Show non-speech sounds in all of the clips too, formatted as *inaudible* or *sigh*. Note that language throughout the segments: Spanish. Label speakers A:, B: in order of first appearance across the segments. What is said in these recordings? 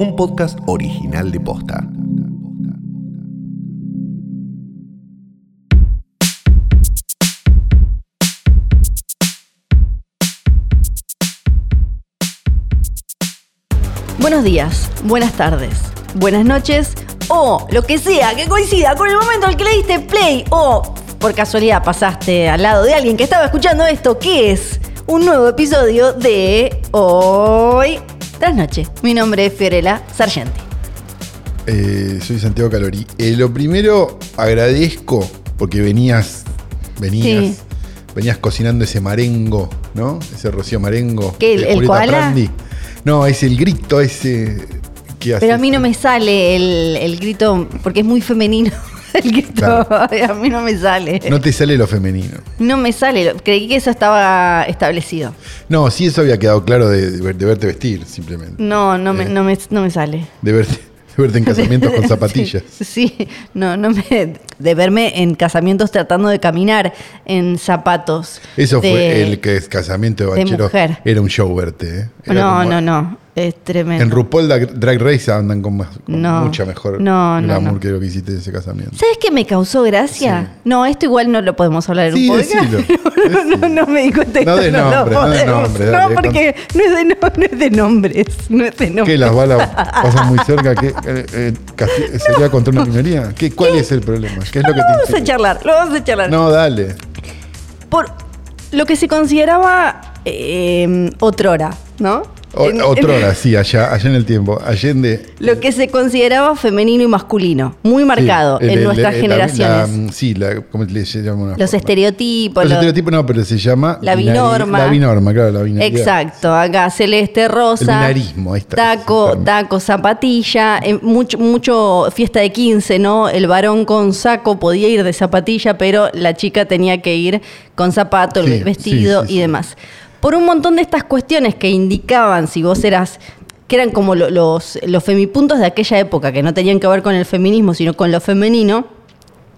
A: un podcast original de Posta.
B: Buenos días, buenas tardes, buenas noches o lo que sea que coincida con el momento al que le diste play o por casualidad pasaste al lado de alguien que estaba escuchando esto, que es un nuevo episodio de Hoy tras Noche. Mi nombre es Fiorella Sargenti.
C: Eh, soy Santiago Calori. Eh, lo primero, agradezco porque venías, venías,
B: Sí.
C: venías cocinando ese marengo, ¿no? Ese rocío marengo.
B: ¿Qué, el-
C: de
B: el
C: Julieta
B: koala?
C: Prandi. No, es el grito ese que hace.
B: Pero a mí no me sale el, el grito, porque es muy femenino *laughs* el grito. *laughs* A mí no me sale. No,
C: No te sale lo femenino.
B: me sale. Creí que eso estaba establecido.
C: No, sí, eso había quedado claro de, de ver- de verte vestir, simplemente.
B: No, no me,
C: Eh.
B: no me, no me sale.
C: De verte,
B: *laughs*
C: de verte en casamientos con zapatillas.
B: Sí, *laughs* sí. no, no me. De verme en casamientos tratando de caminar en zapatos.
C: Eso
B: de-
C: fue el que es casamiento de
B: de
C: bachero.
B: mujer.
C: Era un show verte, ¿eh? Era
B: No,
C: como-
B: no, no. Es tremendo.
C: En RuPaul Drag- Drag Race andan con, más, con
B: No.
C: mucha mejor
B: No, no,
C: glamour
B: no.
C: que lo que hiciste en ese casamiento.
B: ¿Sabes qué me causó gracia? No, esto igual no lo podemos hablar en
C: Sí,
B: un podcast.
C: decilo,
B: *laughs* No, no, no, no me di cuenta. de
C: No
B: esto,
C: de
B: lo
C: nombre, no de
B: podemos.
C: nombre,
B: No,
C: dale,
B: porque no es, de no, no es de nombres. No es de nombres.
C: ¿Qué?
B: *laughs*
C: ¿Las balas pasan muy cerca? ¿Qué, eh, eh, casti- ¿Sería contra una minoría? ¿Qué, ¿Cuál es el problema? ¿Qué es lo que te
B: vamos a
C: inquieta?
B: charlar, lo vamos a charlar.
C: No, dale.
B: Por lo que se consideraba eh, otrora, ¿no?
C: O-
B: En-
C: otrora, sí, allá, allá en el tiempo. Allende.
B: Lo que se consideraba femenino y masculino, muy marcado
C: sí, el-
B: en
C: el-
B: nuestras
C: el- la-
B: generaciones.
C: la- sí, la, ¿cómo le llaman?
B: los estereotipos,
C: Los
B: los-
C: estereotipos no, pero se llama.
B: La
C: binari-
B: binorma.
C: La binorma, claro, la binaridad.
B: Exacto, acá celeste, rosa.
C: El binarismo, ahí está,
B: Taco,
C: exactamente.
B: taco, zapatilla. eh, mucho, mucho fiesta de 15, ¿no? El varón con saco podía ir de zapatilla, pero la chica tenía que ir con zapato, el
C: Sí,
B: vestido
C: sí, sí,
B: y
C: sí.
B: demás. Por un montón de estas cuestiones que indicaban si vos eras que eran como lo- los, los femipuntos de aquella época, que no tenían que ver con el feminismo, sino con lo femenino,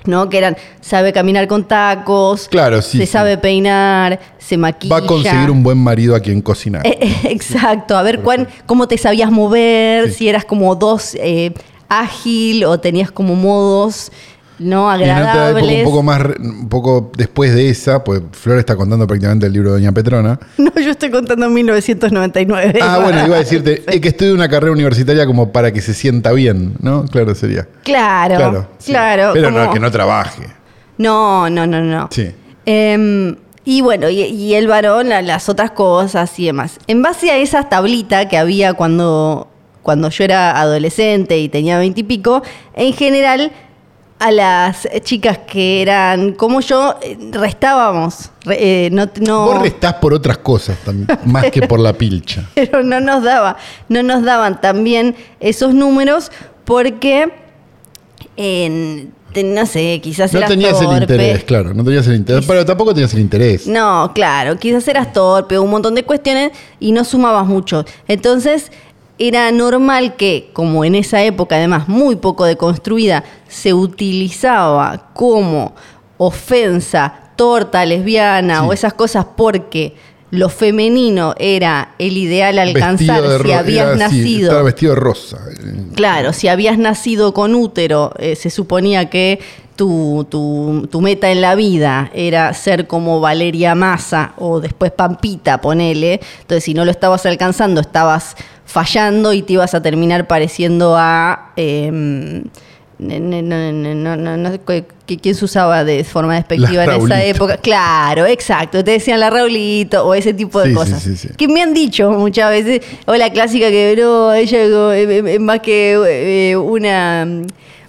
B: ¿no? Que eran, sabe caminar con tacos,
C: Claro, sí,
B: se
C: sí.
B: sabe peinar, se maquilla.
C: Va a conseguir un buen marido a quien cocinar.
B: Eh, eh, Exacto, a ver cuán, cómo te sabías mover,
C: Sí.
B: si eras como dos eh, ágil o tenías como modos no
C: Y en otra época,
B: agradables.
C: un poco más, re- un poco después de esa, pues Flor está contando prácticamente el libro de
B: *laughs*
C: Doña Petrona.
B: *laughs* No, yo estoy contando 1999.
C: Ah, bueno, iba
B: *laughs*
C: a decirte, es que estudia una carrera universitaria como para que se sienta bien, ¿no? Claro, sería.
B: Claro, claro,
C: sí. Pero no,
B: como-
C: que no trabaje.
B: No, no, no, no.
C: Sí.
B: Em, y bueno, y, y el varón, la- las otras cosas y demás. En base a esa tablita que había cuando, cuando yo era adolescente y tenía veintipico, en general a las chicas que eran como yo, eh, restábamos. Re- eh, no, no,
C: Vos restás por otras cosas también, más que por la pilcha.
B: *laughs* pero no nos daba, no nos daban también esos números porque en, te- no sé, quizás
C: No
B: eras
C: tenías el
B: torpe.
C: interés, claro, no tenías el interés. Pero tampoco tenías el interés.
B: No, claro, quizás eras torpe, un montón de cuestiones y no sumabas mucho. Entonces, era normal que, como en esa época, además, muy poco deconstruida, se utilizaba como ofensa, torta lesbiana
C: Sí.
B: o esas cosas porque lo femenino era el ideal a alcanzar
C: Vestido de
B: si
C: ro-
B: habías
C: era así,
B: nacido.
C: Estaba vestido de rosa. eh,
B: Claro, si habías nacido con útero, eh, se suponía que tu, tu- tu meta en la vida era ser como Valeria Massa o después Pampita, ponele. Entonces, si no lo estabas alcanzando, estabas fallando y te ibas a terminar pareciendo a. eh, ne- ne- no- no- no- no- no- cu- qui- ¿Quién se usaba de forma despectiva
C: La
B: en
C: Raulito.
B: esa época? Claro, exacto. Te decían la Raulito o ese tipo de
C: Sí, sí,
B: cosas.
C: sí, sí.
B: Que me han dicho muchas veces, o la clásica que, no, ella como, eh, eh, es más que eh, una,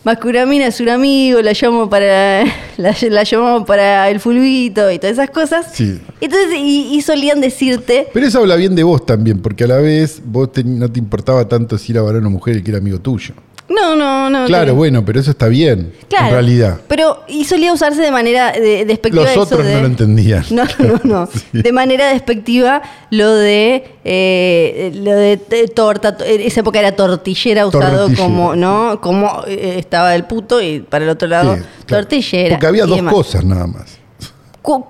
B: más que una mina es un amigo, la llamo para, *laughs* la, la llamamos para el fulbito y todas esas cosas.
C: Sí.
B: Entonces, y, y solían decirte,
C: Pero eso habla bien de vos también, porque a la vez vos te- no te importaba tanto si era varón o mujer el que era amigo tuyo.
B: no, no, no.
C: Claro,
B: no".
C: bueno, pero eso está bien, en realidad.
B: Pero, y solía usarse de manera de- despectiva.
C: Los
B: eso
C: otros
B: de-
C: no lo entendían.
B: *laughs* No, no, no.
C: *laughs* Sí.
B: De manera despectiva, lo de eh, lo de t- torta, t- en esa época era tortillera usado
C: Tortillera.
B: como, ¿no? Como eh, estaba el puto y para el otro lado
C: Sí, claro.
B: tortillera.
C: Porque había
B: y
C: dos
B: demás.
C: cosas nada más. *coughs*
B: Cu-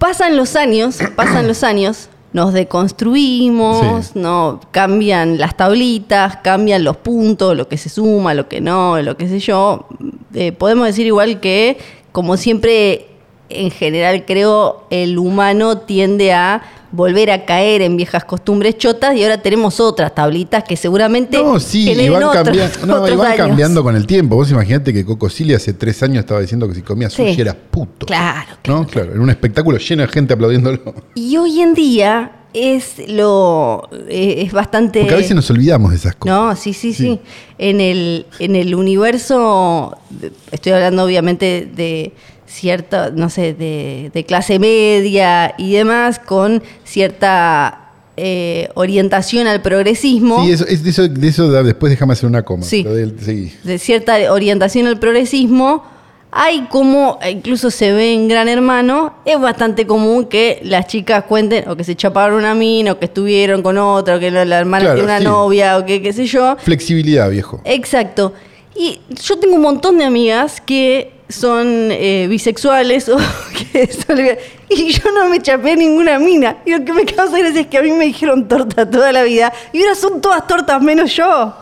B: Pasan los años, pasan los años, nos deconstruimos,
C: Sí.
B: ¿no? Cambian las tablitas, cambian los puntos, lo que se suma, lo que no, lo que sé yo. Eh, podemos decir igual que, como siempre, en general creo, el humano tiende a volver a caer en viejas costumbres chotas y ahora tenemos otras tablitas que seguramente
C: No, sí, y
B: generen
C: van,
B: otros-
C: cambian- no, y
B: otros
C: van
B: daños.
C: cambiando con el tiempo. Vos imaginate que Coco Silly hace tres años estaba diciendo que si comías
B: Sí.
C: sushi eras puto.
B: Claro,
C: ¿No? Claro, en un espectáculo lleno de gente aplaudiéndolo.
B: Y hoy en día es lo eh, es bastante
C: Porque a veces nos olvidamos de esas cosas.
B: No, sí, sí, sí.
C: Sí.
B: En el en el universo de- estoy hablando obviamente de cierta, no sé, de, de clase media y demás con cierta eh, orientación al progresismo.
C: Sí, eso, es- de eso, de eso da- después déjame hacer una coma.
B: Sí.
C: Lo del- sí.
B: de cierta orientación al progresismo, hay como, incluso se ve en Gran Hermano, es bastante común que las chicas cuenten o que se chaparon una mina, o que estuvieron con otra, o que la la hermana
C: Claro,
B: tiene una
C: sí.
B: novia, o que qué sé yo.
C: Flexibilidad, viejo.
B: Exacto. Y yo tengo un montón de amigas que son eh, bisexuales *laughs* o que son lesbianas. y yo no me chapé a ninguna mina. Y lo que me causa gracia es que a mí me dijeron torta toda la vida y ahora son todas tortas menos yo.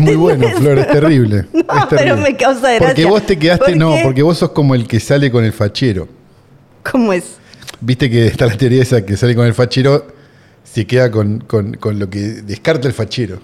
B: *laughs*
C: muy bueno, Flor, es terrible.
B: No,
C: es terrible.
B: pero me causa gracia.
C: Porque vos te quedaste,
B: ¿Por
C: no,
B: qué?
C: porque vos sos como el que sale con el fachero.
B: ¿Cómo es?
C: Viste que está la teoría esa que sale con el fachero, se queda con, con- con lo que descarta el fachero.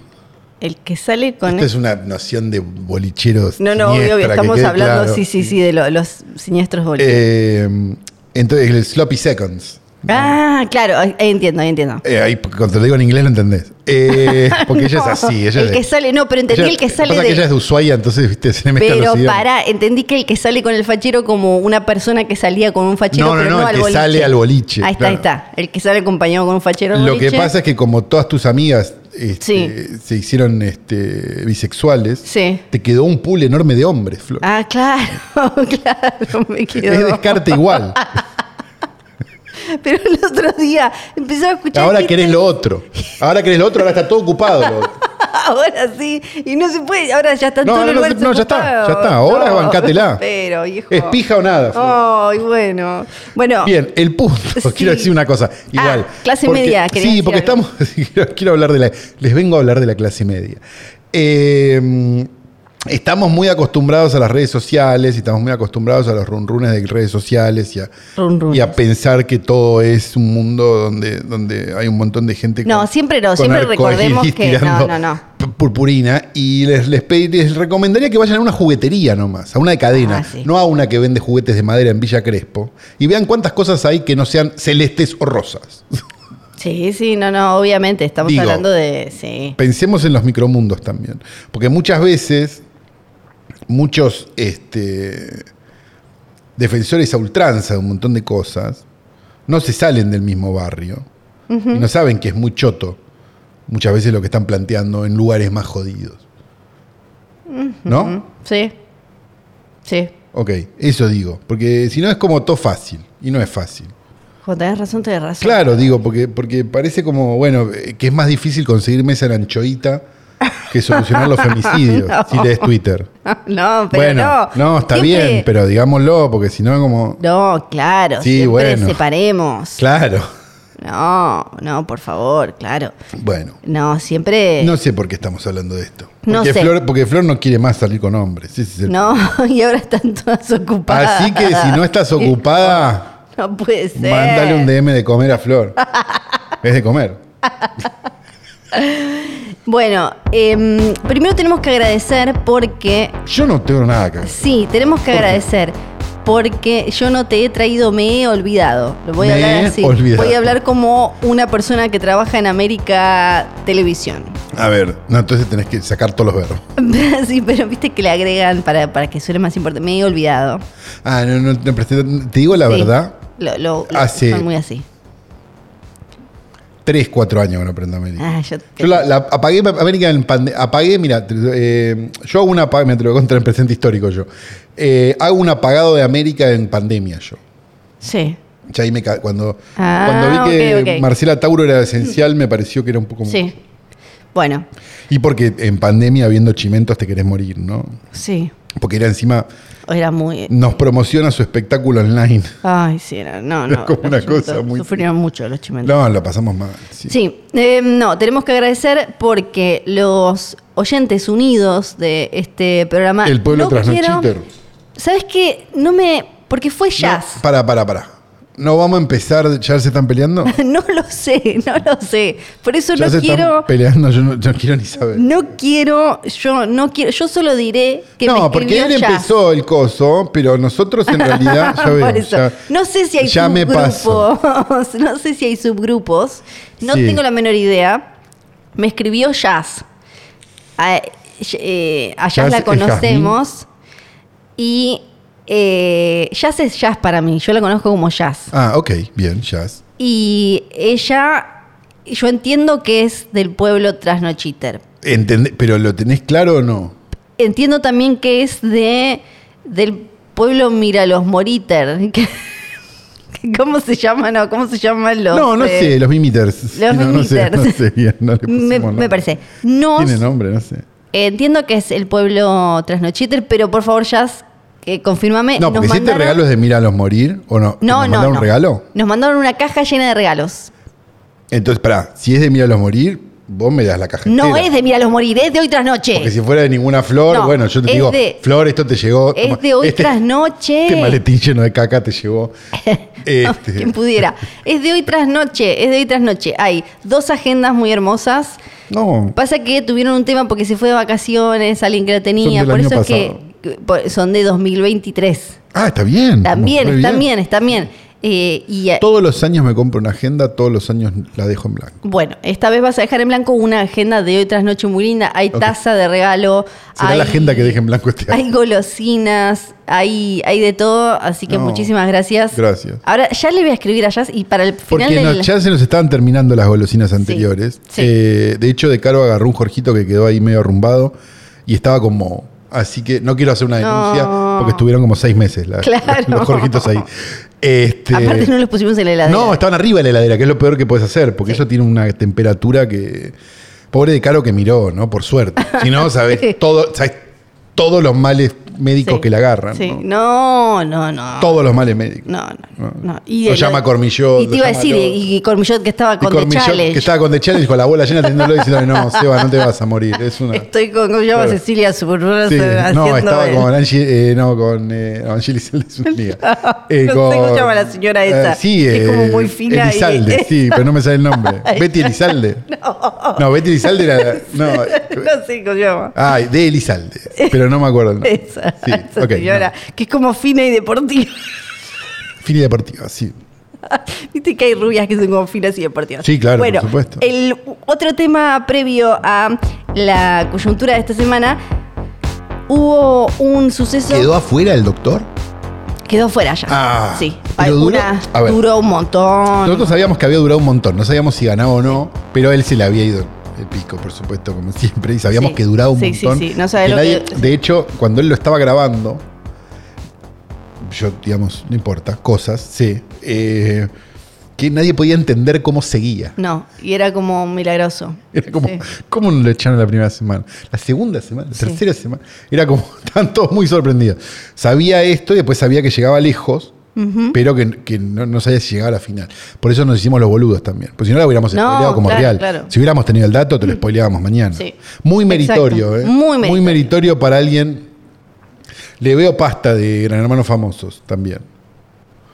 B: El que sale con...
C: Esta Este es una noción de bolicheros.
B: no, no, obvio,
C: siniestra, que
B: estamos
C: quede
B: hablando,
C: claro.
B: sí, sí, sí, de lo- los siniestros boliches.
C: Eh, entonces, el sloppy seconds.
B: ah, claro, ahí entiendo, ahí entiendo.
C: Eh, ahí, cuando te lo digo en inglés, lo entendés.
B: *laughs*
C: Eh, porque ella es
B: No,
C: así. Ella
B: el
C: es de-
B: que sale, no, pero entendí
C: ella-
B: el que sale
C: pasa
B: de...
C: que ella es de Ushuaia, entonces, viste, se le mezclan
B: pero
C: los idiomas.
B: pará, entendí que el que sale con el fachero como una persona que salía con un fachero,
C: No, no,
B: pero
C: no,
B: no,
C: el
B: al
C: que
B: boliche.
C: sale al boliche,
B: Ahí está, ahí
C: claro.
B: está. El que sale acompañado con un fachero al
C: Lo que
B: boliche.
C: pasa es que como todas tus amigas este,
B: Sí.
C: se hicieron este, bisexuales,
B: Sí.
C: te quedó un pool enorme de hombres, Flor.
B: Ah, claro, *laughs* claro, me quedo.
C: es descarte
B: *laughs*
C: igual.
B: Ah, Pero el otro día empezaba a escuchar...
C: Ahora
B: chistes-
C: querés lo otro. Ahora querés lo otro, ahora está todo ocupado.
B: *laughs*
C: lo otro.
B: Ahora sí, y no se puede, ahora ya está
C: No,
B: todo el
C: no, no,
B: lugar
C: no, ya está,
B: desocupado.
C: ya está, ahora bancátela.
B: *laughs* Pero, hijo.
C: Es pija o nada, Flor.
B: Ay, bueno. Bueno,
C: Bien,
B: *laughs*
C: el punto.
B: Oh. Sí. Ah,
C: Quiero decir una cosa. Igual.
B: clase media, quería
C: Sí,
B: decir
C: porque
B: algo.
C: estamos. *laughs* quiero, quiero hablar de la. Les vengo a hablar de la clase media. Eh, estamos muy acostumbrados a las redes sociales y estamos muy acostumbrados a los runrunes de redes sociales y a,
B: Runrunes.
C: y a pensar que todo es un mundo donde, donde hay un montón de gente
B: No, siempre no,
C: con
B: siempre
C: arcoiris *laughs*
B: recordemos que- no,
C: tirando
B: no, no.
C: pu- Purpurina, y les, les, pedi- les recomendaría que vayan a una juguetería nomás, a una de cadena,
B: Ah, sí.
C: no a una que vende juguetes de madera en Villa Crespo, y vean cuántas cosas hay que no sean celestes o rosas.
B: sí, sí, no, no, obviamente, estamos
C: Digo,
B: hablando de. Sí.
C: Pensemos en los micromundos también, porque muchas veces, muchos este, defensores a ultranza de un montón de cosas no se salen del mismo barrio y no saben que es muy choto muchas veces lo que están planteando en lugares más jodidos. ¿No?
B: Sí. Sí.
C: Ok, eso digo, porque si no es como todo fácil y no es fácil.
B: Cuando tenés razón, tenés razón.
C: Claro, digo, porque, porque parece como, bueno, eh, que es más difícil conseguir mesa en anchoita que
B: *laughs*
C: solucionar los femicidios,
B: No.
C: si lees Twitter.
B: *laughs* No, pero
C: bueno,
B: no.
C: no, está
B: Siempre-
C: bien, pero digámoslo, porque si no como...
B: No, claro.
C: Sí,
B: siempre
C: bueno.
B: separemos.
C: Claro,
B: No, no, por favor, claro.
C: bueno.
B: No, siempre.
C: No sé por qué estamos hablando de esto. Porque,
B: Eh. No sé.
C: Flor, porque Flor no quiere más salir con hombres. ese es
B: *laughs*
C: el-
B: No, y ahora están todas ocupadas.
C: Así que si no
B: *laughs*
C: estás ocupada,
B: No puede ser.
C: mándale un DM de comer
B: *laughs*
C: a Flor. es de comer.
B: Bueno, em, primero tenemos que agradecer porque
C: Yo no tengo nada que
B: Sí, tenemos que agradecer. Porque yo no te he traído, me he olvidado. Lo voy a
C: Me he
B: hablar así.
C: olvidado.
B: Voy a hablar como una persona que trabaja en América Televisión. *laughs*
C: A ver, no, entonces tenés que sacar todos los verbos.
B: sí, pero viste que le agregan para, para que suene más importante. Me he olvidado.
C: Ah, no, no, no, presté- te digo la
B: Sí,
C: verdad, Ah,
B: Lo, lo, lo-
C: Hace-
B: son muy así.
C: 3, 4 años que no aprendo América.
B: Ah, yo te-
C: Yo la, la apagué América en pande- apagué, mira, te- eh, yo hago una apagada, me te lo voy a contar en presente histórico yo. Eh, hago un apagado de América en pandemia yo.
B: Sí.
C: Ya ahí me ca- cuando,
B: Ah,
C: cuando vi que
B: ok, ok.
C: Marcela Tauro era esencial, me pareció que era un poco mucho.
B: Sí. Bueno,
C: Y porque en pandemia viendo chimentos te querés morir, ¿no?
B: sí.
C: Porque era encima,
B: Era muy.
C: nos promociona su espectáculo online.
B: Ay, sí, era. No,
C: Era
B: no.
C: como
B: los
C: una
B: chimentos
C: cosa muy-
B: Sufrieron mucho los chimentos.
C: No, lo pasamos mal. sí.
B: Sí, eh, no, tenemos que agradecer porque los oyentes unidos de este programa.
C: El pueblo
B: no
C: trasnochiter.
B: quiero- ¿Sabes qué? No me. Porque fue jazz. *laughs*
C: Para, para, para. ¿No vamos a empezar? ¿Ya se están peleando?
B: No, lo sé, no lo sé. Por eso
C: ya
B: no
C: se
B: quiero.
C: están peleando, yo no, yo no quiero ni saber.
B: No quiero, yo no quiero, yo solo diré que me
C: no,
B: escribió
C: porque él
B: jazz.
C: empezó el coso, pero nosotros en realidad,
B: *laughs*
C: ya
B: Por
C: veo,
B: eso.
C: ya-
B: no sé si hay
C: ya me paso.
B: subgrupos. *laughs* No sé si hay subgrupos. No
C: Sí.
B: tengo la menor idea. Me escribió Jazz. A, eh, a Jazz,
C: Jazz
B: la
C: es
B: conocemos. Y eh, Jazz es Jazz para mí. Yo la conozco como Jazz.
C: Ah, ok, bien, jazz.
B: Y ella, yo entiendo que es del pueblo trasnochiter.
C: Entendé- ¿Pero lo tenés claro o no?
B: Entiendo también que es de del pueblo Miralos Moriter. que- *laughs* que ¿Cómo se llaman? No, ¿Cómo se llaman los?
C: no, no
B: eh,
C: sé, los mimeters.
B: los
C: no, no sé,
B: mimeters.
C: no sé *laughs* bien, no le pusimos
B: me,
C: nombre.
B: me parece. Eh, Nos,
C: Tiene nombre, no sé.
B: Entiendo que es el pueblo trasnochiter, pero por favor, Jazz, que confirmame.
C: No, porque si este regalo es de Míralos morir, ¿o no? ¿Te
B: No, no,
C: nos mandaron
B: no.
C: un regalo?
B: Nos mandaron una caja llena de regalos.
C: Entonces, pará, si es de Míralos morir, vos me das la caja
B: No
C: entera.
B: es de Miralos Morir, es de hoy tras noche.
C: Porque si fuera de ninguna flor,
B: No,
C: bueno, yo te
B: es
C: digo,
B: de-
C: flor, esto te llegó. toma,
B: es de hoy
C: este,
B: tras noche. *laughs*
C: Este maletín lleno de caca te llegó. Este,
B: Quien pudiera. Es de hoy tras noche, es de hoy tras noche. Hay dos agendas muy hermosas.
C: no,
B: Pasa que tuvieron un tema porque se fue de vacaciones, alguien que la tenía,
C: Son del
B: por
C: año
B: eso es que por- son de 2023.
C: Ah, está bien.
B: También,
C: Muy bien.
B: están bien, están bien. Eh, y eh,
C: Todos los años me compro una agenda, todos los años la dejo en blanco.
B: bueno, esta vez vas a dejar en blanco una agenda de hoy tras noche muy linda. Hay
C: Ok.
B: taza de regalo.
C: Será
B: hay,
C: la agenda que deje en blanco este año.
B: Hay golosinas, hay, hay de todo, así que
C: No.
B: muchísimas gracias.
C: Gracias.
B: Ahora ya le voy a escribir a Jazz y para el final
C: Porque
B: del-
C: nos- ya se nos estaban terminando las golosinas anteriores.
B: sí.
C: Eh, de hecho, de Caro agarró un Jorgito que quedó ahí medio arrumbado y estaba como. Así que no quiero hacer una denuncia
B: No.
C: porque estuvieron como seis meses la-
B: Claro.
C: *laughs* los Jorgitos ahí. Este,
B: Aparte no los pusimos en la heladera.
C: No, estaban arriba de la heladera, que es lo peor que puedes hacer, porque eso tiene una temperatura que. Pobre de Caro que miró, ¿no? Por suerte.
B: *laughs*
C: Si no, sabes todo, sabes todos los males médicos
B: Sí.
C: que la agarran.
B: Sí.
C: ¿no?
B: No, no, no.
C: Todos los males médicos.
B: No, no, no.
C: Lo
B: de
C: llama Cormillot,
B: Y
C: lo
B: te iba a
C: llama
B: decir,
C: todo.
B: y, y Cormillot que estaba
C: Y
B: con The
C: Cormillot,
B: Challenge.
C: que estaba con The Challenge con la bola llena teniéndolo diciendo no, Seba, no te vas a morir. Es
B: *laughs*
C: una.
B: Estoy con, ¿cómo se llama
C: Claro.
B: Cecilia Suburrana
C: Sí,
B: haciendo
C: no, estaba
B: el-
C: con Angie, eh, no, con eh, no, Angie Lizalde
B: *laughs*
C: es una amiga.
B: No sé cómo se llama la señora
C: eh,
B: esa,
C: sí,
B: que es
C: eh,
B: como muy fina y- *laughs*
C: Elizalde, sí, pero no me sale el nombre. Betty Elizalde. No. Betty Elizalde
B: *laughs*
C: era. No,
B: *laughs* No sé cómo se llama.
C: ay, de Elizalde, pero no me acuerdo el nombre.
B: Esa,
C: *laughs* sí,
B: esa
C: ok,
B: señora, que es como fina y deportiva. *laughs*
C: no, fina y deportiva, sí.
B: Viste que hay rubias que son como finas y deportivas.
C: Sí, claro, por
B: bueno,
C: supuesto.
B: El otro tema previo a la coyuntura de esta semana, hubo un suceso.
C: ¿Quedó afuera el doctor?
B: Quedó fuera ya.
C: Ah,
B: sí.
C: pero duró-
B: Alguna-
C: a ver.
B: duró un montón.
C: Nosotros sabíamos que había durado un montón, no sabíamos si ganaba o no, pero él se le había ido el pico, por supuesto, como siempre, y sabíamos
B: Sí.
C: que duraba un
B: Sí, sí,
C: montón.
B: sí, no sabe
C: que
B: lo
C: nadie-
B: que-
C: De hecho, cuando él lo estaba grabando, yo, digamos, no importa, cosas, sí, eh, que nadie podía entender cómo seguía.
B: No, y era como milagroso.
C: Era como,
B: Sí.
C: ¿cómo no lo echaron la primera semana? La segunda semana, la
B: Sí.
C: tercera semana. Era como, *laughs* estaban todos muy sorprendidos. Sabía esto y después sabía que llegaba lejos, pero que, que no, no sabía si llegaba a la final. Por eso nos hicimos los boludos también. Porque si no, la hubiéramos
B: No,
C: spoileado como
B: claro,
C: real.
B: claro. Mm.
C: Si hubiéramos tenido el dato, te lo spoileábamos mañana.
B: Sí.
C: Muy meritorio,
B: Exacto.
C: ¿eh?
B: Muy meritorio.
C: muy meritorio para alguien. Le veo pasta de Gran Hermanos Famosos también.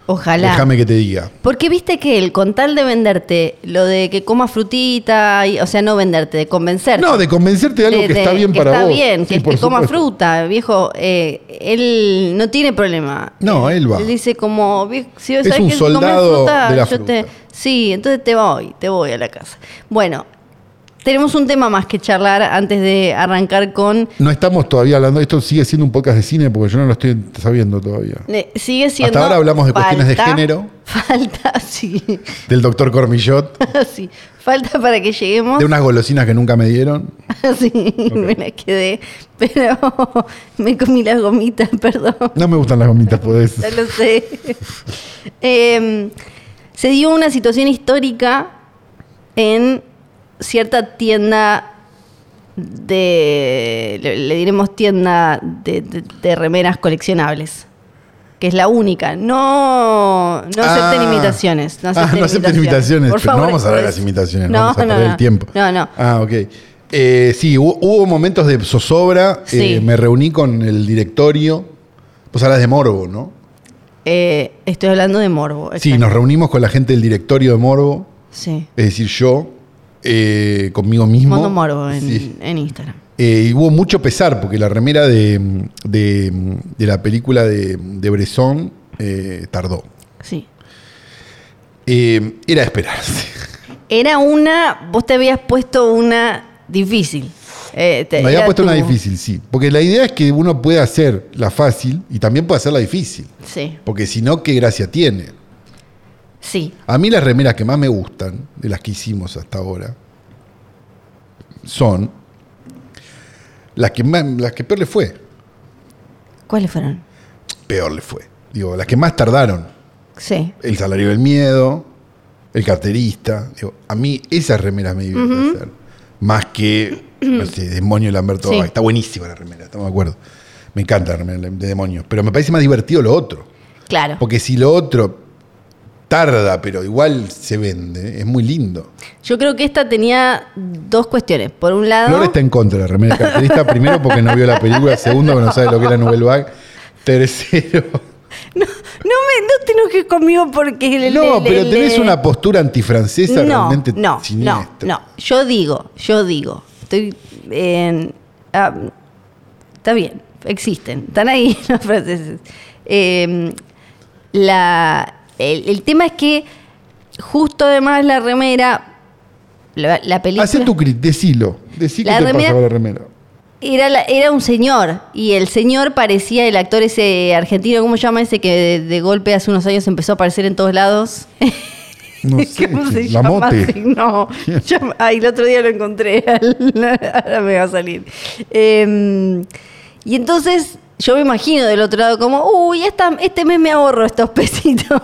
B: Ojalá.
C: Déjame que te diga.
B: Porque viste que él, con tal de venderte, lo de que comas frutita, y- o sea, no venderte, de convencerte.
C: No, de convencerte de algo
B: de-
C: que
B: de-
C: está bien para vos.
B: Está bien, que,
C: Sí, por
B: que coma
C: supuesto.
B: fruta, viejo. eh, él no tiene problema.
C: No, él va.
B: Él dice como, "Vie- si vos
C: Es
B: sabés
C: un
B: que si comés
C: soldado
B: fruta,
C: de la
B: yo te-
C: fruta.
B: Sí, entonces te voy, te voy a la casa. Bueno, tenemos un tema más que charlar antes de arrancar con...
C: No estamos todavía hablando, esto sigue siendo un podcast de cine porque yo no lo estoy sabiendo todavía.
B: eh, sigue siendo...
C: Hasta ahora hablamos de cuestiones de
B: falta-
C: género.
B: *laughs* Falta, sí, *laughs*
C: Del doctor Cormillot,
B: sí. Falta para que lleguemos...
C: de unas golosinas que nunca me dieron.
B: *laughs* Sí, me la quedé, pero *laughs* me comí las gomitas, *laughs* perdón.
C: No me gustan las gomitas, podés.
B: Ya lo
C: *laughs*
B: sé. Em, se dio una situación histórica en cierta tienda de, le, le diremos tienda de, de- de remeras coleccionables, que es la única. No, no
C: Ah.
B: acepten imitaciones. No
C: Ah,
B: acepten,
C: no acepten imitaciones, pero no vamos a ver las imitaciones, no vamos a perder el tiempo.
B: No, no.
C: Ah, ok. Eh, sí, hu- hubo momentos de zozobra. eh,
B: Sí.
C: me reuní con el directorio. Pues hablas de Morbo, ¿no?
B: Eh, estoy hablando de morbo.
C: Sí,
B: exacto.
C: nos reunimos con la gente del directorio de Morbo,
B: Sí.
C: es decir, yo, eh, conmigo mismo.
B: Mondo morbo en,
C: Sí.
B: en Instagram.
C: Eh, y hubo mucho pesar, porque la remera de, de- de la película de, de Bresson eh, tardó.
B: Sí.
C: Eh, era de *laughs* esperarse.
B: Era una, vos te habías puesto una difícil. Eh, te-
C: Me había
B: era
C: puesto una
B: tu-
C: difícil, sí. Porque la idea es que uno puede hacer la fácil y también puede hacer la difícil.
B: Sí,
C: Porque si no, ¿qué gracia tiene?
B: sí.
C: A mí las remeras que más me gustan, de las que hicimos hasta ahora, son las que, más- las que peor le fue.
B: ¿Cuáles fueron?
C: Peor le fue. Digo, las que más tardaron.
B: Sí.
C: El salario del miedo, el carterista. Digo, a mí esas remeras me divierten hacer. Más que, no sé, Demonio de Lamberto
B: Sí.
C: Bava. Está buenísima la remera, estamos de acuerdo. Me encanta la remera de Demonios. Pero me parece más divertido lo otro.
B: Claro.
C: Porque si lo otro tarda, pero igual se vende, es muy lindo.
B: Yo creo que esta tenía dos cuestiones. Por un lado,
C: Flor está en contra de la remera del carterista. Primero, porque no vio la película. Segundo, porque no sabe lo que era Nouvelle Vague. Tercero.
B: *laughs* no me no te enojes conmigo porque le-
C: No,
B: le-
C: pero
B: le-
C: tenés una postura antifrancesa
B: no,
C: realmente
B: no, no,
C: siniestra.
B: no. Yo digo, yo digo. Estoy en- ah, está bien, existen, están ahí *laughs* los franceses. Eh, la, el, el tema es que justo además la remera, la, la película...
C: Hacé tu crítica, decilo. Decí que
B: La
C: te
B: remera-
C: pasaba la remera.
B: Era, la- era un señor y el señor parecía el actor ese argentino, ¿cómo se llama ese que de, de golpe hace unos años empezó a aparecer en todos lados? *laughs*
C: No sé,
B: ¿Cómo se
C: la
B: llama? Sí,
C: mote.
B: *laughs* no, Yo- ay, el otro día lo encontré, *laughs* ahora me va a salir. Eh, y entonces yo me imagino del otro lado como, uy, esta- este mes me ahorro estos
C: *laughs*
B: pesitos.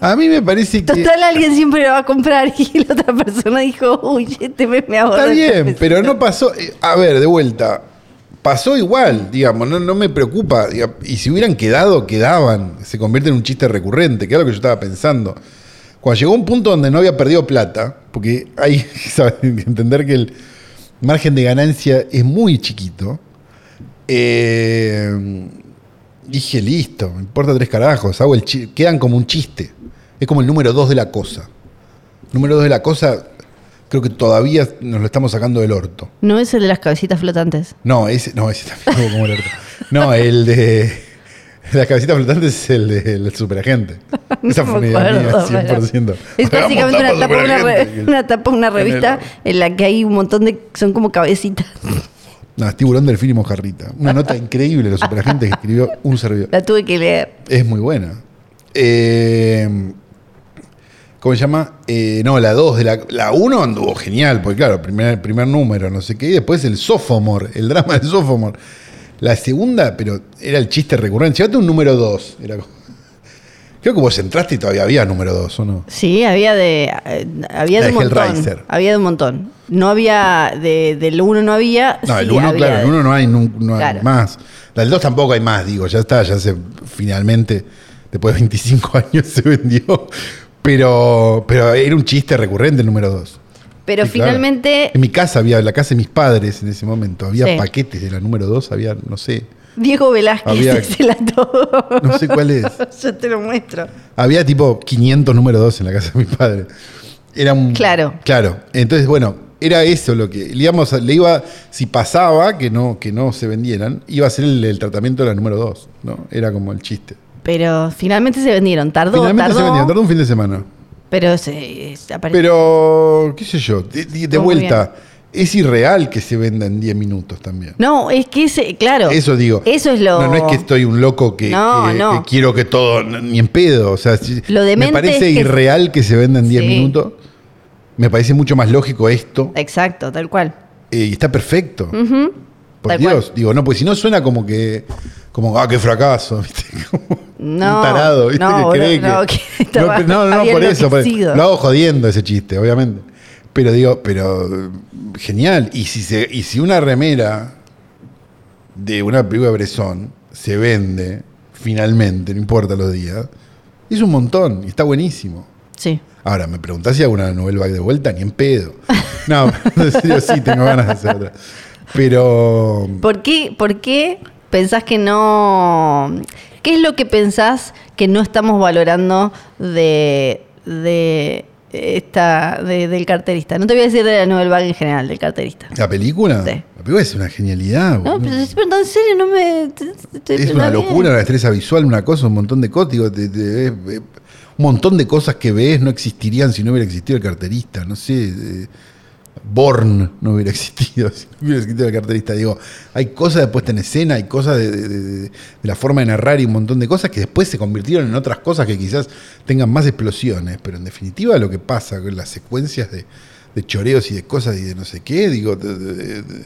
C: A mí me parece que
B: Total, alguien siempre lo va a comprar *laughs* y la otra persona dijo, uy, este mes me ahorro.
C: está
B: estos
C: bien, pero
B: pesitos".
C: no pasó. eh, A ver, de vuelta. Pasó igual, digamos, no, no me preocupa. diga- Y si hubieran quedado, quedaban. Se convierte en un chiste recurrente, que era lo que yo estaba pensando. Cuando llegó un punto donde no había perdido plata, porque hay *laughs* ¿sabes? que entender que el margen de ganancia es muy chiquito, eh, dije, listo, me importa tres carajos, hago el chi- quedan como un chiste. Es como el número dos de la cosa. Número dos de la cosa, creo que todavía nos lo estamos sacando del orto.
B: No es el de las cabecitas flotantes.
C: No, ese, no, ese también *laughs* como el orto. No, el de *laughs* las cabecitas flotantes es el
B: *laughs*
C: del superagente. Esa
B: No
C: fue una
B: me
C: idea mía,
B: acuerdo, pero-
C: 100%.
B: Es básicamente una tapa, una, re- una tapa, una
C: el-
B: revista en la que hay un montón de. son como cabecitas. *laughs*
C: No, es tiburón, delfín y mojarrita. Una nota increíble de los superagentes que escribió un servidor.
B: La tuve que leer.
C: Es muy buena. Eh, ¿Cómo se llama? Eh, no, la 2 de la. La 1 anduvo genial, porque claro, primer, primer número, no sé qué. Y después el sophomore, el drama del sophomore. La segunda, pero era el chiste recurrente. Llegate un número 2. Era como- Creo que vos entraste y todavía había número 2, ¿o no?
B: Sí, había de. eh, había de
C: La
B: un
C: de
B: montón.
C: Hellraiser.
B: Había de un montón. No había. De, del 1 no había. *laughs*
C: No, el
B: sí
C: 1,
B: había
C: claro, el
B: de-
C: 1 no hay, nun- no hay
B: Claro.
C: más. La del 2 tampoco hay más, digo, ya está, ya se finalmente, después de 25 *laughs* años se vendió. Pero, pero era un chiste recurrente el número 2.
B: Pero
C: Sí, claro.
B: finalmente.
C: En mi casa había, en la casa de mis padres en ese momento, había
B: Eh. Sí.
C: paquetes de la número 2, había, no sé,
B: Diego Velázquez
C: Había-
B: se la todo.
C: no sé cuál es.
B: *laughs* Yo te lo muestro.
C: Había tipo 500 número 2 en la casa de mi padre. Era un.
B: Claro.
C: Claro. Entonces, bueno, era eso lo que. Digamos, le iba. Si pasaba que no, que no se vendieran, iba a ser el, el tratamiento de la número 2, ¿no? Era como el chiste.
B: Pero finalmente se vendieron. Tardó,
C: Finalmente
B: tardó.
C: se vendieron, tardó un fin de semana.
B: Pero se. se apareció.
C: Pero, qué sé yo, de, de- de
B: Estuvo muy
C: vuelta, es irreal que se venda en 10 minutos también.
B: No, es que ese. Claro.
C: Eso digo.
B: Eso es lo.
C: No, no es que estoy un loco que,
B: No,
C: que-
B: no.
C: que quiero que todo, n- ni en pedo. O sea, si-
B: Lo
C: me
B: demente
C: parece
B: es que-
C: irreal que se venda en 10
B: Sí.
C: minutos. Me parece mucho más lógico esto.
B: Exacto, tal cual.
C: eh, y está perfecto.
B: Ujú.
C: Por
B: tal
C: Dios. Digo, no, pues si no suena como que. Como, ah, qué fracaso, *laughs* ¿viste? Como
B: No,
C: un tarado, ¿viste?
B: no,
C: que cree *laughs*
B: no, no,
C: que-
B: que estaba-
C: No, pero- no, no,
B: había
C: por eso. por-
B: enloquecido.
C: Lo hago jodiendo ese chiste, obviamente. Pero digo, pero eh, genial. Y si, se, y si una remera de una película de Bresson se vende, finalmente, no importa los días, es un montón y está buenísimo.
B: Sí.
C: Ahora, me preguntás si hago una novela back de vuelta, ni
B: *laughs*
C: en pedo. No, en serio sí, tengo ganas de hacer otra. Pero
B: ¿Por qué, por qué pensás que no... ¿Qué es lo que pensás que no estamos valorando de, de esta, de- del carterista? No te voy a decir de la Nouvelle Vague en general, del carterista.
C: la película,
B: Sí.
C: la película es una genialidad.
B: No,
C: boludo.
B: pero, estoy preguntando en serio, no me... te- te-
C: es
B: te- no, Este,
C: una
B: bien.
C: locura, una destreza visual, una cosa, un montón de cosas. digo, te- te- eh, eh, un montón de cosas que ves no existirían si no hubiera existido el carterista. No sé, eh, Born no hubiera *laughs* existido si no hubiera existido el carterista. Digo, hay cosas de puesta en escena, hay cosas de, de- de- de- de la forma de narrar y un montón de cosas que después se convirtieron en otras cosas que quizás tengan más explosiones. Pero en definitiva, lo que pasa con las secuencias de, de choreos y de cosas y de no sé qué, digo. de- de- de- de-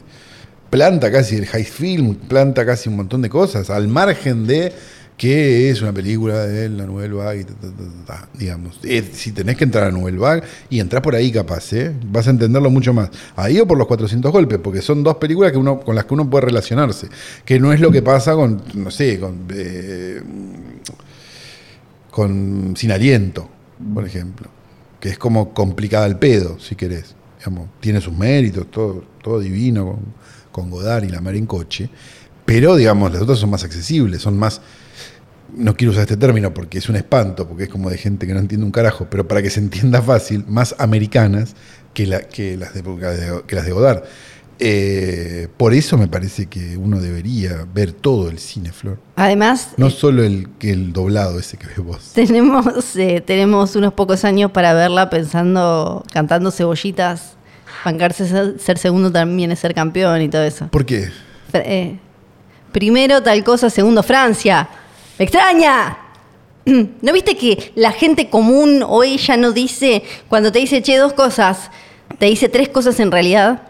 C: planta casi el high film, planta casi un montón de cosas, al margen de que es una película de la Nouvelle Vague, y ta, ta, ta, ta, ta, digamos. Eh, si tenés que entrar a Nouvelle Vague y entrar por ahí capaz, ¿eh? vas a entenderlo mucho más. Ahí o por los 400 golpes, porque son dos películas que uno, con las que uno puede relacionarse, que no es lo que pasa con, no sé, con, eh, con Sin Aliento, por ejemplo, que es como complicada al pedo, si querés. Digamos, tiene sus méritos, todo, todo divino, con, con Godard y la mar en coche. Pero, digamos, las otras son más accesibles, son más. No quiero usar este término porque es un espanto, porque es como de gente que no entiende un carajo, pero para que se entienda fácil, más americanas que, la- que las, de, que las de Godard. Eh, por eso me parece que uno debería ver todo el cine, Flor.
B: Además,
C: No solo el, que el doblado ese que ves vos.
B: tenemos, eh, tenemos unos pocos años para verla pensando, cantando cebollitas, bancarse ser, ser segundo también es ser campeón y todo eso.
C: ¿Por qué?
B: Fr- eh, primero tal cosa, segundo Francia. ¡Me extraña! *clears throat* ¿No viste que la gente común o ella no dice, cuando te dice, che, dos cosas, te dice tres cosas en realidad?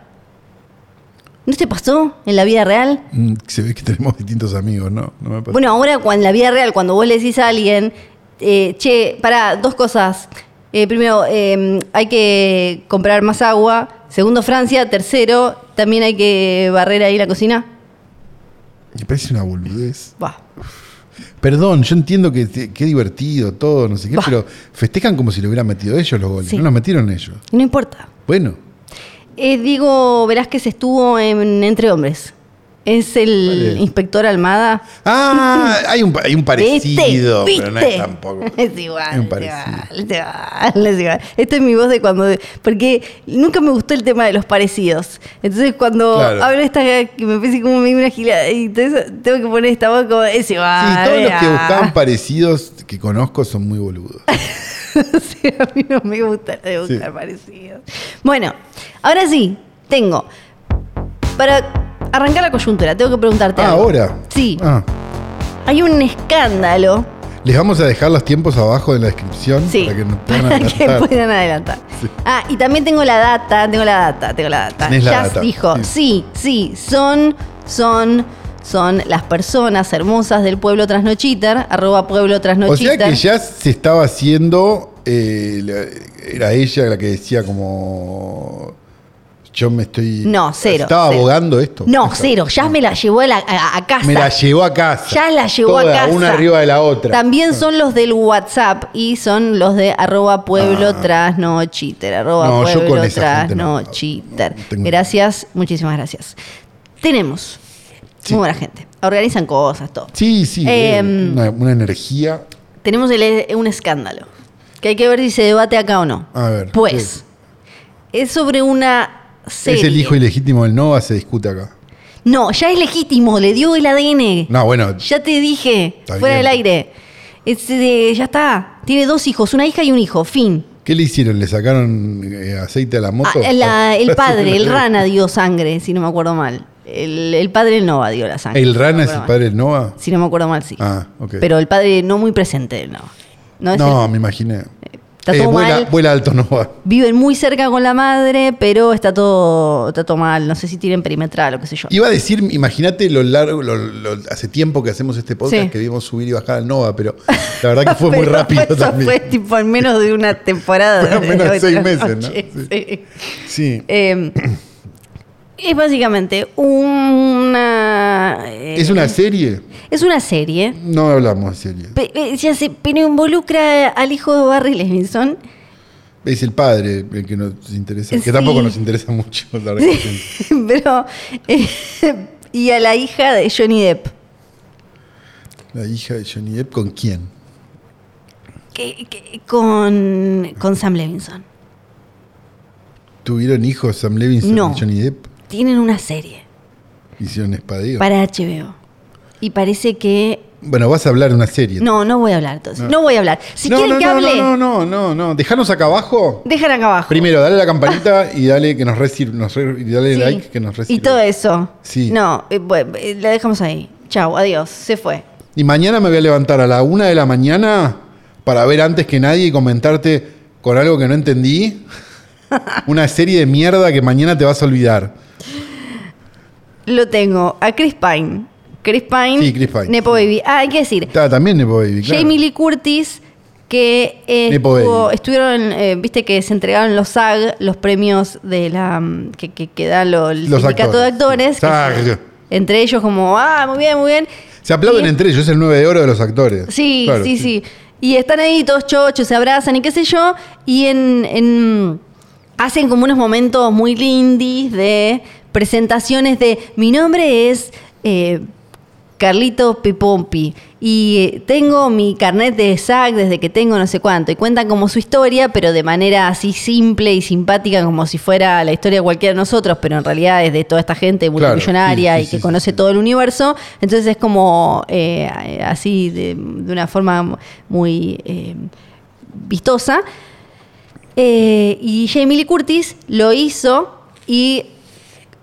B: ¿No te pasó en la vida real?
C: Mm, Se ve que tenemos *laughs* distintos amigos, ¿no? No me pasa.
B: Bueno, ahora cuando, en la vida real, cuando vos le decís a alguien, eh, che, pará, dos cosas. Eh, primero, eh, hay que comprar más agua. Segundo, Francia. Tercero, también hay que barrer ahí la cocina.
C: Me parece una boludez.
B: Buah.
C: Perdón, yo entiendo que que- qué divertido todo, no sé qué,
B: Bah.
C: pero festejan como si lo hubieran metido ellos los goles.
B: Sí.
C: No los metieron ellos.
B: Y no importa. *laughs*
C: Bueno,
B: Eh, Diego Velázquez estuvo en Entre Hombres. Es el
C: ¿Cuál es?
B: inspector Almada.
C: Ah, hay un, pa- hay un parecido,
B: ¿Viste?
C: pero no es
B: ¿Viste?
C: tampoco.
B: *laughs* Es igual,
C: *laughs* Hay un
B: es
C: parecido.
B: igual, es igual, es igual. Esta es mi voz de cuando. Porque nunca me gustó el tema de los parecidos. Entonces, cuando
C: Claro.
B: hablo esta, que me parece como medio una gilada. Y entonces tengo que poner esta voz como. Es igual.
C: Sí, todos los que
B: ah.
C: buscaban parecidos que conozco son
B: *laughs*
C: muy boludos.
B: Sí, a mí no me gusta no me gustan
C: Sí.
B: parecidos. Bueno, ahora sí, tengo. Para arrancar la coyuntura, tengo que preguntarte.
C: Ah,
B: algo.
C: ahora.
B: Sí.
C: Ah,
B: Hay un escándalo.
C: les vamos a dejar los tiempos abajo de la descripción
B: Sí.
C: para que nos
B: *laughs*
C: puedan
B: Para que
C: adelantar.
B: puedan adelantar. Ah, y también tengo la data, tengo la data, tengo la data.
C: Tenés la
B: ya
C: data,
B: dijo, sí. sí, son, son, son las personas hermosas del pueblo trasnochiter, arroba pueblo
C: O sea
B: trasnochiter.
C: que ya se estaba haciendo, eh, la- era ella la que decía como, yo me estoy...
B: No, cero,
C: Estaba
B: cero.
C: abogando esto.
B: No,
C: Esta-
B: cero, ya me la llevó a, la- a- a casa.
C: Me la llevó a casa.
B: Ya la llevó a
C: Toda,
B: casa.
C: Una arriba de la otra. Ah.
B: También son los del WhatsApp y son los de arroba pueblo
C: Ah.
B: trasnochiter, arroba
C: No, yo con
B: pueblo
C: esa gente no.
B: trasnochiter.
C: No tengo-
B: Gracias, muchísimas gracias. Tenemos
C: Sí.
B: muy buena gente. Organizan cosas, todo.
C: Sí, sí,
B: Eh,
C: eh, una, una energía.
B: Tenemos el- eh, un escándalo, que hay que ver si se debate acá o no.
C: A ver,
B: Pues, es sobre una serie.
C: Es el hijo ilegítimo del Nova, se discute acá.
B: No, ya es legítimo, le dio el ADN.
C: No, bueno,
B: Ya te dije,
C: Está
B: fuera
C: bien.
B: del aire. Es, eh, ya está. Tiene dos hijos, una hija y un hijo, fin.
C: ¿qué le hicieron? ¿Le sacaron eh, aceite a la moto?
B: Ah,
C: *laughs*
B: la- el padre, el rana dio sangre, si no me acuerdo mal. El, el padre del Nova dio la sangre.
C: ¿El
B: si no me
C: rana es
B: acuerdo
C: el
B: mal.
C: padre del Nova?
B: Si no me acuerdo mal, sí.
C: Ah, ok.
B: Pero el padre no muy presente del Nova. No, es
C: no, me imaginé.
B: el- Está
C: Eh,
B: todo
C: vuela,
B: mal.
C: vuela alto, no va.
B: Viven muy cerca con la madre, pero está todo, está todo mal. No sé si tienen perimetral o qué sé yo.
C: Iba a decir, imagínate lo largo, lo- lo- hace tiempo que hacemos este podcast
B: Sí.
C: que vimos subir y bajar al Nova, pero la verdad que fue muy
B: *laughs* Pero
C: rápido
B: eso
C: también.
B: Fue tipo en menos de una temporada.
C: *laughs* Fue en menos de
B: hoy
C: seis
B: la
C: meses, ¿no?
B: noche,
C: Sí.
B: sí.
C: Sí.
B: Eh, es básicamente una. eh,
C: ¿Es una serie?
B: es una serie.
C: No hablamos de serie.
B: Pe- eh, ya se- pero involucra al hijo de Barry Levinson. *laughs*
C: Es el padre el que nos interesa, que
B: Sí.
C: tampoco nos interesa mucho. La verdad.
B: pero. eh, y a la hija de Johnny Depp.
C: La hija de Johnny Depp, ¿con quién?
B: que- que- con, con Sam Levinson.
C: ¿Tuvieron hijos Sam Levinson
B: No.
C: y Johnny Depp?
B: Tienen una serie
C: ¿Hicieron espadeo?
B: para HBO. Y parece que.
C: Bueno, vas a hablar de una serie.
B: No, no voy a hablar entonces. No, voy a hablar. Si
C: no,
B: quieren
C: no,
B: que
C: no,
B: hable,
C: no, no, no, no. Dejanos acá abajo.
B: dejan acá abajo.
C: Primero, dale la campanita y dale que nos resir- nos re- y dale
B: Sí.
C: like que nos reciba.
B: Y todo eso.
C: Sí.
B: No, eh, bueno, eh, la dejamos ahí. Chau, adiós. Se fue.
C: Y mañana me voy a levantar a la una de la mañana para ver antes que nadie y comentarte con algo que
B: *laughs*
C: no entendí. Una serie de mierda que mañana te vas a olvidar.
B: Lo tengo a Chris Pine. Chris Pine.
C: Sí, Chris Pine.
B: Nepo Baby. Ah, hay que decir.
C: Está también Nepo Baby, claro.
B: Jamie Lee Curtis, que eh,
C: Nepo
B: estuvo-
C: Baby.
B: estuvieron, eh, viste que se entregaron los SAG, los premios de la mm, que, que, que da lo- el
C: Los
B: sindicato de actores.
C: actores.
B: que
C: SAG.
B: se- entre ellos como, ah, muy bien, muy bien.
C: Se aplauden
B: Y-
C: entre ellos, es el 9 de oro de los actores.
B: Sí,
C: Claro,
B: sí, sí, Y están ahí todos chochos, se abrazan y qué sé yo. Y en, en- hacen como unos momentos muy lindis de presentaciones de mi nombre es eh, Carlito Pipompi y eh, tengo mi carnet de SAC desde que tengo no sé cuánto. Y cuentan como su historia, pero de manera así simple y simpática, como si fuera la historia de cualquiera de nosotros, pero en realidad es de toda esta gente
C: Claro,
B: multimillonaria
C: sí, sí,
B: y
C: sí,
B: que
C: sí,
B: conoce
C: sí.
B: todo el universo. Entonces es como eh, así, de, de una forma muy eh, vistosa. Eh, y Jamie Lee Curtis lo hizo y,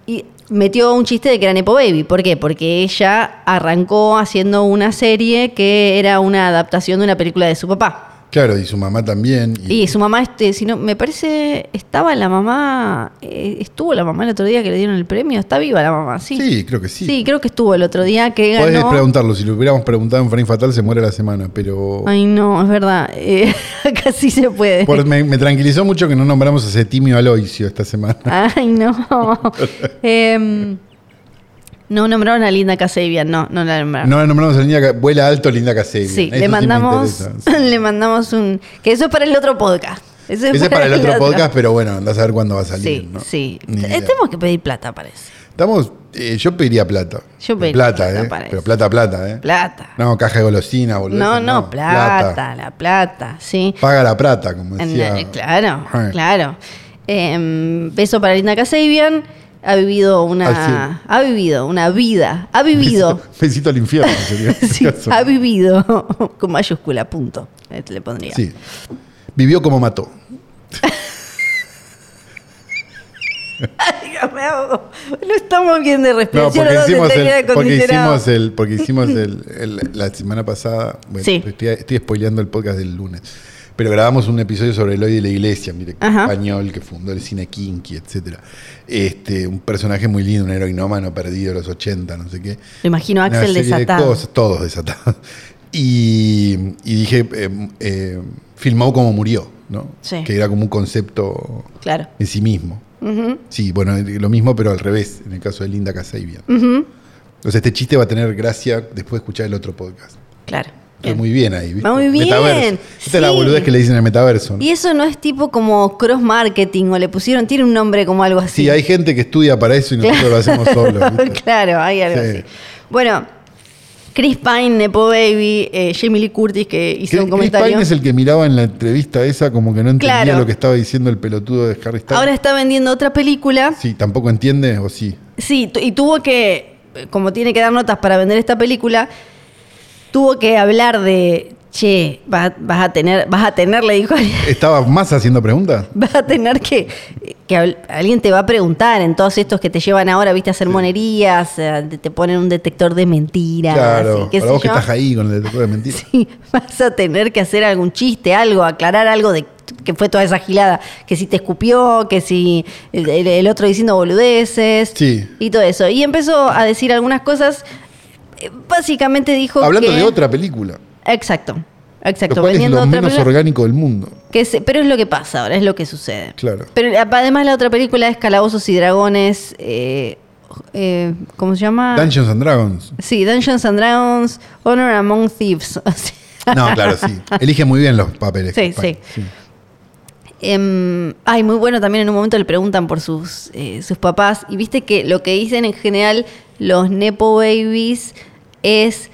B: y metió un chiste de que era Nepo Baby. ¿Por qué? Porque ella arrancó haciendo una serie que era una adaptación de una película de su papá.
C: Claro, y su mamá también. Y,
B: Y su mamá, este, si no, me parece, estaba la mamá, eh, estuvo la mamá el otro día que le dieron el premio, está viva la mamá, sí.
C: Sí, creo que sí.
B: Sí, creo que estuvo el otro día que
C: Podés
B: ganó.
C: preguntarlo, si lo hubiéramos preguntado en Frame Fatal se muere la semana, pero...
B: Ay, no, es verdad. Eh, *laughs* acá sí se puede.
C: Por- me, me tranquilizó mucho que no nombramos a Cetimio Aloisio esta semana.
B: Ay, no. *laughs* Em, no nombraron a Linda Casabian, no, no la nombraron.
C: No la nombramos a Linda, Ca- vuela alto Linda Caselli.
B: sí, le mandamos, *laughs* le mandamos un. Que eso es para el otro podcast. *laughs* Eso
C: Ese es para el otro podcast, pero bueno, andás a ver cuándo va a salir,
B: Sí,
C: ¿no?
B: sí.
C: Ni
B: Eh,
C: idea.
B: Tenemos que pedir plata, parece.
C: Estamos, eh, yo pediría plata.
B: Yo pediría
C: plata,
B: plata
C: ¿eh?
B: para
C: Pero
B: eso.
C: plata, plata, ¿eh?
B: Plata.
C: No, caja de golosina, boludo.
B: No, no, plata, la plata, sí.
C: Paga la plata, como
B: En-
C: decía.
B: eh, claro,
C: Eh.
B: claro. Em, beso para Linda Casabian. Ha vivido
C: Al
B: una. Ha vivido una vida. Ha
C: *laughs*
B: vivido.
C: Besito, besito
B: *laughs*
C: al infierno, sería. en
B: Sí,
C: este caso.
B: ha vivido *laughs* con mayúscula, punto. Eh, Le pondría. *laughs*
C: Sí. Vivió como mató.
B: Dígame algo. No estamos bien de
C: No,
B: respiración.
C: porque
B: los dos
C: hicimos,
B: están
C: el,
B: bien
C: porque
B: acondicionados.
C: hicimos el,
B: *laughs*
C: porque hicimos el, el- la semana pasada, bueno,
B: Sí.
C: estoy, estoy spoileando el podcast del lunes, pero grabamos un episodio sobre Eloy de la Iglesia, un director
B: Ajá.
C: español que fundó el cine kinky, etcétera. Este, un personaje muy lindo, un heroinómano perdido de los 80, no sé qué.
B: Lo imagino a
C: Una
B: Axel
C: serie de
B: desatado.
C: cosas, todos desatados. Y, y dije, eh, eh, filmó como murió, ¿no?
B: Sí.
C: Que era como un concepto
B: Claro.
C: en sí mismo.
B: Ujú,
C: Sí, bueno, lo mismo, pero al revés, en el caso de Linda Casabian.
B: ujú.
C: O sea, este chiste va a tener gracia después de escuchar el otro podcast.
B: Claro.
C: Estoy
B: Bien.
C: muy bien ahí, ¿viste?
B: Va muy bien,
C: Metaverso. Esta es la
B: sí.
C: boludez que le dicen en el metaverso. ¿no?
B: Y eso no es tipo como cross marketing o le pusieron, tiene un nombre como algo así.
C: Sí, hay gente que estudia para eso y nosotros lo hacemos
B: *laughs*
C: solos. ¿viste?
B: claro, hay algo
C: Sí.
B: así. Bueno, Chris Pine, Nepo Baby, eh, Jamie Lee Curtis que hizo
C: Chris
B: un
C: Chris
B: comentario.
C: Pine es el que miraba en la entrevista esa como que no entendía
B: Claro.
C: lo que estaba diciendo el pelotudo de Harry Styles.
B: Ahora está vendiendo otra película.
C: Sí, tampoco entiende o sí.
B: Sí, tu- y tuvo que, como tiene que dar notas para vender esta película, tuvo que hablar de Che, vas, vas a tener, vas a tener, le dijo alguien,
C: ¿Estaba más haciendo preguntas?
B: *laughs* vas a tener que, que habl- alguien te va a preguntar en todos estos que te llevan ahora, viste, a hacer monerías, eh, te- te ponen un detector de mentiras.
C: Claro,
B: y qué
C: para
B: sé
C: vos que
B: yo. *laughs*
C: estás ahí con el detector de mentiras.
B: Sí, vas a tener que hacer algún chiste, algo, aclarar algo de que fue toda esa gilada, que si te escupió, que si el, el- el otro diciendo boludeces
C: Sí.
B: y todo eso. Y empezó a decir algunas cosas, eh, básicamente dijo
C: Hablando
B: que-
C: de otra película,
B: Exacto, exacto,
C: lo cual es
B: vendiendo
C: lo
B: otra
C: menos
B: película,
C: orgánico del mundo.
B: que se- pero es lo que pasa ahora, es lo que sucede.
C: Claro.
B: Pero a- además la otra película es Calabozos y Dragones, eh, eh, ¿cómo se llama?
C: Dungeons and Dragons.
B: Sí, Dungeons and Dragons, Honor Among Thieves. *laughs* O sea,
C: No, claro,
B: *laughs*
C: sí. Elige muy bien los papeles.
B: Sí,
C: Spike,
B: sí. Em, ay, muy bueno también en un momento le preguntan por sus, eh, sus papás y viste que lo que dicen en general los Nepo Babies es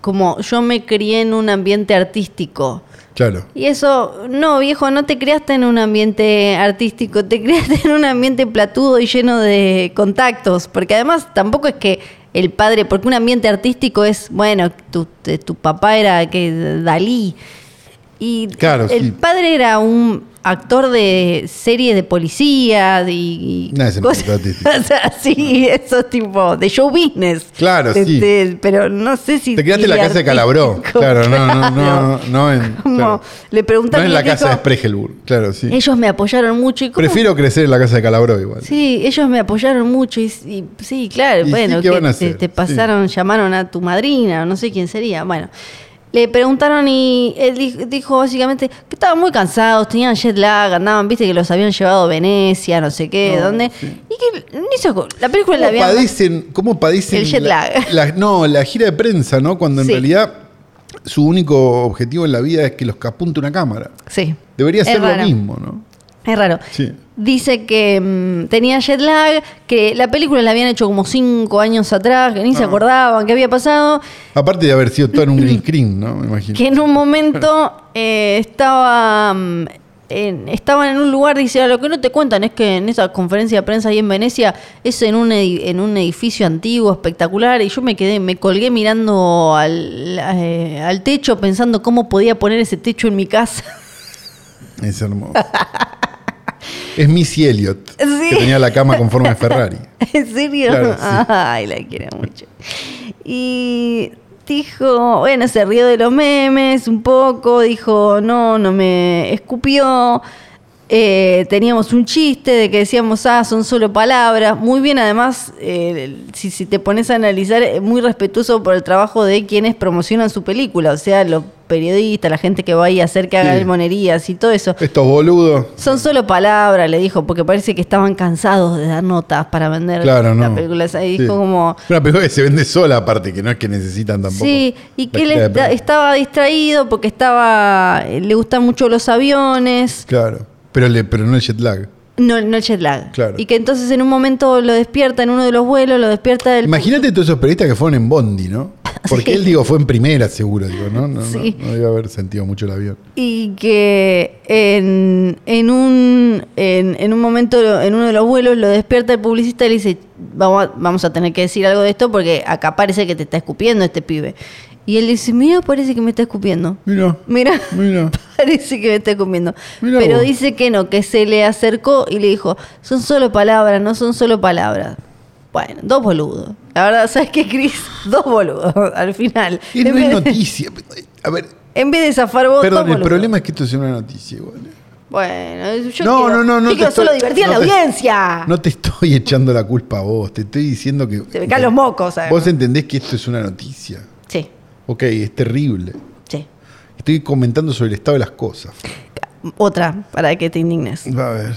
B: como yo me crié en un ambiente artístico.
C: Claro.
B: Y eso, no, viejo, no te criaste en un ambiente artístico, te *laughs* criaste en un ambiente platudo y lleno de contactos, porque además tampoco es que el padre, porque un ambiente artístico es, bueno, tu, te- tu papá era que Dalí, y
C: Claro,
B: el
C: sí.
B: padre era un actor de serie de policía y, y
C: No, ese no es artístico.
B: o *laughs* sea, sí, eso es tipo de show business.
C: Claro,
B: De-
C: sí.
B: de- pero no sé si...
C: Te quedaste en la
B: diría
C: casa de Calabró.
B: artístico,
C: Claro, no,
B: *laughs*
C: no,
B: claro.
C: no, no en,
B: *laughs* Como
C: claro.
B: le
C: No
B: preguntaron
C: en
B: y
C: la
B: él
C: casa de
B: dijo,
C: Spregelburg. Claro, sí.
B: Ellos me apoyaron mucho y ¿cómo?
C: Prefiero crecer en la casa de Calabró igual.
B: Sí, ellos me apoyaron mucho y, y- sí, claro,
C: Y sí,
B: bueno,
C: ¿qué
B: que
C: van a
B: te-
C: hacer?
B: te, pasaron, llamaron a tu madrina, no sé quién sería. Bueno, le preguntaron y él di- dijo básicamente que estaban muy cansados, tenían jet lag, andaban, viste que los habían llevado a Venecia, no sé qué,
C: No,
B: dónde.
C: sí.
B: Y que ni se acu- la película la
C: ¿Cómo
B: habían
C: padecen, cómo padecen
B: El jet
C: la-
B: lag.
C: la- no, la gira de prensa, ¿no? Cuando en
B: Sí.
C: realidad su único objetivo en la vida es que los apunte una cámara.
B: Sí.
C: Debería
B: Es
C: ser lo
B: raro.
C: mismo, ¿no?
B: Es raro.
C: Sí.
B: Dice que mm, tenía jet lag, que la película la habían hecho como cinco años atrás, que ni se acordaban qué había pasado,
C: Aparte de haber sido
B: *laughs*
C: todo en un green screen, ¿no? Me imagino.
B: que en un momento eh, estaba, mm, en, estaban en un lugar, dice, "Ah, lo que no te cuentan es que en esa conferencia de prensa ahí en Venecia es en un, edi- en un edificio antiguo, espectacular, y yo me quedé, me colgué mirando al, eh, al techo pensando cómo podía poner ese techo en mi casa.
C: Es hermoso. es Missy Elliot,
B: Sí.
C: que tenía la cama con forma de
B: *laughs*
C: Ferrari.
B: ¿En serio?
C: Claro, sí.
B: Ay, la quiero mucho. Y dijo, bueno, se rió de los memes un poco, dijo, no, no me escupió. Eh, teníamos un chiste de que decíamos, ah, son solo palabras. Muy bien, además, eh, si, si te pones a analizar, es muy respetuoso por el trabajo de quienes promocionan su película, o sea, los periodistas, la gente que va ahí a hacer que haga
C: Sí.
B: monerías y todo eso.
C: Estos boludos.
B: Son solo palabras, le dijo, porque parece que estaban cansados de dar notas para vender
C: Claro,
B: la
C: no.
B: película. esa. Y
C: Sí.
B: dijo como...
C: Una película que se vende sola, aparte, que no es que necesitan tampoco.
B: Sí, y
C: la
B: que él
C: gira de
B: esta-
C: prensa.
B: estaba distraído porque estaba eh, le gustan mucho los aviones,
C: Claro. Pero, le, pero no el jet lag.
B: no, no el jet lag.
C: Claro.
B: Y que entonces en un momento lo despierta, en uno de los vuelos, lo despierta del...
C: Imagínate todos esos periodistas que fueron en Bondi,
B: *laughs*
C: ¿no? Porque él, digo, fue en primera, seguro, digo, ¿no? No, no-
B: Sí.
C: no debe haber sentido mucho el avión.
B: Y que en, en un, en, en un momento, lo- en uno de los vuelos, lo despierta el publicista y le dice, vamos a, vamos a tener que decir algo de esto porque acá parece que te está escupiendo este pibe. Y él dice, mira, parece que me está escupiendo.
C: Mira,
B: Mira, *laughs*
C: mira.
B: parece que me está escupiendo.
C: Mirá
B: Pero
C: vos.
B: dice que no, que se le acercó y le dijo, son solo palabras, no son solo palabras. Bueno, dos boludos. La verdad, ¿sabes qué, Cris? *laughs* Dos boludos al final.
C: Y no
B: vez
C: es
B: de-
C: noticia. A ver,
B: en vez de zafar vos, dos
C: perdón, el
B: boludos.
C: problema es que esto es una noticia igual. ¿eh?
B: Bueno, yo
C: no,
B: quiero,
C: no, no, no.
B: yo
C: te
B: quiero
C: estoy-
B: solo divertir a
C: no
B: la
C: te-
B: audiencia.
C: No te estoy *laughs* echando la culpa a vos, te estoy diciendo que.
B: Ah. Se me caen los mocos, además.
C: Vos entendés que esto es una noticia.
B: Sí,
C: Ok, es terrible.
B: sí.
C: Estoy comentando sobre el estado de las cosas.
B: Otra para que te indignes.
C: A ver.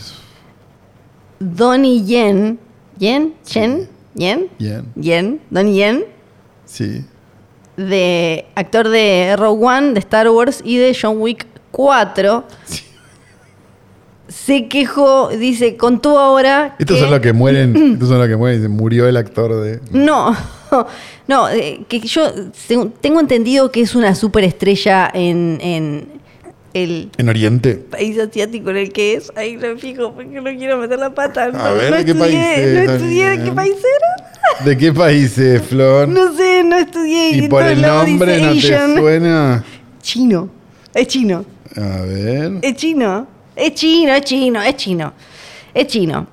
B: Donnie Yen. ¿Yen? ¿Yen? ¿Yen?
C: Bien,
B: ¿Yen? Donnie Yen,
C: sí.
B: de actor de Rogue One, de Star Wars y de John Wick 4.
C: Sí.
B: Se quejó, dice, contó ahora.
C: Estos son los que mueren. Estos son los que mueren. Dicen, Murió el actor de.
B: No, *laughs* no, eh, que yo según- tengo entendido que es una superestrella en, en el
C: En Oriente.
B: país asiático en el que es. Ahí lo fijo porque no quiero meter la pata. no,
C: ver,
B: no
C: ¿de qué
B: estudié,
C: país es,
B: no estudié de
C: Daniel?
B: qué país era.
C: ¿De qué país es, Flor?
B: No sé, no estudié.
C: y
B: en
C: por
B: todos
C: el
B: lados
C: nombre
B: dice
C: no te
B: Asian.
C: suena.
B: chino. Es chino.
C: A ver.
B: Es chino. Es chino, es chino, es chino. Es chino.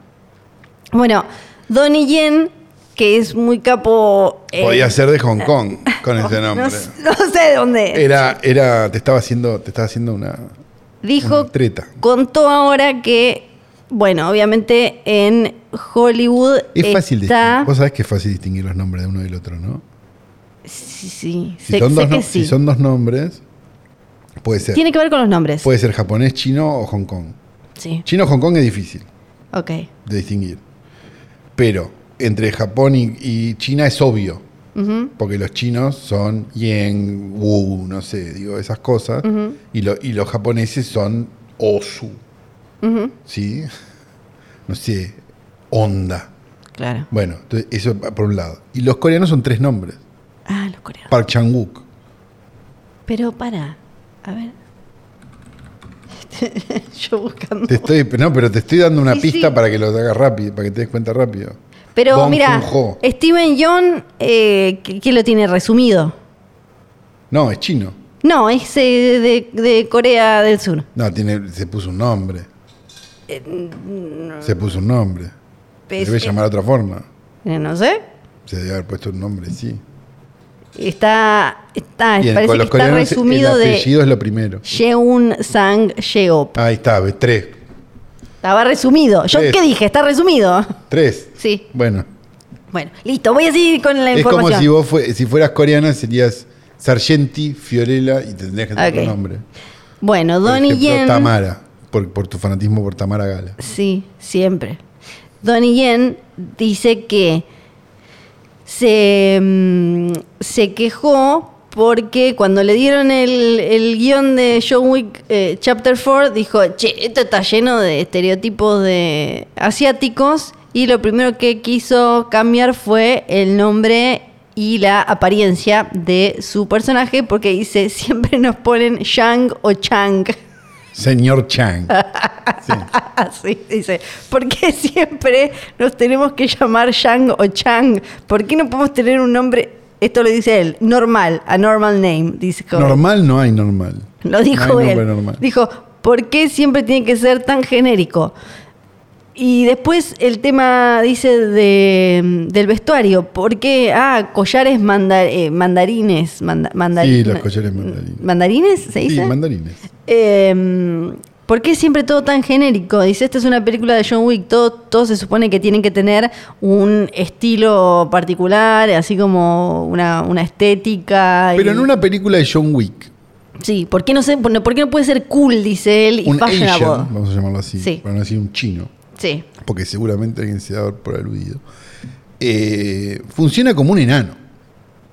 B: Bueno, Donnie Yen, que es muy capo. eh,
C: Podía ser de Hong Kong con ese
B: no,
C: nombre.
B: s- no sé de dónde. es.
C: Era, era, te estaba haciendo, te estaba haciendo una.
B: Dijo,
C: Una treta.
B: contó ahora que, bueno, obviamente en Hollywood
C: Es fácil
B: está...
C: distinguir. Vos sabés que es fácil distinguir los nombres de uno y del otro, ¿no?
B: Sí, sí,
C: Si,
B: sé,
C: son,
B: sé
C: dos,
B: que
C: no-
B: sí.
C: si son dos nombres, puede ser.
B: Tiene que ver con los nombres.
C: Puede ser japonés, chino o Hong Kong.
B: Sí,
C: Chino o Hong Kong es difícil
B: ok.
C: de distinguir. Pero entre Japón y, y China es obvio. Porque los chinos son yen, wu, no sé, digo, esas cosas. y, lo- y los japoneses son osu. ¿Sí? *laughs* No sé, onda.
B: Claro.
C: Bueno, entonces, eso por un lado. Y los coreanos son tres nombres.
B: Ah, los coreanos.
C: Park Chang-wook.
B: Pero para, a ver. *laughs* Yo buscando.
C: Te estoy, *laughs* no, pero te estoy dando una
B: Sí,
C: pista
B: sí.
C: para que lo hagas rápido, para que te des cuenta rápido.
B: Pero
C: Bong
B: mira,
C: Joon-ho.
B: Steven John, eh, que, que lo tiene resumido.
C: No, es chino.
B: No, es eh, de, de Corea del Sur.
C: No, tiene, se puso un nombre.
B: Eh,
C: Se puso un nombre. Se
B: Es-
C: debe llamar de otra forma.
B: Eh, no sé.
C: Se debe haber puesto un nombre, sí.
B: Está, está
C: en-
B: parece que está resumido
C: el
B: de
C: apellido es lo primero.
B: Yeun Sang Yeop.
C: Ahí está, ves, tres.
B: Estaba resumido. ¿Yo
C: Tres.
B: qué dije? Está resumido.
C: Tres.
B: Sí.
C: Bueno,
B: Bueno, listo, voy a seguir con la
C: es como
B: información.
C: si vos fue- si fueras coreana serías Sargenti, Fiorella y tendrías que tener
B: Ok.
C: otro nombre.
B: Bueno,
C: Por
B: Donnie
C: ejemplo,
B: Yen.
C: Tamara, por, por tu fanatismo por Tamara Gala.
B: Sí, siempre. Donnie Yen dice que se, mm, se quejó porque cuando le dieron el, el guión de John Wick eh, Chapter 4, dijo, che, esto está lleno de estereotipos de asiáticos. Y lo primero que quiso cambiar fue el nombre y la apariencia de su personaje, porque dice, siempre nos ponen Shang o Chang. *laughs*
C: Señor Chang.
B: Así dice, ¿por qué siempre nos tenemos que llamar Yang o Chang? ¿Por qué no podemos tener un nombre, esto lo dice él, normal, a normal name, dice Cohen.
C: normal no hay normal.
B: Lo
C: No
B: dijo
C: hay nombre
B: él.
C: normal.
B: Dijo, ¿por qué siempre tiene que ser tan genérico? Y después el tema, dice, de, del vestuario. ¿Por qué? Ah, collares manda- eh, mandarines. manda- mandarin-
C: Sí, los collares mandarines.
B: ¿Mandarines se dice?
C: Sí, mandarines.
B: Eh, ¿Por qué siempre todo tan genérico? Dice, esta es una película de John Wick, todo, todo se supone que tienen que tener un estilo particular, así como una, una estética. y-
C: Pero en una película de John Wick,
B: Sí, ¿por qué, no se- por no- por qué no puede ser cool, dice él, y
C: un Asian,
B: fashionable?
C: vamos a llamarlo así,
B: Sí.
C: para no decir un chino,
B: Sí,
C: porque seguramente alguien se da por aludido, eh, funciona como un enano.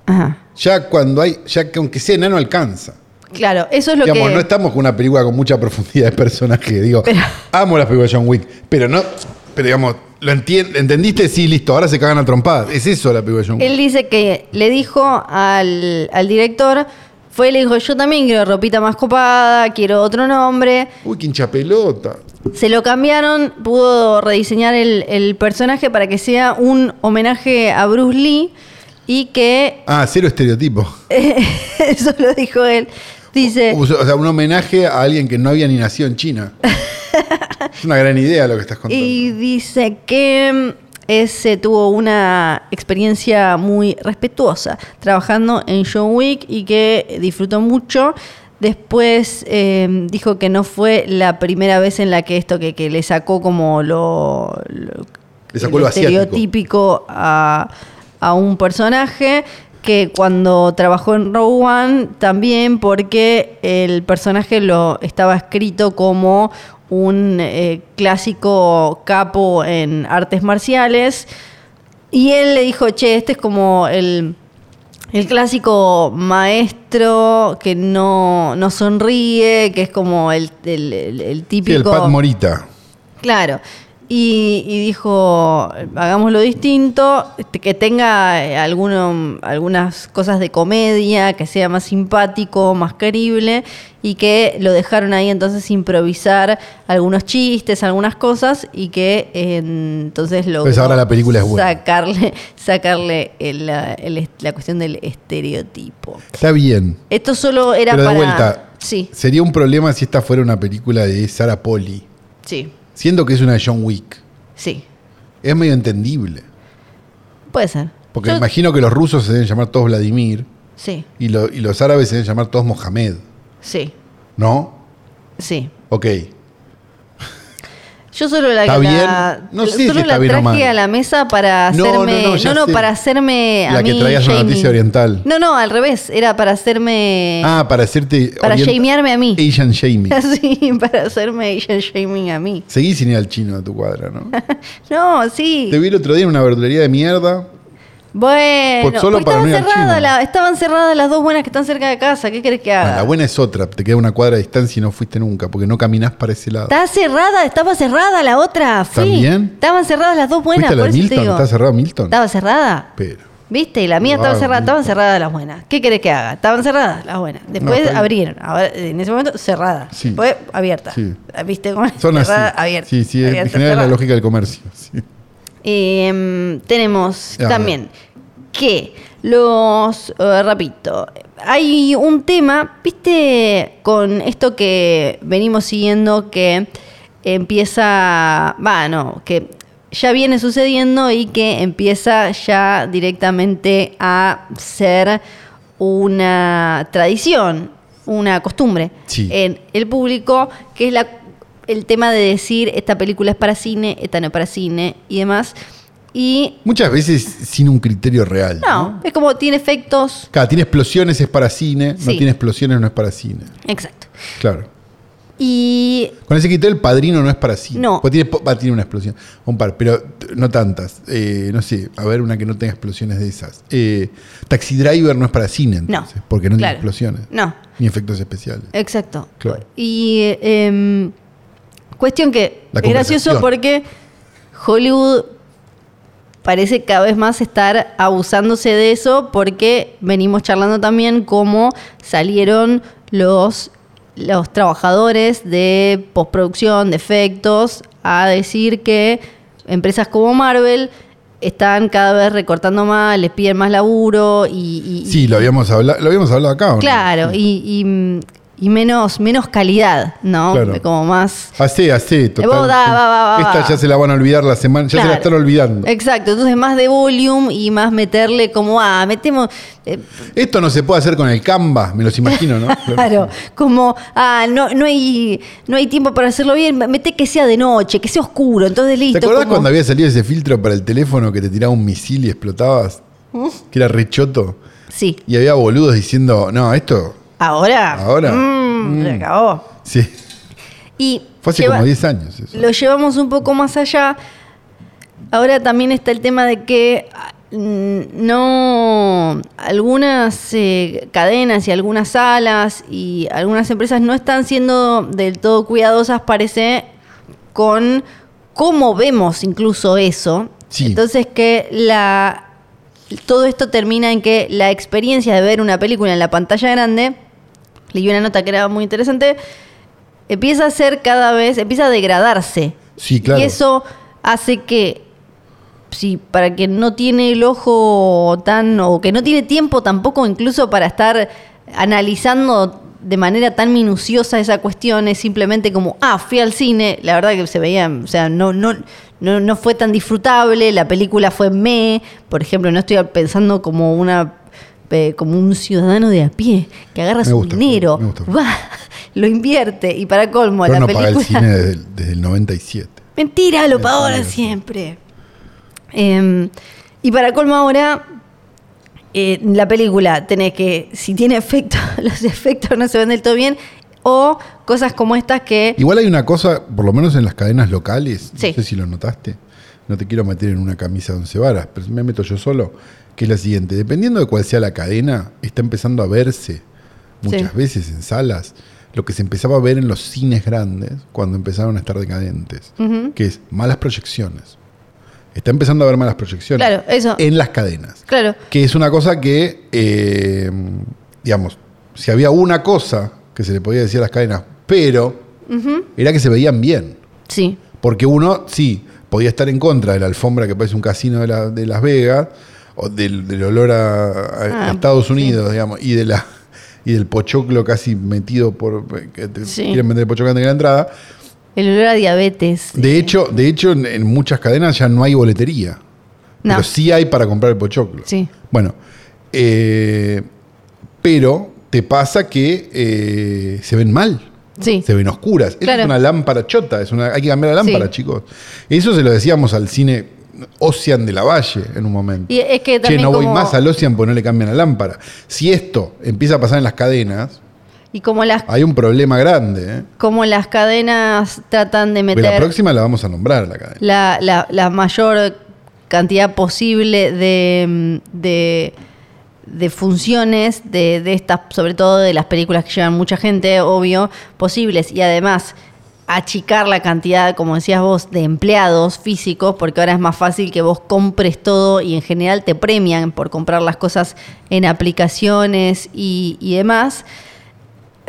B: ajá.
C: Ya cuando hay, ya que aunque sea enano alcanza.
B: Claro, eso es lo
C: Digamos,
B: que...
C: no estamos con una película con mucha profundidad de personaje. Digo,
B: Pero-
C: amo las películas de John Wick, pero no, pero digamos, lo entien- entendiste, sí, listo, ahora se cagan a trompadas. Es eso la película de John Wick.
B: Él dice que le dijo al, al director, fue y le dijo, yo también quiero ropita más copada, quiero otro nombre.
C: Uy, qué hincha pelota.
B: Se lo cambiaron, pudo rediseñar el, el personaje para que sea un homenaje a Bruce Lee y que, *laughs*
C: Ah, cero estereotipo.
B: eso lo dijo él, dice,
C: O sea, un homenaje a alguien que no había ni nacido
B: *laughs*
C: en China. es una gran idea lo que estás contando.
B: y dice que mm, ese tuvo una experiencia muy respetuosa trabajando en John Wick y que disfrutó mucho. Después eh, dijo que no fue la primera vez en la que esto que, que le sacó como lo, lo-
C: Le sacó lo asiático.
B: estereotípico a, a un personaje que cuando trabajó en Rogue One también porque el personaje lo estaba escrito como un eh, clásico capo en artes marciales y él le dijo, che, este es como el, el clásico maestro que no, no sonríe, que es como el, el- el- el
C: Sí,
B: típico...
C: el Pat Morita.
B: Claro. Y, y dijo, hagámoslo distinto, este, que tenga eh, alguno- algunas cosas de comedia, que sea más simpático, más querible, y que lo dejaron ahí entonces improvisar algunos chistes, algunas cosas, y que eh, entonces lo...
C: Pues ahora la película es buena.
B: Sacarle, sacarle el, la- el est- la cuestión del estereotipo.
C: Está bien.
B: Esto solo era
C: Pero de
B: para...
C: vuelta.
B: Sí,
C: Sería un problema si esta fuera una película de Sarah Poli.
B: sí,
C: Siendo que es una John Wick.
B: sí.
C: Es medio entendible.
B: Puede ser.
C: Porque
B: Yo-
C: imagino que los rusos se deben llamar todos Vladimir
B: Sí,
C: y, lo- y los árabes se deben llamar todos Mohamed.
B: sí,
C: ¿No?
B: sí.
C: Ok.
B: Eh. Yo solo la, la-
C: ¿Está bien? No sé si
B: solo
C: está
B: la
C: bien o
B: traje
C: mal.
B: a la mesa para
C: No,
B: hacerme.
C: no,
B: No, no,
C: no, ya sé.
B: para hacerme. A
C: La que
B: mí,
C: traías una
B: shaming.
C: noticia oriental.
B: No, no, al revés. Era para hacerme. *laughs*
C: Ah, para hacerte.
B: para
C: orient-
B: shamearme a mí.
C: Asian shaming.
B: *laughs* Sí, para hacerme Asian shaming a mí. *laughs*
C: Seguí sin ir al chino de tu cuadra, ¿no?
B: No, sí.
C: Te vi el otro día en una verdulería de mierda.
B: Bueno,
C: Pues solo
B: porque
C: para
B: estaban,
C: no ir al
B: cerradas
C: chino.
B: la- estaban cerradas las dos buenas que están cerca de casa. ¿Qué querés que haga?
C: Ah, la buena es otra. Te queda una cuadra de distancia y no fuiste nunca porque no caminás para ese lado.
B: Está cerrada, estaba cerrada la otra. Fui.
C: ¿También?
B: Estaban cerradas las dos buenas.
C: ¿Fuiste a la
B: por
C: de
B: eso te
C: Milton?
B: digo.
C: ¿Está cerrado Milton?
B: Estaba cerrada.
C: Pero.
B: ¿Viste? Y la mía
C: Lo
B: estaba
C: hago,
B: cerrada,
C: listo.
B: estaban cerradas las buenas. ¿Qué querés que haga? Estaban cerradas las buenas. Después
C: está bien.
B: abrieron. Ahora, en ese momento, cerrada.
C: Sí.
B: Después abierta.
C: Sí.
B: ¿Viste cómo es?
C: Son así.
B: Cerrada, abierta.
C: Sí, sí, en
B: abierta,
C: general es la
B: cerrada.
C: lógica del comercio. *laughs* sí.
B: Eh, tenemos
C: Ah,
B: también que los, eh, repito, hay un tema, viste, con esto que venimos siguiendo que empieza, va, no, que ya viene sucediendo y que empieza ya directamente a ser una tradición, una costumbre
C: Sí.
B: en el público, que es la, el tema de decir esta película es para cine, esta no es para cine y demás. Y
C: Muchas veces sin un criterio real.
B: no, es como tiene efectos.
C: Claro, tiene explosiones, es para cine. No
B: Sí.
C: tiene explosiones, no es para cine.
B: Exacto.
C: Claro.
B: Y
C: Con ese criterio, el padrino no es para cine.
B: No.
C: Porque tiene, po- va, tiene una explosión. Un par, pero t- no tantas. Eh, no sé, a ver, una que no tenga explosiones de esas. Eh, Taxi Driver no es para cine, entonces.
B: No.
C: Porque no
B: Claro.
C: tiene explosiones.
B: no,
C: Ni efectos especiales.
B: exacto.
C: Claro.
B: Y eh, em, cuestión que
C: La
B: es gracioso
C: conversación.
B: porque Hollywood parece cada vez más estar abusándose de eso porque venimos charlando también cómo salieron los, los trabajadores de postproducción, de efectos, a decir que empresas como Marvel están cada vez recortando más, les piden más laburo y, y-
C: Sí, lo habíamos hablado, lo habíamos hablado acá, ¿o no? Mm.
B: Claro, y, y- y menos, menos calidad, ¿no?
C: Claro.
B: Como más...
C: Hacé, hacé, total.
B: Vos da, va, va, va,
C: Esta
B: va.
C: ya se la van a olvidar la semana, ya se la
B: Claro.
C: están olvidando.
B: Exacto, entonces más de volumen y más meterle como, ah, metemos... eh,
C: Esto no se puede hacer con el Canva, me los imagino, ¿no?
B: *laughs* Claro, como, ah, no, no, hay, no hay tiempo para hacerlo bien, mete que sea de noche, que sea oscuro, entonces
C: ¿Te
B: listo.
C: acordás
B: como-
C: cuando había salido ese filtro para el teléfono que te tiraba un misil y explotabas?
B: Mm.
C: Que era rechoto.
B: Sí,
C: Y había boludos diciendo, no, esto.
B: ahora.
C: Ahora.
B: mm, se
C: Mm.
B: acabó.
C: Sí.
B: Y
C: Fue hace
B: lleva-
C: como 10 años eso.
B: lo llevamos un poco más allá. Ahora también está el tema de que ah, mm, no algunas eh, cadenas y algunas salas y algunas empresas no están siendo del todo cuidadosas, parece, con cómo vemos incluso eso.
C: Sí.
B: Entonces que la todo esto termina en que la experiencia de ver una película en la pantalla grande, leí una nota que era muy interesante, empieza a ser cada vez, empieza a degradarse.
C: Sí, claro.
B: Y eso hace que, si para quien no tiene el ojo tan, o que no tiene tiempo tampoco incluso para estar analizando de manera tan minuciosa esa cuestión, es simplemente como, ah, fui al cine, la verdad que se veía, o sea, no, no, no, no fue tan disfrutable, la película fue me, por ejemplo, no estoy pensando como una... eh, Como un ciudadano de a pie que agarra
C: Me
B: su
C: gusta,
B: dinero,
C: me gusta.
B: va, lo invierte y para colmo
C: Pero
B: la
C: no
B: película.
C: paga el cine desde el, desde el 97.
B: Mentira, lo pago
C: Mentira,
B: ahora
C: sí.
B: siempre. Eh, y para colmo ahora, eh, la película tenés que, si tiene efectos, *laughs* los efectos no se ven del todo bien, o cosas como estas que...
C: Igual hay una cosa, por lo menos en las cadenas locales,
B: Sí.
C: no sé si lo notaste, no te quiero meter en una camisa de once varas, pero me meto yo solo, que es la siguiente. Dependiendo de cuál sea la cadena, está empezando a verse muchas
B: Sí.
C: veces en salas lo que se empezaba a ver en los cines grandes cuando empezaron a estar decadentes,
B: Ujú.
C: que es malas proyecciones. Está empezando a haber malas proyecciones
B: Claro, eso.
C: en las cadenas.
B: Claro.
C: Que es una cosa que, eh, digamos, si había una cosa que se le podía decir a las cadenas, pero era que se veían bien.
B: Sí.
C: Porque uno, sí, podía estar en contra de la alfombra que parece un casino de, la- de Las Vegas, o del, del olor a, a
B: Ah,
C: Estados
B: sí.
C: Unidos, digamos, y de la y del pochoclo casi metido por que te
B: Sí.
C: quieren vender el pochoclo antes de la entrada.
B: El olor a diabetes.
C: De hecho, de hecho en, en muchas cadenas ya no hay boletería.
B: No.
C: Pero sí hay para comprar el pochoclo.
B: Sí.
C: Bueno, eh, pero te pasa que eh, se ven mal
B: Sí.
C: se ven oscuras. Esa
B: Claro.
C: Es una lámpara chota, es una, hay que cambiar la lámpara,
B: Sí.
C: chicos. Eso se lo decíamos al cine Ocean de la Valle en un momento.
B: Y es que
C: Che,
B: también
C: no voy
B: como-
C: más al Ocean porque no le cambian la lámpara. Si esto empieza a pasar en las cadenas,
B: Y como las,
C: hay un problema grande. ¿eh?
B: como las cadenas tratan de
C: Porque la
B: meter
C: próxima la vamos a nombrar la cadena.
B: la, la- la mayor cantidad posible de, mm, de, de funciones de, de estas, sobre todo de las películas que llevan mucha gente, obvio, posibles. Y además achicar la cantidad, como decías vos, de empleados físicos, porque ahora es más fácil que vos compres todo y en general te premian por comprar las cosas en aplicaciones y, y demás.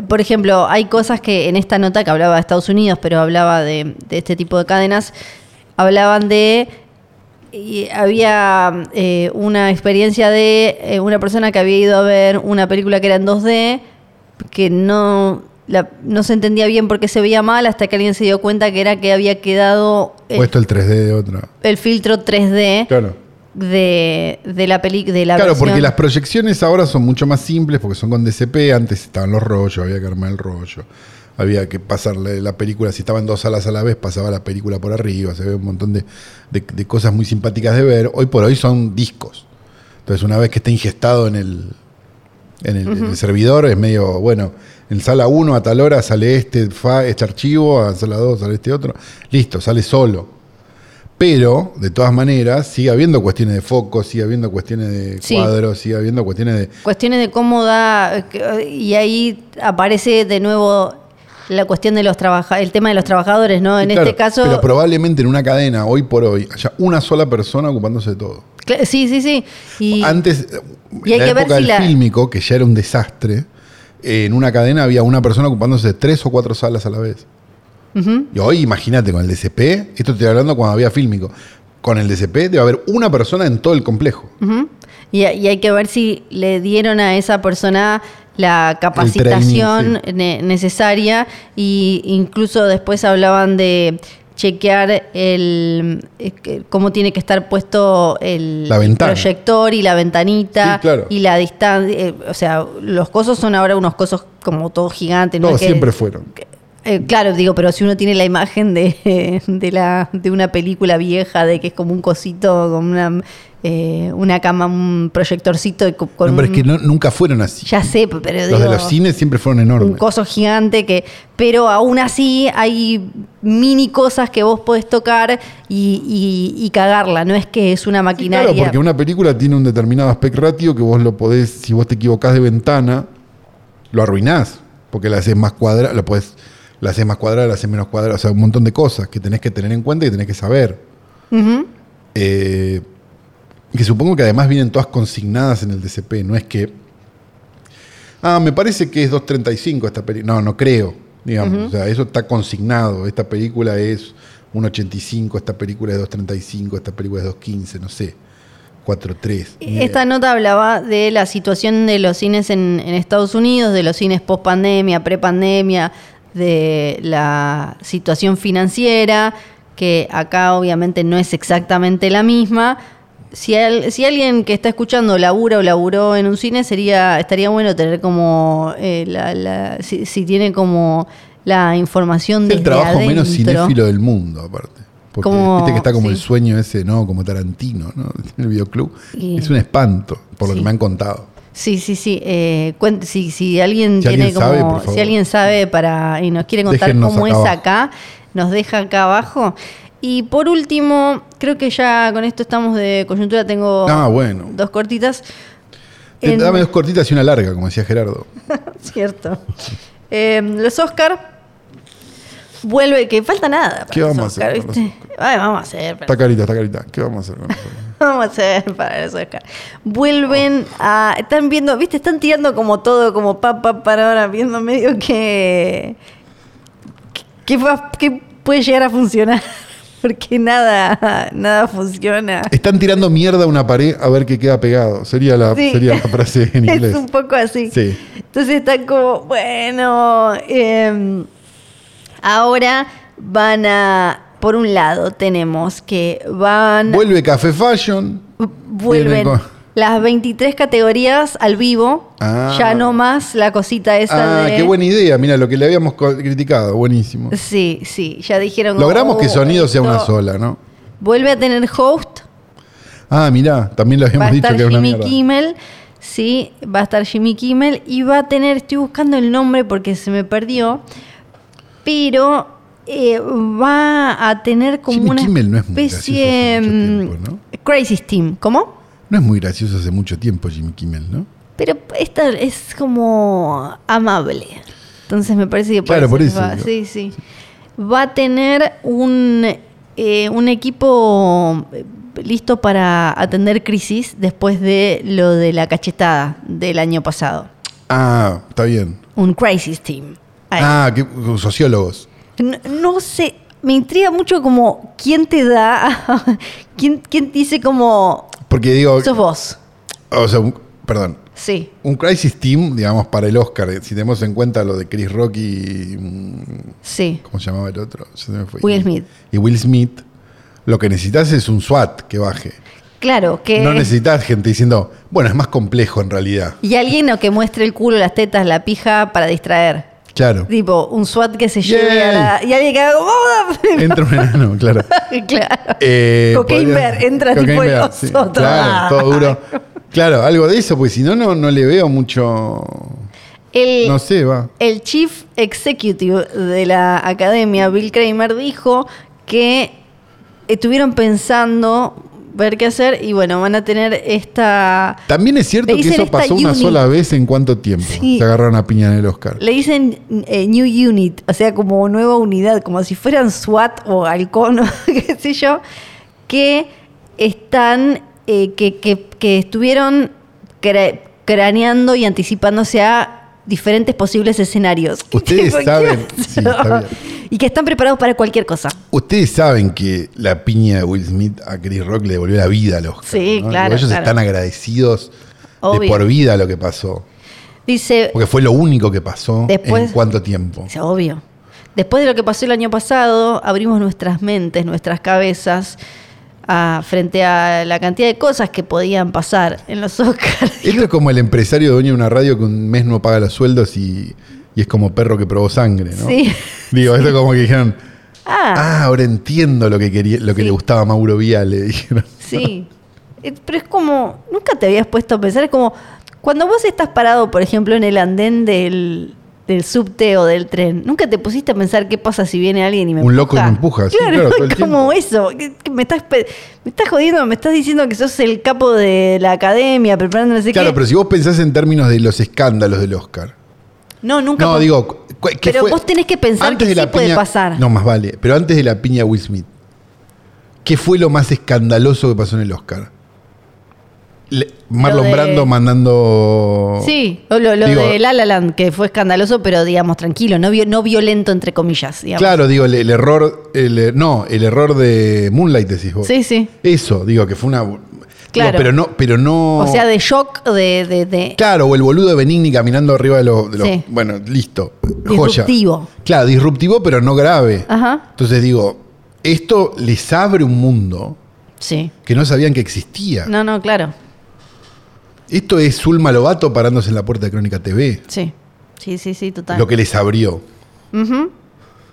B: Por ejemplo, hay cosas que en esta nota que hablaba de Estados Unidos, pero hablaba de, de este tipo de cadenas, hablaban de... y había eh, una experiencia de eh, una persona que había ido a ver una película que era en 2D, que no, la- no se entendía bien por qué se veía mal, hasta que alguien se dio cuenta que era que había quedado el,
C: Puesto el 3D de otra.
B: el filtro 3D
C: Claro.
B: de, de la película. de la
C: Claro,
B: versión.
C: porque las proyecciones ahora son mucho más simples porque son con DCP. Antes estaban los rollos, había que armar el rollo. Había que pasarle la película, si estaban dos salas a la vez, pasaba la película por arriba. Se ve un montón de, de- de cosas muy simpáticas de ver. Hoy por hoy son discos. Entonces, una vez que está ingestado en el, en el, en el servidor, es medio, bueno, en sala 1 a tal hora sale este, fa- este archivo, a sala 2 sale este otro. Listo, sale solo. Pero, de todas maneras, sigue habiendo cuestiones de foco, sigue habiendo cuestiones de
B: Sí.
C: cuadros, sigue habiendo cuestiones de.
B: Cuestiones de cómo da, eh, que- y ahí aparece de nuevo la cuestión de los trabaja el tema de los trabajadores, ¿no? En
C: Claro,
B: este caso,
C: Pero probablemente en una cadena, hoy por hoy, haya una sola persona ocupándose de todo.
B: cla- sí, sí, sí. Y
C: Antes,
B: y
C: en
B: hay
C: la
B: que ver
C: época
B: si
C: del
B: la-
C: fílmico, que ya era un desastre, eh, en una cadena había una persona ocupándose de tres o cuatro salas a la vez.
B: Ujú.
C: Y hoy, imagínate, con el DCP, esto estoy hablando cuando había fílmico, con el DCP debe haber una persona en todo el complejo.
B: Ujú. y, y hay que ver si le dieron a esa persona la capacitación ne- necesaria y incluso después hablaban de chequear el eh, que- cómo tiene que estar puesto el
C: La ventana.
B: proyector y la ventanita
C: Sí, claro.
B: y la distancia, eh, o sea, los cosos son ahora unos cosos como todo gigante, no
C: Todos
B: es que-
C: siempre fueron.
B: eh, claro, digo, pero si uno tiene la imagen de, de, la, de una película vieja, de que es como un cosito, con una, eh, una cama, un proyectorcito. y co- Con
C: No, pero es
B: un-
C: que no- nunca fueron así.
B: Ya sé, pero
C: los
B: digo,
C: de los cines siempre fueron
B: un
C: enormes.
B: coso gigante que... Pero aún así hay mini cosas que vos podés tocar y, y- y cagarla. No es que es una
C: Sí,
B: maquinaria.
C: claro, porque una película tiene un determinado aspect ratio que vos lo podés, si vos te equivocás de ventana, lo arruinás. Porque la haces más cuadrada, la podés, la haces más cuadrada, la haces menos cuadrada, o sea, un montón de cosas que tenés que tener en cuenta y que tenés que saber.
B: Ujú.
C: Eh, que supongo que además vienen todas consignadas en el DCP, no es que. Ah, me parece que es 2.35 esta película. No, no creo, digamos. O sea, eso está consignado. Esta película es 1.85, esta película es 2.35, esta película es 2.15, no sé. 4.3. ni
B: Esta
C: idea.
B: nota hablaba de la situación de los cines en, en Estados Unidos, de los cines post pandemia, pre pandemia, de la situación financiera, que acá obviamente no es exactamente la misma. Si, al- si alguien que está escuchando labura o laburó en un cine, sería estaría bueno tener como. eh, la- la- si, si tiene como la información
C: Es
B: de.
C: el trabajo menos cinéfilo del mundo, aparte. Porque
B: Como-
C: viste que está como el
B: sí.
C: sueño ese, ¿no? Como Tarantino, ¿no? *laughs* En el videoclub.
B: Y-
C: Es un espanto, por lo
B: Sí.
C: que me han contado.
B: Sí, sí, sí. eh, cuente- si, si alguien
C: Si
B: tiene
C: alguien
B: como.
C: sabe, por favor.
B: Si alguien sabe para y nos quiere contar
C: Déjennos
B: cómo
C: acá
B: es
C: abajo.
B: acá, nos deja acá abajo. Y por último, creo que ya con esto estamos de coyuntura. Tengo
C: Ah, bueno.
B: dos cortitas.
C: Te-
B: En-
C: Dame dos cortitas y una larga, como decía Gerardo.
B: *laughs* Cierto. Eh, los Oscar vuelve, que falta nada. para
C: ¿Qué
B: los
C: vamos a
B: Oscar,
C: hacer con los
B: ¿viste? Ay, vamos a hacer. pero-
C: Está carita, está carita. ¿Qué vamos a hacer con eso?
B: *laughs* Vamos a hacer para los Oscar. Vuelven a. Están viendo, viste, están tirando como todo, como pa, pa, para ahora, viendo medio que. que, va- que puede llegar a funcionar. *laughs* Porque nada, nada funciona.
C: Están tirando mierda a una pared a ver qué queda pegado. Sería la,
B: Sí.
C: sería la frase en inglés.
B: *laughs* Es un poco así.
C: Sí.
B: Entonces están como, bueno, eh, ahora van a. Por un lado, tenemos que van.
C: Vuelve Café Fashion.
B: vuelven
C: Vienen con-
B: las 23 categorías al vivo.
C: Ah.
B: Ya no más la cosita esa
C: Ah,
B: de.
C: qué buena idea. Mira, lo que le habíamos co- criticado. Buenísimo.
B: Sí, sí, ya dijeron.
C: Logramos
B: oh,
C: que Sonido sea una
B: esto-
C: sola, ¿no?
B: Vuelve a tener host.
C: Ah, mirá, también lo
B: Va
C: habíamos
B: a
C: dicho
B: estar
C: que era una
B: Jimmy
C: mierda.
B: Kimmel. Sí, va a estar Jimmy Kimmel. Y va a tener, estoy buscando el nombre porque se me perdió. Pero eh, va a tener como
C: Jimmy
B: una
C: Kimmel no es muy
B: especie.
C: gracioso hace mucho
B: mm,
C: tiempo, ¿no?
B: Crazy Steam, ¿cómo?
C: No es muy gracioso hace mucho tiempo Jimmy Kimmel, ¿no?
B: Pero esta es como amable. Entonces me parece que
C: Claro, por
B: se
C: eso
B: Va,
C: digo.
B: sí, sí. Va a tener un, eh, un equipo eh, listo para atender crisis después de lo de la cachetada del año pasado.
C: Ah, está bien.
B: Un crisis team. Ahí.
C: Ah, que, sociólogos.
B: No, no sé, me intriga mucho como quién te da, *laughs* quién, quién dice como,
C: Porque digo,
B: sos vos.
C: o sea, un- perdón,
B: Sí.
C: un crisis team, digamos, para el Oscar, si tenemos en cuenta lo de Chris Rock y mm,
B: Sí.
C: ¿Cómo se llamaba el otro? Ya se me fue.
B: Will
C: Y-
B: Smith.
C: Y Will Smith. Lo que necesitas es un SWAT que baje.
B: Claro, que...
C: No necesitas gente diciendo, bueno, es más complejo en realidad.
B: Y alguien o que muestre el culo, las tetas, la pija para distraer.
C: Claro.
B: Tipo, un SWAT que se lleve
C: Yay.
B: a la. Y alguien que haga. como, ¡Ah!
C: Entra
B: *laughs*
C: un enano, claro.
B: claro.
C: Eh,
B: Cocaine
C: podría-
B: Bear, entra
C: Cocaine
B: tipo el
C: Bear,
B: oso,
C: sí.
B: todo.
C: Claro, todo duro.
B: *laughs*
C: Claro, algo de eso, porque si no, no, no le veo mucho.
B: El,
C: No sé, va.
B: el chief executive de la academia, Bill Kramer, dijo que estuvieron pensando ver qué hacer y bueno, van a tener esta.
C: También es cierto
B: Le
C: que
B: dicen
C: eso
B: esta
C: pasó una
B: uni.
C: sola vez en cuánto tiempo.
B: Sí.
C: Se agarraron a piña en el Oscar.
B: Le dicen eh, New Unit, o sea, como nueva unidad, como si fueran SWAT o Halcón *laughs* o qué sé yo, que están, eh, que, que- que estuvieron cra- craneando y anticipándose a diferentes posibles escenarios. *laughs*
C: Ustedes
B: ¿Qué
C: saben-
B: pasó?
C: sí, está bien.
B: Y que están preparados para cualquier cosa.
C: Ustedes saben que la piña de Will Smith a Chris Rock le devolvió la vida a los
B: Sí, claro,
C: Ellos
B: claro.
C: están agradecidos de
B: Obvio.
C: por vida lo que pasó.
B: Dice,
C: Porque fue lo único que pasó
B: Después-
C: en cuánto tiempo.
B: Es obvio. Después de lo que pasó el año pasado, abrimos nuestras mentes, nuestras cabezas a- frente a la cantidad de cosas que podían pasar en los *laughs* Oscars.
C: Esto es como el empresario dueño de una radio que un mes no paga los sueldos y, y es como perro que probó sangre, ¿no?
B: Sí.
C: Digo, esto es como que dijeron,
B: Ah,
C: ah, ahora entiendo lo que quería, lo que
B: Sí.
C: le gustaba a Mauro Viale, *laughs* dijeron.
B: sí. Eh, Pero es como, nunca te habías puesto a pensar, es como, cuando vos estás parado, por ejemplo, en el andén del, del subte o del tren, nunca te pusiste a pensar qué pasa si viene alguien y me
C: Un
B: empuja.
C: loco y me empuja, sí,
B: Claro,
C: claro, todo el
B: es como eso. que- que Me estás, pe- me estás jodiendo, me estás diciendo que sos el capo de la academia, preparando no sé
C: Claro,
B: qué.
C: pero si vos pensás en términos de los escándalos del Oscar.
B: No, nunca.
C: No,
B: pon-
C: digo, cu- ¿qué
B: Pero
C: fue?
B: vos tenés que pensar que sí puede
C: piña-
B: pasar.
C: No, más vale. Pero antes de la piña Will Smith, ¿qué fue lo más escandaloso que pasó en el Oscar? Le- Marlon
B: de-
C: Brando mandando...
B: Sí, o lo, lo
C: Digo-
B: de La La Land, que fue escandaloso, pero digamos tranquilo, no, vi- no violento, entre comillas. digamos.
C: Claro, digo, el, el error... el- no, el error de Moonlight, decís vos.
B: Sí, sí.
C: Eso, digo, que fue una... digo,
B: Claro.
C: pero no... Pero no
B: O sea, de shock, de. de, de-
C: Claro, o el boludo de Benigni caminando arriba de los... de los-
B: Sí.
C: Bueno, listo. Joya.
B: Disruptivo.
C: Claro, disruptivo, pero no grave.
B: Ajá.
C: Entonces digo, esto les abre un mundo
B: Sí.
C: que no sabían que existía.
B: No, no, claro.
C: Esto es Zulma Lobato parándose en la puerta de Crónica TV,
B: Sí. Sí, sí, sí, total.
C: lo que les abrió.
B: Ujú.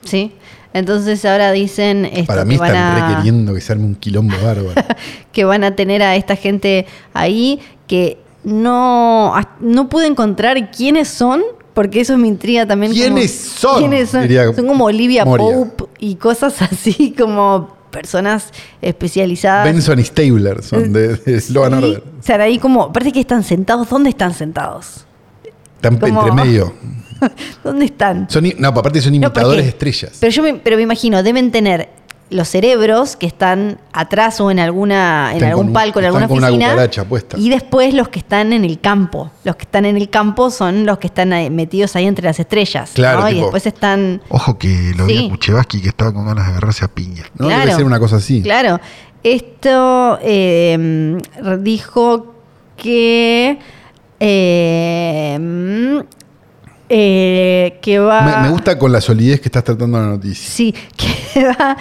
B: Sí. Entonces ahora dicen. esto,
C: Para
B: que
C: mí
B: van
C: están
B: a-
C: requiriendo que se arme un quilombo bárbaro.
B: *laughs* que van a tener a esta gente ahí que no, a- no pude encontrar quiénes son, porque eso me intriga también. como-
C: ¿Quiénes son?
B: ¿Quiénes son?
C: Diría
B: Son como Olivia
C: Moria.
B: Pope y cosas *laughs* así, como personas especializadas.
C: Benson y Stabler son de, de Sloan
B: Y
C: Order.
B: estar ahí como, parece que están sentados, *laughs* ¿dónde están sentados?
C: Están
B: como-
C: entre medio.
B: ¿Dónde están?
C: Son i- no, aparte son
B: No, ¿por
C: imitadores de
B: qué?
C: estrellas.
B: Pero yo me, pero me imagino, deben tener los cerebros que están atrás o en alguna en
C: Están
B: algún
C: con un-
B: palco, en
C: están
B: alguna
C: con una
B: oficina.
C: cucaracha puesta.
B: Y después los que están en el campo. Los que están en el campo son los que están ahí metidos ahí entre las estrellas.
C: Claro,
B: ¿no? Y
C: tipo-
B: después están.
D: Ojo que lo vi
B: Sí.
D: a Kuchevaski que estaba con ganas de agarrarse a piña.
C: ¿no?
B: claro.
C: Debe ser una cosa así.
B: Claro. Esto eh, dijo que. eh, eh, que va.
C: Me, me gusta con la solidez que estás tratando la noticia.
B: Sí, *laughs* que va-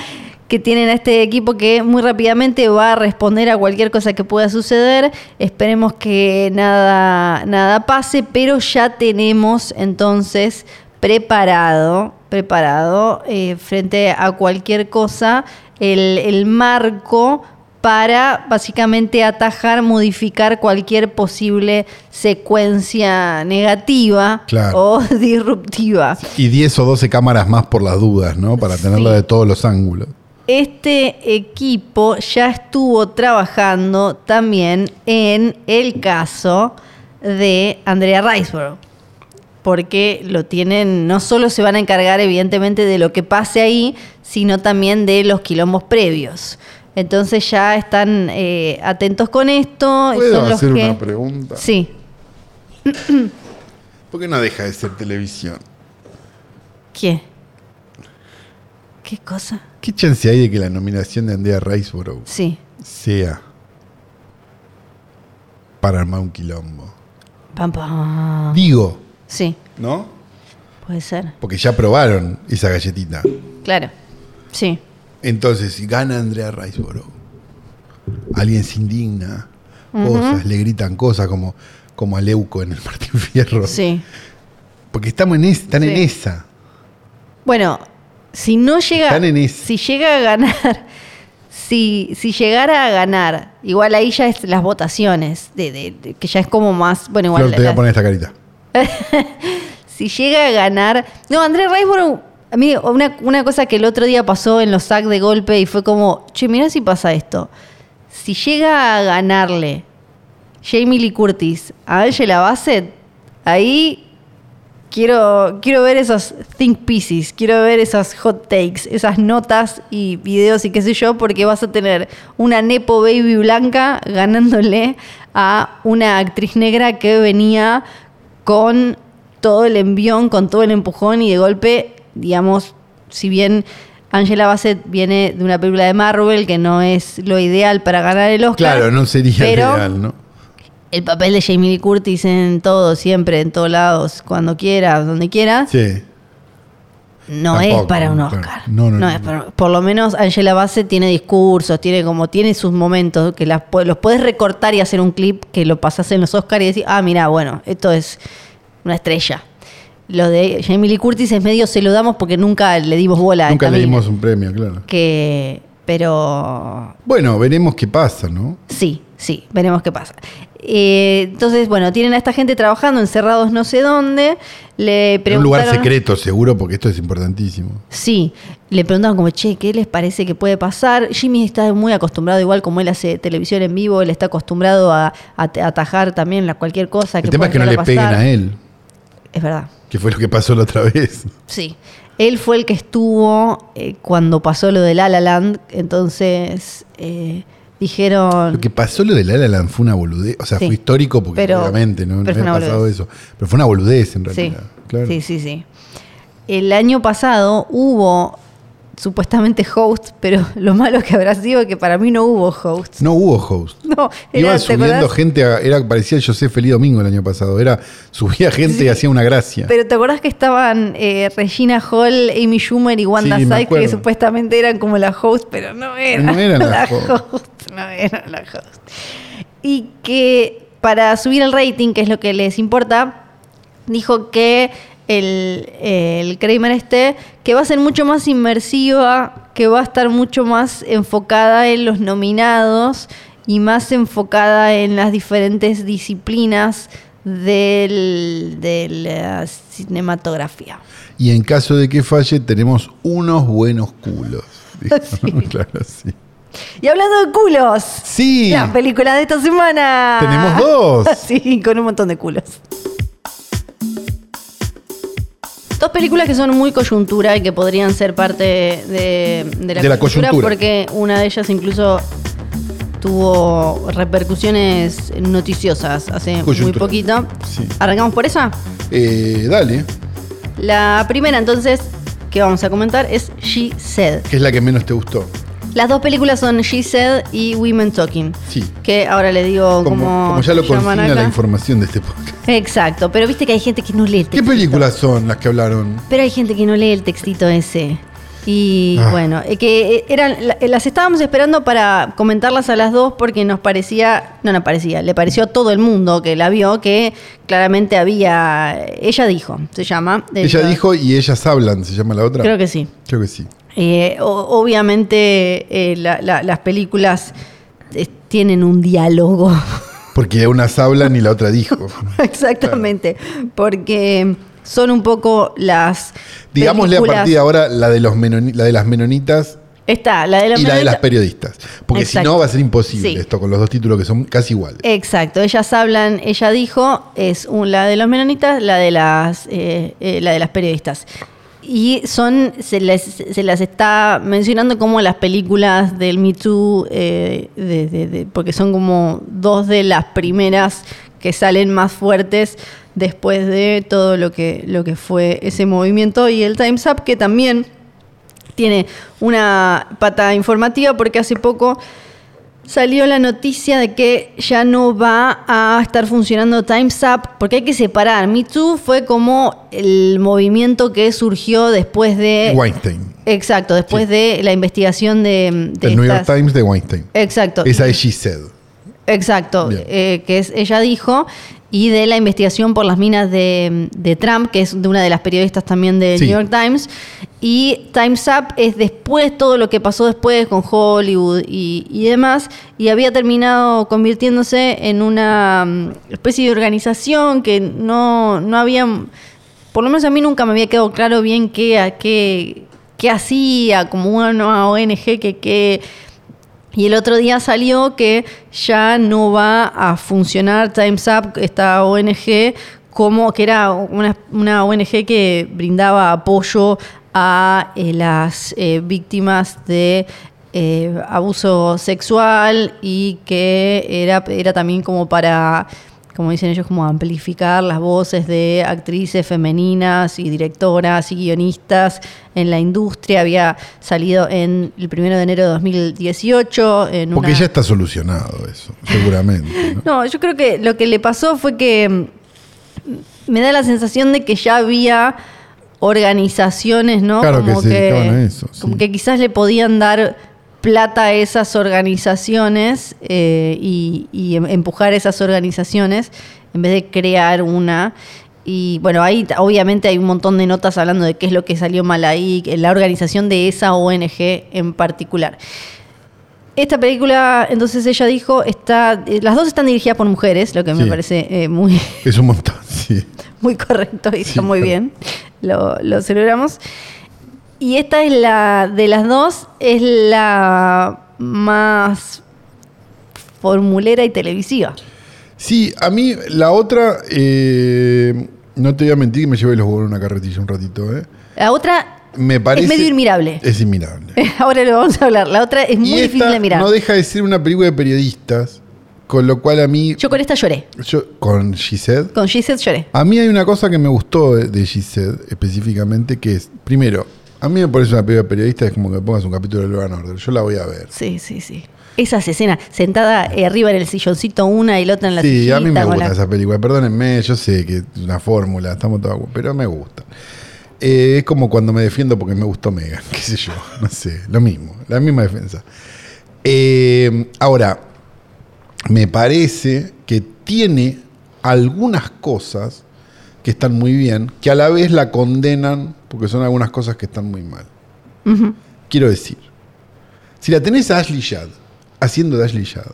B: que tienen a este equipo que muy rápidamente va a responder a cualquier cosa que pueda suceder. Esperemos que nada, nada pase, pero ya tenemos entonces preparado, preparado eh, frente a cualquier cosa el, el marco para básicamente atajar, modificar cualquier posible secuencia negativa
C: Claro.
B: o *laughs* disruptiva.
C: Y 10 o 12 cámaras más por las dudas, ¿no? Para tenerla
B: Sí.
C: de todos los ángulos.
B: Este equipo ya estuvo trabajando también en el caso de Andrea Riceborough. Porque lo tienen, no solo se van a encargar, evidentemente, de lo que pase ahí, sino también de los quilombos previos. Entonces ya están eh, atentos con esto. y
C: ¿Puedo
B: son los
C: hacer
B: que-
C: una pregunta?
B: Sí.
C: ¿Por qué no deja de ser televisión?
B: ¿Qué? ¿Qué cosa?
C: ¿Qué chance hay de que la nominación de Andrea Riceborough
B: Sí.
C: sea para armar un quilombo?
B: Pam, pam.
C: Digo,
B: Sí,
C: ¿no?
B: puede ser.
C: Porque ya probaron esa galletita.
B: Claro. Sí.
C: Entonces, si gana Andrea Riceborough, alguien se indigna, cosas, le gritan cosas como, como a Leuco en el Martín Fierro.
B: Sí.
C: Porque estamos en es- están en
B: Sí.
C: esa.
B: Bueno, si no llega.
C: Están en esa.
B: Si llega a ganar. *laughs* Si, si llegara a ganar, igual ahí ya es las votaciones, de, de- de- que ya es como más. Bueno, igual.
C: Flor, te voy
B: la-
C: a poner esta carita.
B: Si llega a ganar. No, Andrés Riceborough. A mí, una, una cosa que el otro día pasó en los SAC de golpe y fue como, che, mirá si pasa esto. Si llega a ganarle Jamie Lee Curtis a Angela Bassett, ahí quiero, quiero ver esos think pieces, quiero ver esas hot takes, esas notas y videos y qué sé yo, porque vas a tener una Nepo Baby blanca ganándole a una actriz negra que venía con todo el envión, con todo el empujón y de golpe, digamos, si bien... Angela Bassett viene de una película de Marvel que no es lo ideal para ganar el Oscar.
C: Claro, no sería
B: pero-
C: ideal, ¿no?
B: el papel de Jamie Lee Curtis en todo, siempre, en todos lados, cuando quiera, donde quiera,
C: Sí.
B: no
C: tampoco,
B: es para un
C: claro.
B: Oscar.
C: No, no, no,
B: es
C: no.
B: para- por lo menos Angela Bassett tiene discursos, tiene como tiene sus momentos que las, pu- los puedes recortar y hacer un clip que lo pasas en los Oscars y decir, ah, mira, bueno, esto es una estrella. Lo de Jamie Lee Curtis es medio se lo damos porque nunca le dimos bola. a
C: Nunca
B: esta
C: le
B: mina.
C: dimos un premio, claro.
B: que, pero
C: Bueno, veremos qué pasa, ¿no?
B: Sí, sí, veremos qué pasa. Eh, entonces, bueno, tienen a esta gente trabajando encerrados no sé dónde. Le
C: En un lugar
B: preguntaron-
C: secreto, seguro, porque esto es importantísimo.
B: Sí, le preguntaron como, che, ¿qué les parece que puede pasar? Jimmy está muy acostumbrado, igual como él hace televisión en vivo, él está acostumbrado a, a atajar también la, cualquier cosa que
C: El tema es que no le peguen a él,
B: Es verdad.
C: que fue lo que pasó la otra vez.
B: Sí. Él fue el que estuvo eh, cuando pasó lo de La La Land, entonces eh, dijeron...
C: Lo que pasó lo de La La Land fue una boludez, o sea,
B: Sí.
C: fue histórico porque
B: Pero-
C: obviamente no, no
B: pero fue
C: había
B: una
C: pasado
B: boludez.
C: eso. Pero fue una boludez en
B: Sí,
C: realidad. Claro.
B: sí, sí, sí. El año pasado hubo supuestamente host, pero *laughs* lo malo que habrá sido es que para mí no hubo host.
C: No hubo
B: *laughs*
C: host.
B: No, era,
C: Iban
B: ¿te
C: subiendo
B: acordás?
C: gente, a- era, parecía José Feliz Domingo el año pasado. Era, subía gente y hacía una gracia.
B: Pero ¿te acordás que estaban eh, Regina Hall, Amy Schumer y Wanda
C: Sí, me
B: Sykes que
C: acuerdo.
B: supuestamente eran como la host, pero no eran,
C: No eran la
B: host.
C: host.
B: No eran la host. Y que para subir el rating, que es lo que les importa, dijo que el, el Kramer este, que va a ser mucho más inmersiva, que va a estar mucho más enfocada en los nominados y más enfocada en las diferentes disciplinas del- de la cinematografía.
C: Y en caso de que falle, tenemos unos buenos
B: *laughs*
C: culos. Dijo, ¿no? *laughs* Claro, sí.
B: Y hablando de culos,
C: Sí.
B: la película de esta semana. *laughs*
C: Tenemos dos.
B: Sí, con un montón de culos. películas que son muy coyuntura y que podrían ser parte de, de la,
C: De la coyuntura.
B: porque una de ellas incluso tuvo repercusiones noticiosas hace muy
C: Coyuntura.
B: poquito.
C: Sí.
B: ¿Arrancamos por esa?
C: Eh, dale,
B: La primera entonces que vamos a comentar es She Said.
C: que es la que menos te gustó.
B: Las dos películas son She Said y Women Talking.
C: Sí.
B: Que ahora le digo
C: Como,
B: como,
C: como ya lo consigna la información de este podcast.
B: Exacto, pero viste que hay gente que no lee el
C: ¿Qué
B: textito.
C: películas son las que hablaron?
B: Pero hay gente que no lee el textito ese. Y
C: Ah.
B: bueno, eh, que eh, eran la- eh, las estábamos esperando para comentarlas a las dos porque nos parecía, no nos parecía, le pareció a todo el mundo que la vio que claramente había, ella dijo, se llama. eh,
C: Ella
B: la-
C: dijo y ellas hablan, se llama la otra.
B: Creo que sí.
C: Creo que sí.
B: Eh, o- obviamente eh, la- la- las películas eh, tienen un diálogo. *laughs*
C: Porque unas hablan y la otra dijo. *laughs*
B: Exactamente. Porque son un poco las.
C: Digámosle a
B: películas-
C: partir de ahora la de, los menoni- la de las menonitas
B: Está, la de la
C: y la de las
B: periodistas.
C: periodistas. Porque si
B: Exacto.
C: no va a ser imposible
B: Sí.
C: esto con los dos títulos que son casi iguales.
B: Exacto, ellas hablan, ella dijo, es un- la de los menonitas, la de las, eh, eh, la de las periodistas. Y son, se les- se las está mencionando como las películas del Me Too, eh, de- de- de- porque son como dos de las primeras que salen más fuertes después de todo lo que, lo que fue ese movimiento. Y el Time's Up, que también tiene una pata informativa, porque hace poco Salió la noticia de que ya no va a estar funcionando Time's Up porque hay que separar. Me Too fue como el movimiento que surgió después de.
C: Weinstein.
B: Exacto, después
C: Sí.
B: de la investigación de. de
C: el New York
B: estas-
C: Times de Weinstein.
B: Exacto.
C: Esa es She Said.
B: Exacto,
C: Bien.
B: eh, que es ella dijo, y de la investigación por las minas de, de Trump, que es de una de las periodistas también del
C: Sí.
B: New York Times. Y Time's Up es después todo lo que pasó después con Hollywood y, y demás, y había terminado convirtiéndose en una mm, especie de organización que no, no había, por lo menos a mí nunca me había quedado claro bien qué, a qué, qué hacía, como una ONG que... que y el otro día salió que ya no va a funcionar Time's Up, esta ONG, como que era una, una ONG que brindaba apoyo a eh, las eh, víctimas de eh, abuso sexual y que era, era también como para, como dicen ellos, como amplificar las voces de actrices femeninas y directoras y guionistas en la industria. Había salido en el primero de enero de 2018. En
C: Porque
B: una-
C: ya está solucionado eso, seguramente. ¿no?
B: no, yo creo que lo que le pasó fue que mm, me da la sensación de que ya había organizaciones, ¿no?
C: Claro que se dedicaban a eso, sí.
B: como que quizás le podían dar plata a esas organizaciones eh, y, y em- empujar esas organizaciones en vez de crear una. Y bueno, ahí t- obviamente hay un montón de notas hablando de qué es lo que salió mal ahí, que la organización de esa ONG en particular. Esta película, entonces ella dijo, está, eh, las dos están dirigidas por mujeres, lo que me
C: Sí.
B: parece eh, muy, *laughs*
C: Es un montón, *laughs* sí.
B: muy correcto y
C: Sí,
B: está muy
C: claro.
B: bien. Lo, lo celebramos. Y esta es la de las dos, es la más formulera y televisiva.
C: Sí, a mí la otra, eh, no te voy a mentir que me llevé los huevos en una carretilla un ratito. ¿eh?
B: La otra *laughs*
C: Me parece,
B: medio inmirable.
C: Es inmirable.
B: Ahora lo vamos a hablar. La otra es muy
C: y esta
B: difícil de mirar.
C: no deja de ser una película de periodistas, con lo cual a mí,
B: Yo con esta lloré.
C: yo- con She Said,
B: Con Gisette lloré.
C: A mí hay una cosa que me gustó de- de Giselle específicamente, que es, primero, a mí me parece una película de periodista, es como que me pongas un capítulo de Logan Order, yo la voy a ver.
B: Sí, sí, sí. Esas escenas, sentada eh, arriba en el silloncito una y la otra en la
C: Sí, a mí me
B: sillita, con
C: gusta
B: la-
C: esa película, perdónenme, yo sé que es una fórmula, estamos todos, pero me gusta. Eh, es como cuando me defiendo porque me gustó Megan, *laughs* qué sé yo, no sé, lo mismo, la misma defensa. Eh, ahora, me parece que tiene algunas cosas que están muy bien, que a la vez la condenan porque son algunas cosas que están muy mal. Quiero decir, si la tenés a Ashley Judd haciendo de Ashley Judd,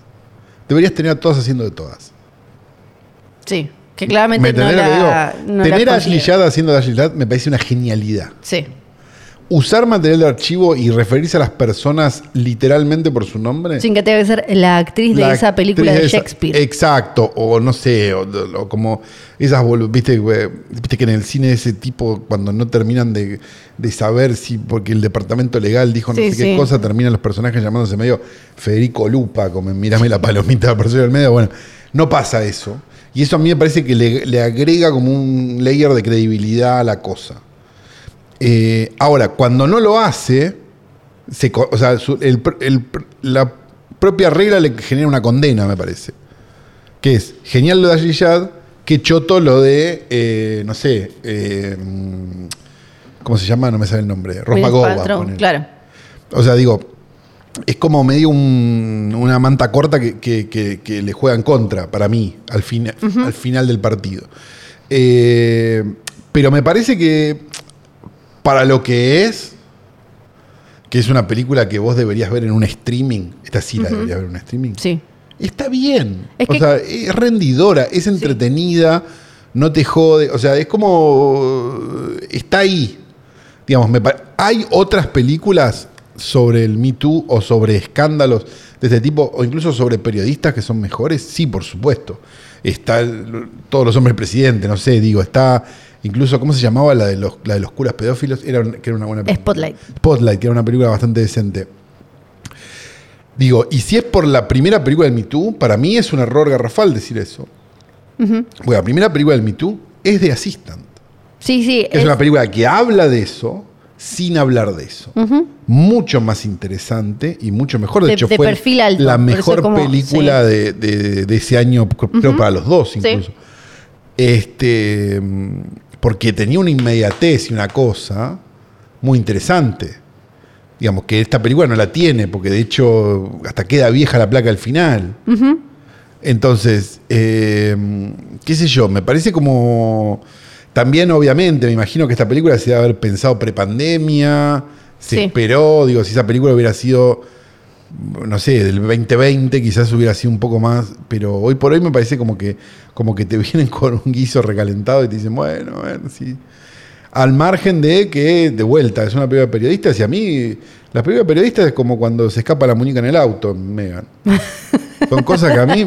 C: deberías tener a todas haciendo de todas.
B: Sí, que claramente
C: ¿Me
B: no
C: entendés lo que
B: la,
C: digo?
B: no la
C: tener a Ashley
B: consigue.
C: Judd haciendo de Ashley Judd me parece una genialidad.
B: Sí.
C: usar material de archivo y referirse a las personas literalmente por su nombre.
B: Sin que tenga que ser la actriz
C: La
B: de esa película de
C: actriz esa- eh,
B: Shakespeare.
C: exacto, o no sé, o, o como esas bolu- viste, eh, viste que en el cine ese tipo, cuando no terminan de, de saber si, porque el departamento legal dijo no
E: Sí,
C: sé qué
E: sí.
C: cosa, terminan los personajes llamándose medio Federico Lupa, como en mírame la palomita por del medio. Bueno, no pasa eso. Y eso a mí me parece que le, le agrega como un layer de credibilidad a la cosa. Eh, ahora, cuando no lo hace, se co- o sea, su- el pr- el pr- la propia regla le genera una condena, me parece. Que es genial lo de Ayillad, que choto lo de, eh, no sé, eh, mm, ¿cómo se llama? No me sale el nombre. Rosma
B: Gwyneth
C: Goba.
B: Paltrow,
C: ponele.
B: claro.
C: O sea, digo, es como medio un- una manta corta que, que- que- que le juegan contra, para mí, al, fin- al final del partido. Eh, pero me parece que para lo que es, que es una película que vos deberías ver en un streaming, esta sí la deberías ver en un streaming,
E: Sí.
C: está bien.
B: Es
C: o
B: que-
C: sea, es rendidora, es entretenida, no te jode. O sea, es como. eh, Está ahí. Digamos, me pa- hay otras películas sobre el Me Too o sobre escándalos de este tipo, o incluso sobre periodistas que son mejores. Sí, por supuesto. Está el- todos los hombres presidentes, no sé, digo, está. Incluso, ¿cómo se llamaba la de los, la de los curas pedófilos? Era, un- que era una buena película.
B: Spotlight.
C: Spotlight, que era una película bastante decente. Digo, y si es por la primera película del Me Too, para mí es un error garrafal decir eso. Porque la primera película del Me Too es de Assistant.
B: Sí, sí.
C: que Es,
B: es-
C: una película que habla de eso sin hablar de eso. Mucho más interesante y mucho mejor. De,
B: De-
C: hecho,
B: de
C: fue
B: perfil alto,
C: la
B: por eso
C: mejor
B: como-
C: película de, de- de ese año, creo para los dos
B: Sí.
C: incluso. Este, mm, porque tenía una inmediatez y una cosa muy interesante. Digamos que esta película no la tiene, porque de hecho hasta queda vieja la placa al final. Entonces, eh, qué sé yo, me parece como... También, obviamente, me imagino que esta película se debe haber pensado prepandemia, se
B: Sí.
C: esperó, digo, si esa película hubiera sido, no sé, del 2020, quizás hubiera sido un poco más, pero hoy por hoy me parece como que, como que te *laughs* vienen con un guiso recalentado y te dicen, bueno, bueno, sí. Al margen de que, de vuelta, es una película de periodistas y a mí, las películas de periodistas es como cuando se escapa la muñeca en el auto, en Megan. Son cosas que
B: *laughs*
C: a mí,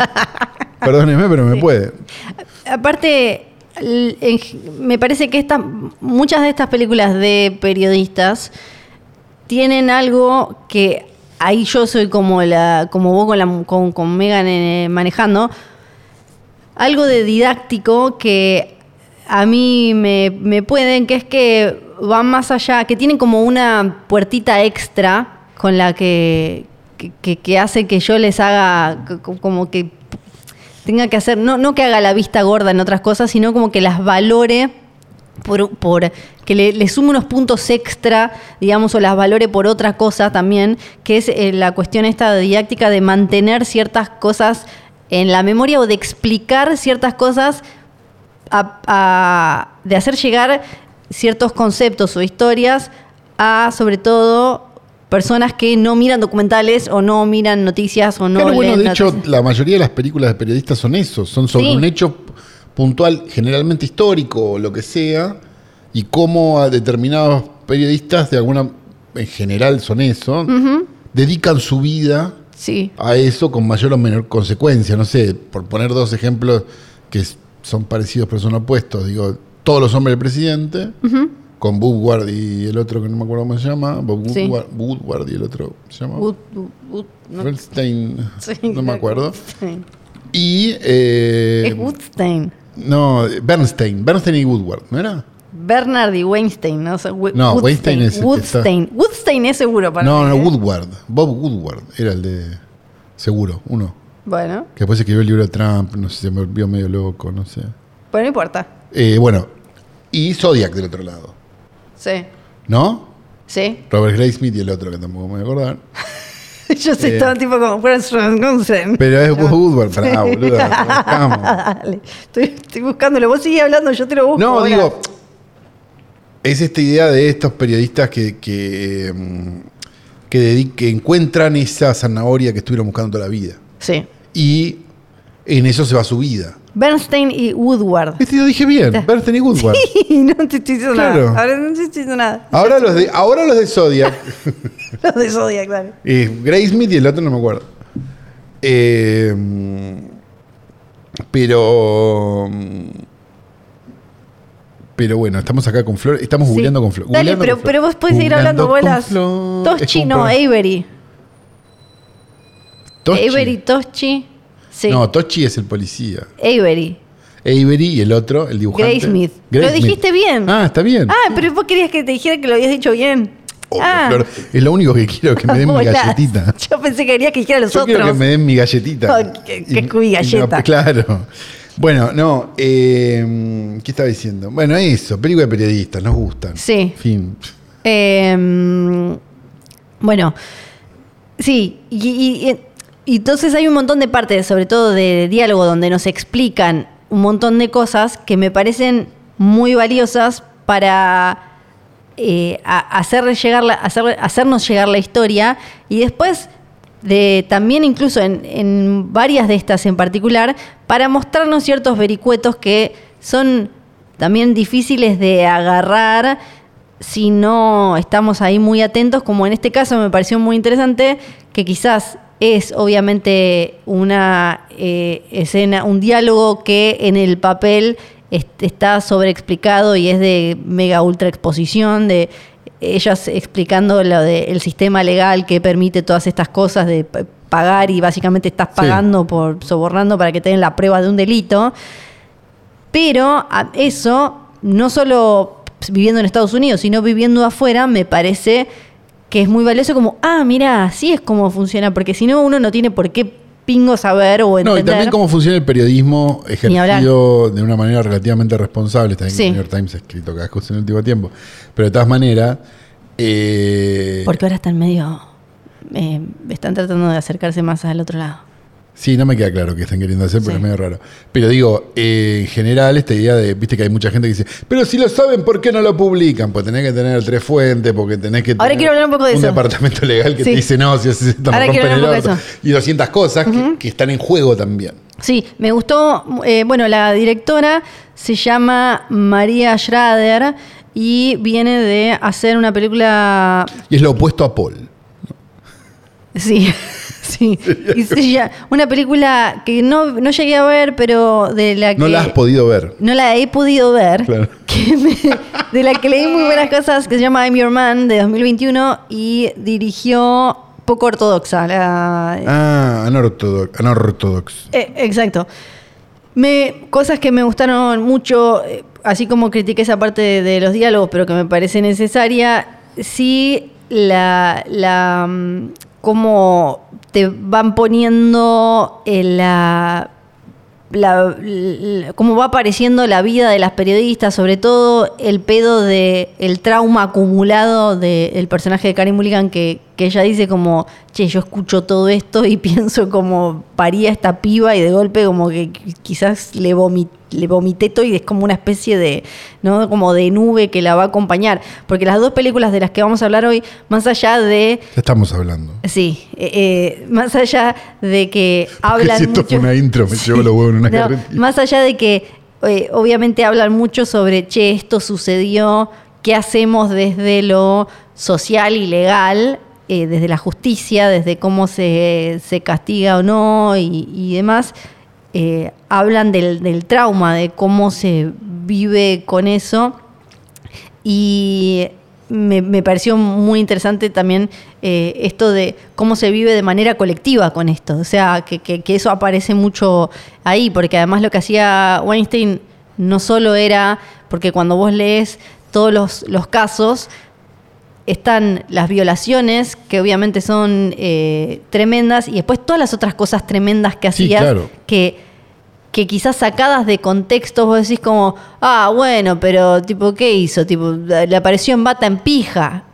C: perdónenme, pero me puede.
B: Aparte, l- en g- me parece que esta- muchas de estas películas de periodistas tienen algo que ahí yo soy como la como vos con, la, con, con Megan eh, manejando, algo de didáctico que a mí me, me pueden, que es que van más allá, que tienen como una puertita extra con la que, que- que- que hace que yo les haga co- co- como que tenga que hacer, no, no que haga la vista gorda en otras cosas, sino como que las valore por, por- que le, le sume unos puntos extra, digamos, o las valore por otra cosa también, que es eh, la cuestión esta didáctica de mantener ciertas cosas en la memoria o de explicar ciertas cosas a- a- de hacer llegar ciertos conceptos o historias a, sobre todo, personas que no miran documentales o no miran noticias o no
C: claro, bueno,
B: leen
C: de hecho,
B: noticias.
C: la mayoría de las películas de periodistas son eso, son sobre
B: Sí.
C: un hecho puntual, generalmente histórico o lo que sea, y cómo a determinados periodistas, de alguna, en general son eso, dedican su vida
B: Sí.
C: a eso con mayor o menor consecuencia. No sé, por poner dos ejemplos que s- son parecidos pero son opuestos. Digo, todos los hombres del presidente, con Woodward y el otro que no me acuerdo cómo se llama, Bob
B: Sí.
C: Woodward, Woodward y el otro se llama.
B: Ut- ut- ut- no- *laughs*
C: Goldstein,
B: Sí,
C: Oh. no me
B: claro.
C: acuerdo.
B: Sí.
C: Y. eh,
B: es Woodstein.
C: no, Bernstein. Bernstein y Woodward, ¿no era?
B: Bernard y Weinstein, no sé. Wi-
C: No, Weinstein es el que
B: Woodstein. Woodstein es seguro para
C: No,
B: mí,
C: no,
B: ¿eh?
C: Woodward. Bob Woodward era el de. Seguro, uno.
B: Bueno,
C: Que después escribió el libro de Trump, no sé, se me volvió medio loco, no sé.
B: pero no importa.
C: Eh, bueno, y Zodiac del otro lado,
B: Sí.
C: ¿no?
B: Sí. *laughs*
C: Robert Gray Smith y el otro que tampoco me voy a acordar.
B: Yo soy
C: Eh.
B: todo tipo como Franz Rasmussen. *laughs*
C: Pero es Woodward, pará, boludo. vamos.
B: Dale. Estoy, estoy buscándolo. Vos sigue hablando, yo te lo busco.
C: No,
B: ahora.
C: digo, es esta idea de estos periodistas que, que, mm, que dedi- que encuentran esa zanahoria que estuvieron buscando toda la vida.
B: Sí.
C: Y en eso se va su vida.
B: Bernstein y Woodward. *laughs*
C: Este lo dije bien, Bernstein y Woodward.
B: no te estoy diciendo
C: Claro.
B: nada. Ahora no te estoy diciendo nada. *laughs*
C: Ahora los de, ahora los de Zodiac.
B: Los de Zodiac, dale.
C: Eh, Gray Smith y el otro no me acuerdo. Eh, mm, pero. mm, Pero bueno, estamos acá con Flor. Estamos
B: Sí.
C: googleando con Flor.
B: Dale,
C: googleando
B: pero,
C: con Flor.
B: pero vos podés seguir hablando
C: Googleando
B: bolas.
C: con Flor. Es
B: Toschi,
C: como
B: no,
C: un programa-
B: Avery.
C: Tochi.
B: Avery, Toschi. Sí.
C: No, Tochi es el policía.
B: Avery.
C: Avery y el otro, el dibujante.
B: Gray Smith.
C: Gray
B: Lo
C: Smith.
B: dijiste bien.
C: Ah, está bien.
B: Ah, pero vos querías que te dijera que lo habías dicho bien.
C: Oh,
B: ah,
C: Flor, es lo único que quiero, que me
B: *laughs*
C: den mi
B: bolas.
C: galletita.
B: Yo pensé que querías que dijera los
C: Yo
B: otros.
C: quiero que me den mi galletita.
B: Oh, que- que cubi galleta.
C: no, claro. Bueno, no. eh, ¿Qué estaba diciendo? Bueno, eso. Película de periodistas, nos gustan.
B: Sí.
C: Fin.
B: Eh, bueno, sí, y, y- y- y entonces hay un montón de partes, sobre todo de diálogo, donde nos explican un montón de cosas que me parecen muy valiosas para eh, a- hacer llegar la- hacer- hacernos llegar la historia y después de también incluso en, en varias de estas en particular para mostrarnos ciertos vericuetos que son también difíciles de agarrar si no estamos ahí muy atentos como en este caso me pareció muy interesante que quizás es obviamente una eh, escena un diálogo que en el papel est- está sobreexplicado y es de mega ultra exposición, de ellas explicando lo del sistema legal que permite todas estas cosas de p- pagar y básicamente estás pagando por sobornando para que te den la prueba de un delito. Pero a- eso, no solo viviendo en Estados Unidos, sino viviendo afuera, me parece que es muy valioso como, ah, mira, así es como funciona, porque si no uno no tiene por qué pingo saber o
C: No,
B: entender.
C: y también cómo funciona el periodismo ejercido de una manera relativamente responsable. También que
B: Sí.
C: el New York Times ha escrito cada cosa en el último tiempo. Pero de todas maneras. eh,
B: Porque ahora están medio. eh, están tratando de acercarse más al otro lado.
C: Sí, no me queda claro qué están queriendo hacer, pero
B: Sí.
C: es medio raro. Pero digo, eh, en general, esta idea de, viste que hay mucha gente que dice, pero si lo saben, ¿por qué no lo publican? Pues tenés que tener tres fuentes, porque tenés que
B: Ahora
C: tener
B: quiero hablar un poco de eso.
C: departamento legal que
B: Sí.
C: te dice, no, si haces esto, me
B: Ahora quiero
C: rompen el
B: hablar un poco de
C: orto. Y 200 cosas que- que, están en juego también.
B: Sí, me gustó. eh, bueno, la directora se llama María Schrader y viene de hacer una película.
C: Y es lo opuesto a Paul.
B: Sí, *laughs* sí. Y se llama- una película que no, no llegué a ver, pero de la que.
C: No la has podido ver.
B: No la he podido ver.
C: Claro.
B: que me- de la que leí muy buenas cosas, que se llama I'm Your Man, de 2021, y dirigió Poco Ortodoxa, la,
C: Ah, anortodox. anortodox.
B: Eh, exacto. Me, cosas que me gustaron mucho, eh, así como critiqué esa parte de, de los diálogos, pero que me parece necesaria, sí la, la mm, cómo te van poniendo eh, la, la- la- cómo va apareciendo la vida de las periodistas, sobre todo el pedo de el trauma acumulado del personaje de Karen Mulligan, que, que ella dice como, che, yo escucho todo esto y *laughs* pienso como paría esta piba y de golpe como que qui- quizás le, vomi- le vomité todo y es como una especie de, ¿no? Como de nube que la va a acompañar. Porque las dos películas de las que vamos a hablar hoy, más allá de...
C: Ya estamos hablando.
B: Sí, eh, eh, más allá de que
C: Porque
B: hablan
C: si esto
B: mucho-
C: fue una intro, me llevo los
B: *laughs*
C: huevos en una carretilla.
B: Más allá de que eh, obviamente hablan mucho sobre, che, esto sucedió, qué hacemos desde lo social y legal, eh, desde la justicia, desde cómo se, se castiga o no y, y demás. Eh, hablan del, del trauma, de cómo se vive con eso. Y me, me pareció muy interesante también eh, esto de cómo se vive de manera colectiva con esto. O sea, que, que- que eso aparece mucho ahí, porque además lo que hacía Weinstein no solo era, porque cuando vos lees todos los, los casos, están las violaciones, que obviamente son eh, tremendas, y después todas las otras cosas tremendas que
C: Sí,
B: hacías,
C: claro.
B: que, que quizás sacadas de contexto vos decís como, ah, bueno, pero tipo, ¿qué hizo? Tipo, le apareció en bata en pija.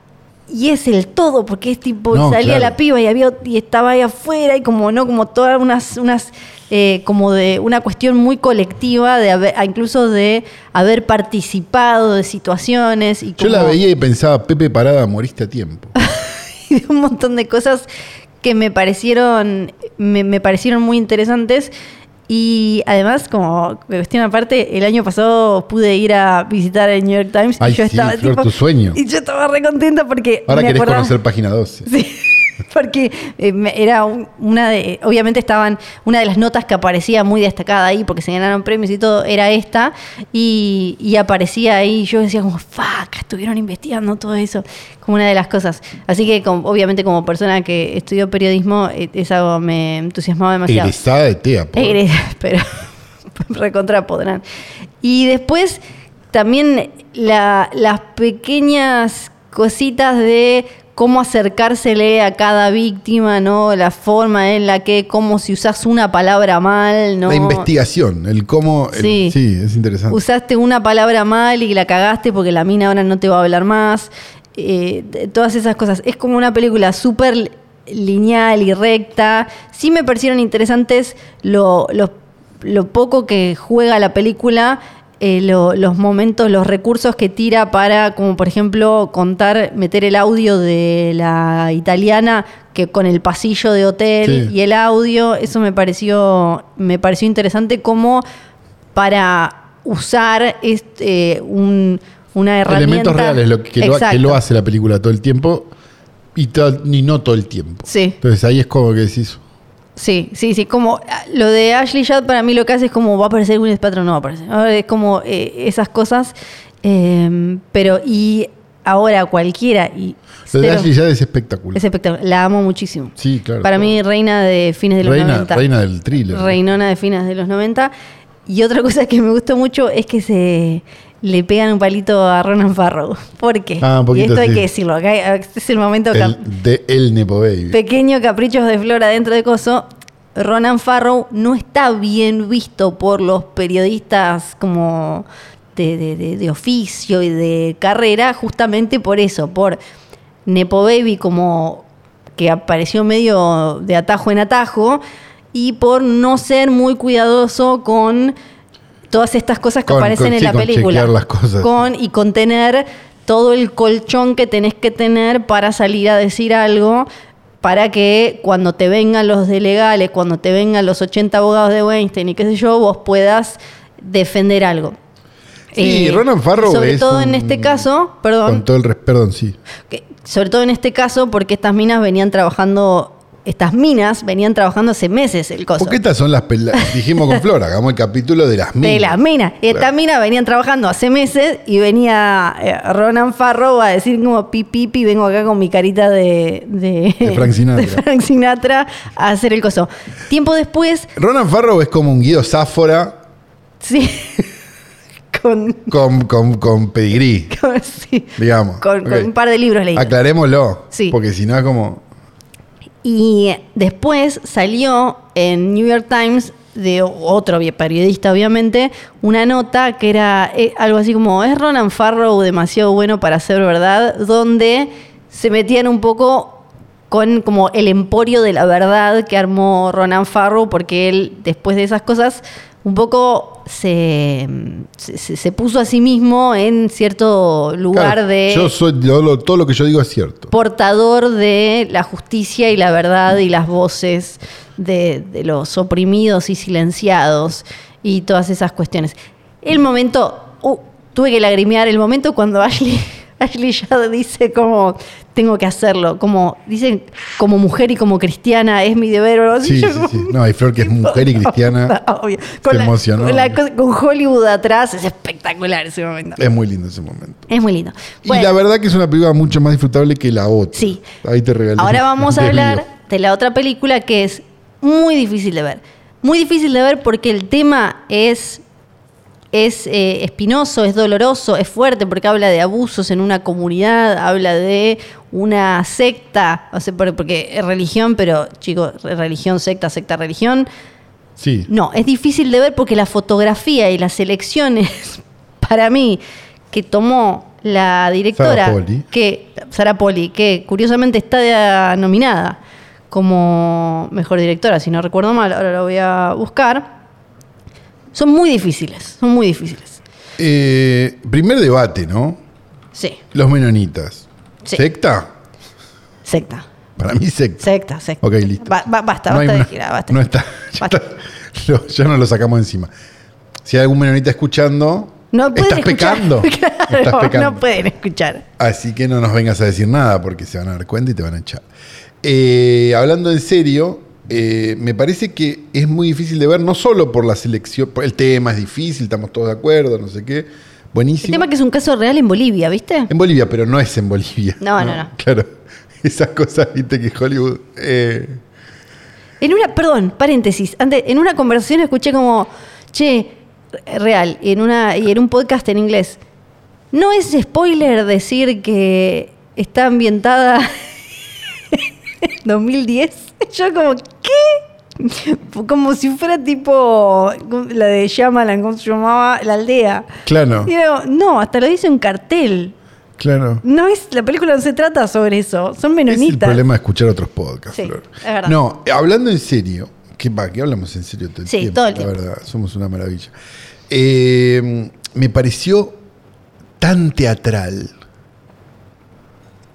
B: Y es el todo, porque es tipo,
C: No,
B: salía
C: claro.
B: la piba y había y estaba ahí afuera, y como no, como todas unas, unas eh, como de una cuestión muy colectiva, de haber- incluso de haber participado de situaciones y
C: Yo
B: como-
C: la veía y pensaba, Pepe Parada, moriste
B: *laughs*
C: a tiempo.
B: y de un montón de cosas que me parecieron, me, me parecieron muy interesantes Y además, como cuestión aparte, el año pasado pude ir a visitar el New York Times
C: Ay,
B: y yo
C: sí,
B: estaba
C: Flor,
B: tipo-
C: tu sueño.
B: *laughs* Y yo estaba re contenta porque
C: Ahora
B: me
C: querés
B: acordaba-
C: conocer página 12.
B: Sí, *laughs* porque eh, me- era un- una de. Obviamente estaban. Una de las notas que aparecía muy destacada ahí, porque se ganaron premios y todo, era esta. Y, y aparecía ahí. y Yo decía, como, fuck, estuvieron investigando todo eso. Como una de las cosas. Así que, com- obviamente, como persona que estudió periodismo, eh, es algo que me entusiasmaba demasiado.
C: Egresada de TEA.
B: *laughs*
C: pobre.
B: Egres- pero recontra podrán. Y después también la- las pequeñas cositas de cómo acercársele a cada víctima, ¿no? La forma en la que, cómo si usas una palabra mal, ¿no?
C: La investigación, el cómo. el-
B: Sí.
C: sí. es interesante.
B: Usaste una palabra mal y la cagaste porque la mina ahora no te va a hablar más. Eh, t- todas esas cosas. Es como una película súper li- lineal y recta. Sí me parecieron interesantes lo, lo- lo poco que juega la película. eh, lo- los momentos, los recursos que tira para, como por ejemplo, contar, meter el audio de la italiana que con el pasillo de hotel
C: Sí.
B: y el audio, eso me pareció, me pareció interesante como para usar este, eh, un- una herramienta.
C: Elementos reales, lo que, que lo, que
B: Exacto.
C: lo hace la película todo el tiempo y, to- y no todo el tiempo.
B: Sí.
C: Entonces ahí es como que decís,
B: Sí, sí, sí. Como ah, lo de Ashley Judd para mí lo que hace es como va a aparecer un o no va a aparecer. Ahora Es como eh, esas cosas. eh, pero y ahora cualquiera. Y
C: lo de
B: cero-
C: Ashley ya es espectacular.
B: es espectacular. La amo muchísimo.
C: sí, claro.
B: para
C: todo.
B: mí, reina de fines de los
C: reina,
B: 90.
C: reina del thriller.
B: Reinona de finas de los 90. Y otra cosa que me gustó mucho es que se le pegan un palito a Ronan Farrow. ¿Por qué?
C: Ah, un
B: y
C: poquito,
B: esto hay
C: sí.
B: que decirlo. acá hay- este es el momento cap-
C: El- de El Nepo Baby.
B: pequeño caprichos de Flora dentro de Coso. Ronan Farrow no está bien visto por los periodistas como de, de- de- de oficio y de carrera, justamente por eso, por Nepo Baby como que apareció medio de atajo en atajo y por no ser muy cuidadoso con todas estas cosas que
C: Con-
B: aparecen
C: con-
B: en
C: sí,
B: la
C: con
B: película.
C: chequear las cosas.
B: Con- y con tener todo el colchón que tenés que tener para salir a decir algo, para que cuando te vengan los de legales, cuando te vengan los 80 abogados de Weinstein y qué sé yo, vos puedas defender algo. Eh,
C: Sí, Ronan Farrow
B: Sobre
C: es
B: todo en
C: un-
B: este caso,
C: Con
B: perdón,
C: todo el respeto, perdón, sí.
B: que- sobre todo en este caso porque estas minas venían trabajando, estas minas venían trabajando hace meses el coso.
C: Porque estas son las pelas. Dijimos con Flor, hagamos el capítulo de las minas.
B: De las minas. Y Estas minas venían trabajando hace meses y venía eh, Ronan Farrow a decir como pipipi, vengo acá con mi carita de, de,
C: De Frank
B: *laughs*
C: Sinatra.
B: de Frank Sinatra a hacer el coso. Tiempo después, *laughs*
C: Ronan Farrow es como un Guido Sáfora
B: sí, con,
C: con, con, con pedigrí,
B: con- sí,
C: digamos.
B: con- con
C: Ok.
B: un par de libros leídos.
C: Aclarémoslo.
B: Sí.
C: Porque si no es como.
B: Y después salió en New York Times de otro vi- periodista, obviamente, una nota que era eh, algo así como, ¿es Ronan Farrow demasiado bueno para ser verdad? Donde se metían un poco con como el emporio de la verdad que armó Ronan Farrow, porque él, después de esas cosas, un poco se, se, se- se puso a sí mismo en cierto lugar
C: Claro,
B: de
C: Yo soy. yo lo- todo lo que yo digo es cierto.
B: portador de la justicia y la verdad y las voces de, de los oprimidos y silenciados y todas esas cuestiones. El momento, uh, tuve que lagrimear el momento cuando *laughs* Ashley, Ashley ya dice como tengo que hacerlo, como dice como mujer y como cristiana es mi deber. ¿no?
C: Sí,
B: Yo
C: sí,
B: como-
C: sí. No, hay Flor que es mujer y
B: *laughs*
C: cristiana.
B: Obvio. Con,
C: Se
B: la-
C: emocionó.
B: con la cosa- con Hollywood atrás es espectacular ese momento.
C: Es muy lindo ese momento.
B: Es muy lindo.
C: Eh, Y la
B: Bueno.
C: verdad que es una película mucho más disfrutable que la otra.
B: Sí.
C: Ahí te regalé.
B: Ahora vamos a
C: Dios mío.
B: hablar de la otra película que es muy difícil de ver. Muy difícil de ver porque el tema es, es eh, espinoso, es doloroso, es fuerte, porque habla de abusos en una comunidad, habla de una secta, o sea, por- porque es religión, pero chicos, re- religión, secta, secta, religión.
C: Sí.
B: No, es difícil de ver porque la fotografía y las elecciones, *laughs* para mí, que tomó la directora,
C: Sarah Polley.
B: que Sara Poli, que curiosamente está de- ah, nominada como mejor directora, si no recuerdo mal, ahora lo voy a buscar, son muy difíciles, son muy difíciles.
C: Eh, primer debate, ¿no?
B: Sí,
C: Los menonitas.
B: Sí.
C: ¿Secta?
B: secta,
C: Para mí secta.
B: secta, secta.
C: Ok, listo.
B: Ba- ba- basta,
C: No hay
B: basta de
C: una-
B: girar, basta.
C: No está. *laughs* Ya
B: Basta.
C: está. Lo- ya nos lo sacamos encima. Si hay algún menonita escuchando,
B: No pueden
C: estás
B: escuchar.
C: pecando.
B: *laughs* Claro,
C: Estás pecando.
F: No pueden escuchar.
C: Así que no nos vengas a decir nada porque se van a dar cuenta y te van a echar. Eh, hablando en serio, eh, me parece que es muy difícil de ver, no solo por la selección, por el tema es difícil, estamos todos de acuerdo, no sé qué.
B: El
C: Buenísimo.
B: tema es que es un caso real en Bolivia, ¿viste?
C: En Bolivia, pero no es en Bolivia.
B: No, no, no.
C: *laughs* Claro. Esas cosas, viste, que Hollywood. eh,
B: En una, perdón, paréntesis. Antes, en una conversación escuché como, che, re- real, y en, una, y en un podcast en inglés. No es spoiler decir que está ambientada *laughs* en 2010. *laughs* Yo como, ¿qué? Como si fuera tipo la de Shyamalan, ¿cómo se llamaba? La aldea.
C: Claro,
B: Y digo, no, hasta lo dice un cartel.
C: claro.
B: No es, la película no se trata sobre eso, son
C: Es el
B: menonitas.
C: problema de escuchar otros podcasts.
B: Sí,
C: Flor.
B: es verdad.
C: No, hablando en serio, que va, que hablamos en serio todo el
B: Sí,
C: tiempo.
B: todo el
C: la
B: tiempo.
C: verdad, somos una maravilla. Eh, me pareció tan teatral.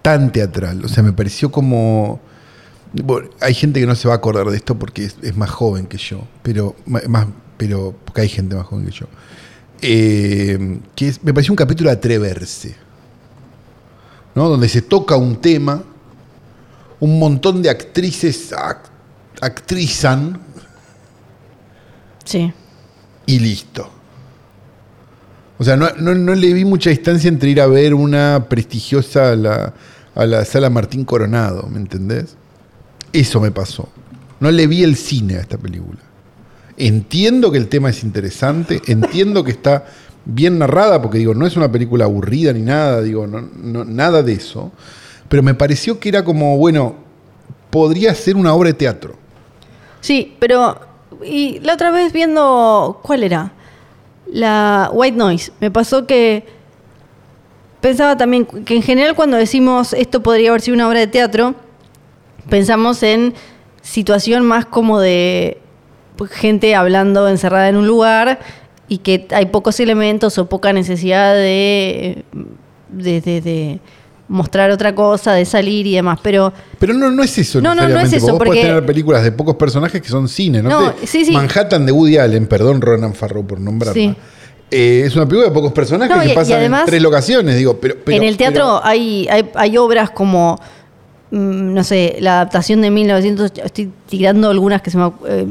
C: Tan teatral. O sea, me pareció como. bueno, hay gente que no se va a acordar de esto porque es, es más joven que yo. Pero, ma- más, pero porque hay gente más joven que yo. Eh, que es- me pareció un capítulo atreverse. ¿no? donde se toca un tema, un montón de actrices ac- actrizan
B: Sí.
C: y listo. O sea, no, no- no le vi mucha distancia entre ir a ver una prestigiosa a la, a la sala Martín Coronado, ¿me entendés? Eso me pasó. No le vi el cine a esta película. Entiendo que el tema es interesante, entiendo que está bien narrada, porque digo, no es una película aburrida ni nada, digo, no- no- nada de eso. Pero me pareció que era como, bueno, podría ser una obra de teatro.
B: Sí, pero. Y la otra vez viendo. ¿Cuál era? La White Noise. Me pasó que. Pensaba también que en general, cuando decimos esto podría haber sido una obra de teatro, pensamos en situación más como de pues, gente hablando encerrada en un lugar y que hay pocos elementos o poca necesidad de, de, de- de mostrar otra cosa, de salir y demás. Pero
C: Pero no, no es eso.
B: No, no, no es
C: necesariamente,
B: eso,
C: porque Vos podés
B: porque-
C: tener películas de pocos personajes que son cine, ¿no?
B: No,
C: Te-
B: sí, sí.
C: Manhattan de Woody Allen, perdón Ronan Farrow por nombrarla.
B: Sí.
C: Eh, es una película de pocos personajes
B: No, y-
C: que
B: y
C: pasan
B: además-
C: en tres locaciones, digo. Pero, pero-
B: en el teatro hay, hay, hay obras como, mm, no sé, la adaptación de 1900, estoy tirando algunas que se me, acu- eh,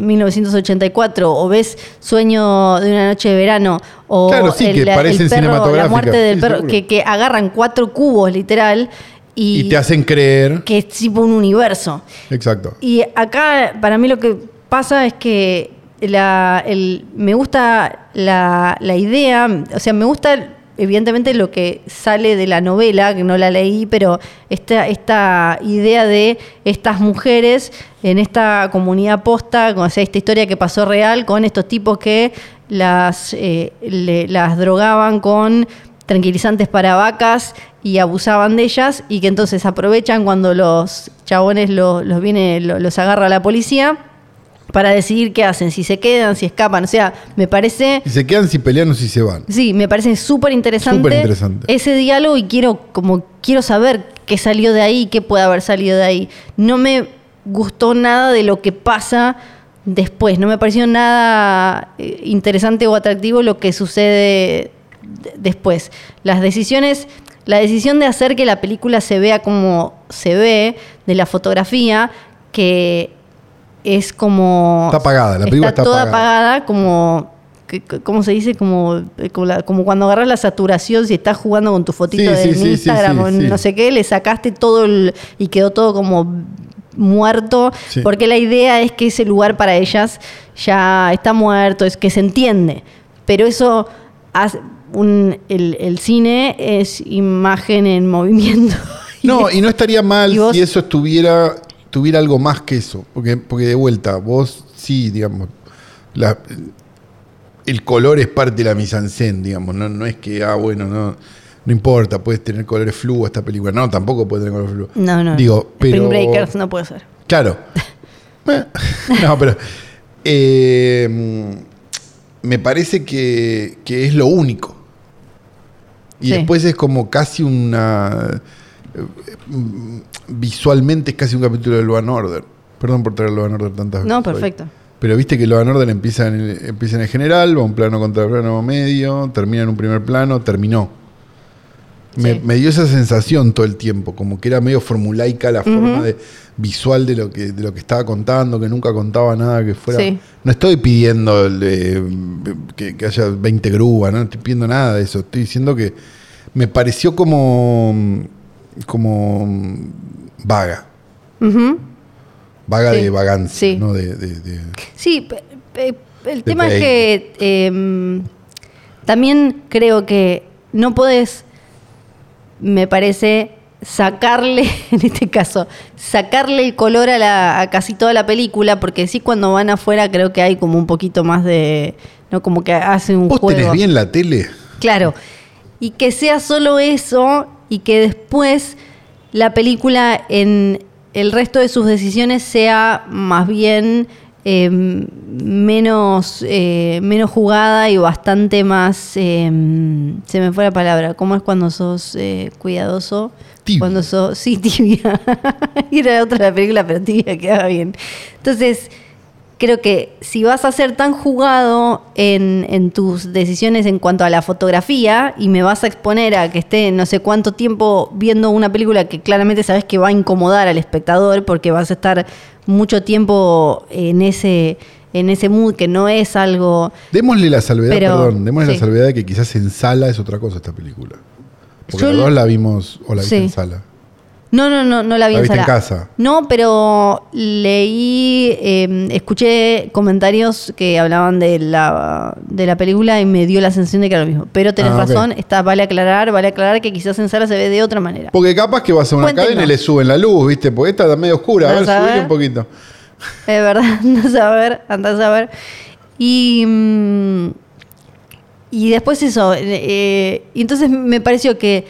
B: 1984, o ves Sueño de una noche de verano, o
C: Claro, sí, que parecen
B: perro, la
C: cinematográficas,
B: muerte del
C: sí,
B: perro,
C: seguro.
B: que, que agarran cuatro cubos literal
C: pero-
B: y,
C: y te hacen creer.
B: que es tipo un universo.
C: Exacto.
B: Y acá, para mí lo que pasa es que la- el- me gusta la, la idea, o sea, me gusta evidentemente lo que sale de la novela, que no la leí, pero esta, esta idea de estas mujeres en esta comunidad posta, o sea, esta historia que pasó real con estos tipos que las, eh, le- las drogaban con tranquilizantes para vacas y abusaban de ellas y que entonces aprovechan cuando los chabones lo- los viene lo- los agarra la policía para decidir qué hacen, si se quedan, si escapan, o sea, me parece
C: Y se quedan si pelean o si se van.
B: sí, me parece súper interesante
C: Superinteresante.
B: ese diálogo y quiero como quiero saber qué salió de ahí, qué puede haber salido de ahí. No me gustó nada de lo que pasa después, no me pareció nada eh, interesante o atractivo lo que sucede de- después. Las decisiones, la decisión de hacer que la película se vea como se ve, de la fotografía, que es como...
C: Está apagada, la película está
B: toda
C: apagada.
B: apagada, como... que- que- ¿Cómo se dice? Como, eh, como, la- como cuando agarras la saturación, si estás jugando con tu fotito
C: Sí, sí,
B: en
C: sí, sí,
B: Instagram
C: sí,
B: o en
C: sí.
B: no sé qué, le sacaste todo el- y quedó todo como muerto,
C: Sí.
B: porque la idea es que ese lugar para ellas ya está muerto, es que se entiende. Pero eso, hace- un- el, el cine es imagen en *laughs* movimiento.
C: No, y no estaría mal
B: ¿Y vos?
C: si eso estuviera tuviera algo más que eso, porque porque de vuelta vos sí, digamos, la- el color es parte de la mise en scène, digamos, no, no es que ah bueno, no no importa, puedes tener colores fluo esta película. No, tampoco puede tener colores fluo.
B: No, no.
C: Digo, pero
B: Spring Breakers no puede ser. *laughs*
C: Claro. Eh, *laughs* no, pero. eh, me parece que, que es lo único. Y
B: Sí.
C: después es como casi una. eh, mm, Visualmente es casi un capítulo de Law and Order. Perdón por traer Law and Order tantas veces.
B: No,
C: hoy.
B: perfecto.
C: Pero viste que lo en orden empieza en, el, empieza en el general, va un plano contra plano medio, termina en un primer plano, terminó. Me,
B: Sí.
C: me dio esa sensación todo el tiempo, como que era medio formulaica la forma de- visual de lo, que, de lo que estaba contando, que nunca contaba nada que fuera.
G: Sí.
C: No estoy pidiendo el, eh, que, que haya 20 grúas, no estoy pidiendo nada de eso. Estoy diciendo que me pareció como, como vaga.
G: Ujú.
C: Vaga
B: Sí.
C: de vagancia,
B: Sí.
C: ¿no? De- de- de,
B: Sí, pe- pe- el tema
C: Depende.
B: es que eh, también creo que no podés, me parece, sacarle, *laughs* en este caso, sacarle el color a, la, a casi toda la película, porque sí cuando van afuera creo que hay como un poquito más de, no como que hacen un
C: ¿Vos
B: juego.
C: tenés bien la tele?
B: Claro. Y que sea solo eso y que después la película en el resto de sus decisiones sea más bien eh, menos, eh, menos jugada y bastante más... eh, se me fue la palabra. ¿Cómo es cuando sos eh, cuidadoso?
C: Tibia.
B: Cuando sos... Sí, tibia. *laughs* Era otra la película, pero tibia quedaba bien. Entonces creo que si vas a ser tan jugado en, en tus decisiones en cuanto a la fotografía y me vas a exponer a que esté no sé cuánto tiempo viendo una película que claramente sabes que va a incomodar al espectador porque vas a estar mucho tiempo en ese en ese mood que no es algo
C: Démosle la salvedad,
B: Pero,
C: perdón,
B: sí.
C: démosle la salvedad de que quizás en sala es otra cosa esta película. Porque
B: Yo
C: los
B: la-
C: dos la vimos o la viste
B: Sí.
C: en sala.
B: No, no, no, no la vi
C: ¿La
B: en
C: viste en
B: sala.
C: casa?
B: No, pero leí, eh, escuché comentarios que hablaban de la, de la película y me dio la sensación de que era lo mismo. Pero tenés
C: Ah, ok.
B: razón, está, vale aclarar, vale aclarar que quizás en sala se ve de otra manera.
C: Porque capaz que vas a una
B: Cuéntenos.
C: cadena y le suben la luz, ¿viste? Porque esta está medio oscura. A ver,
B: Vas a
C: subile
B: ver.
C: un poquito.
B: Es verdad, *laughs* andás a ver, andás a ver. Y, mm, y después eso, eh, eh, y entonces me pareció que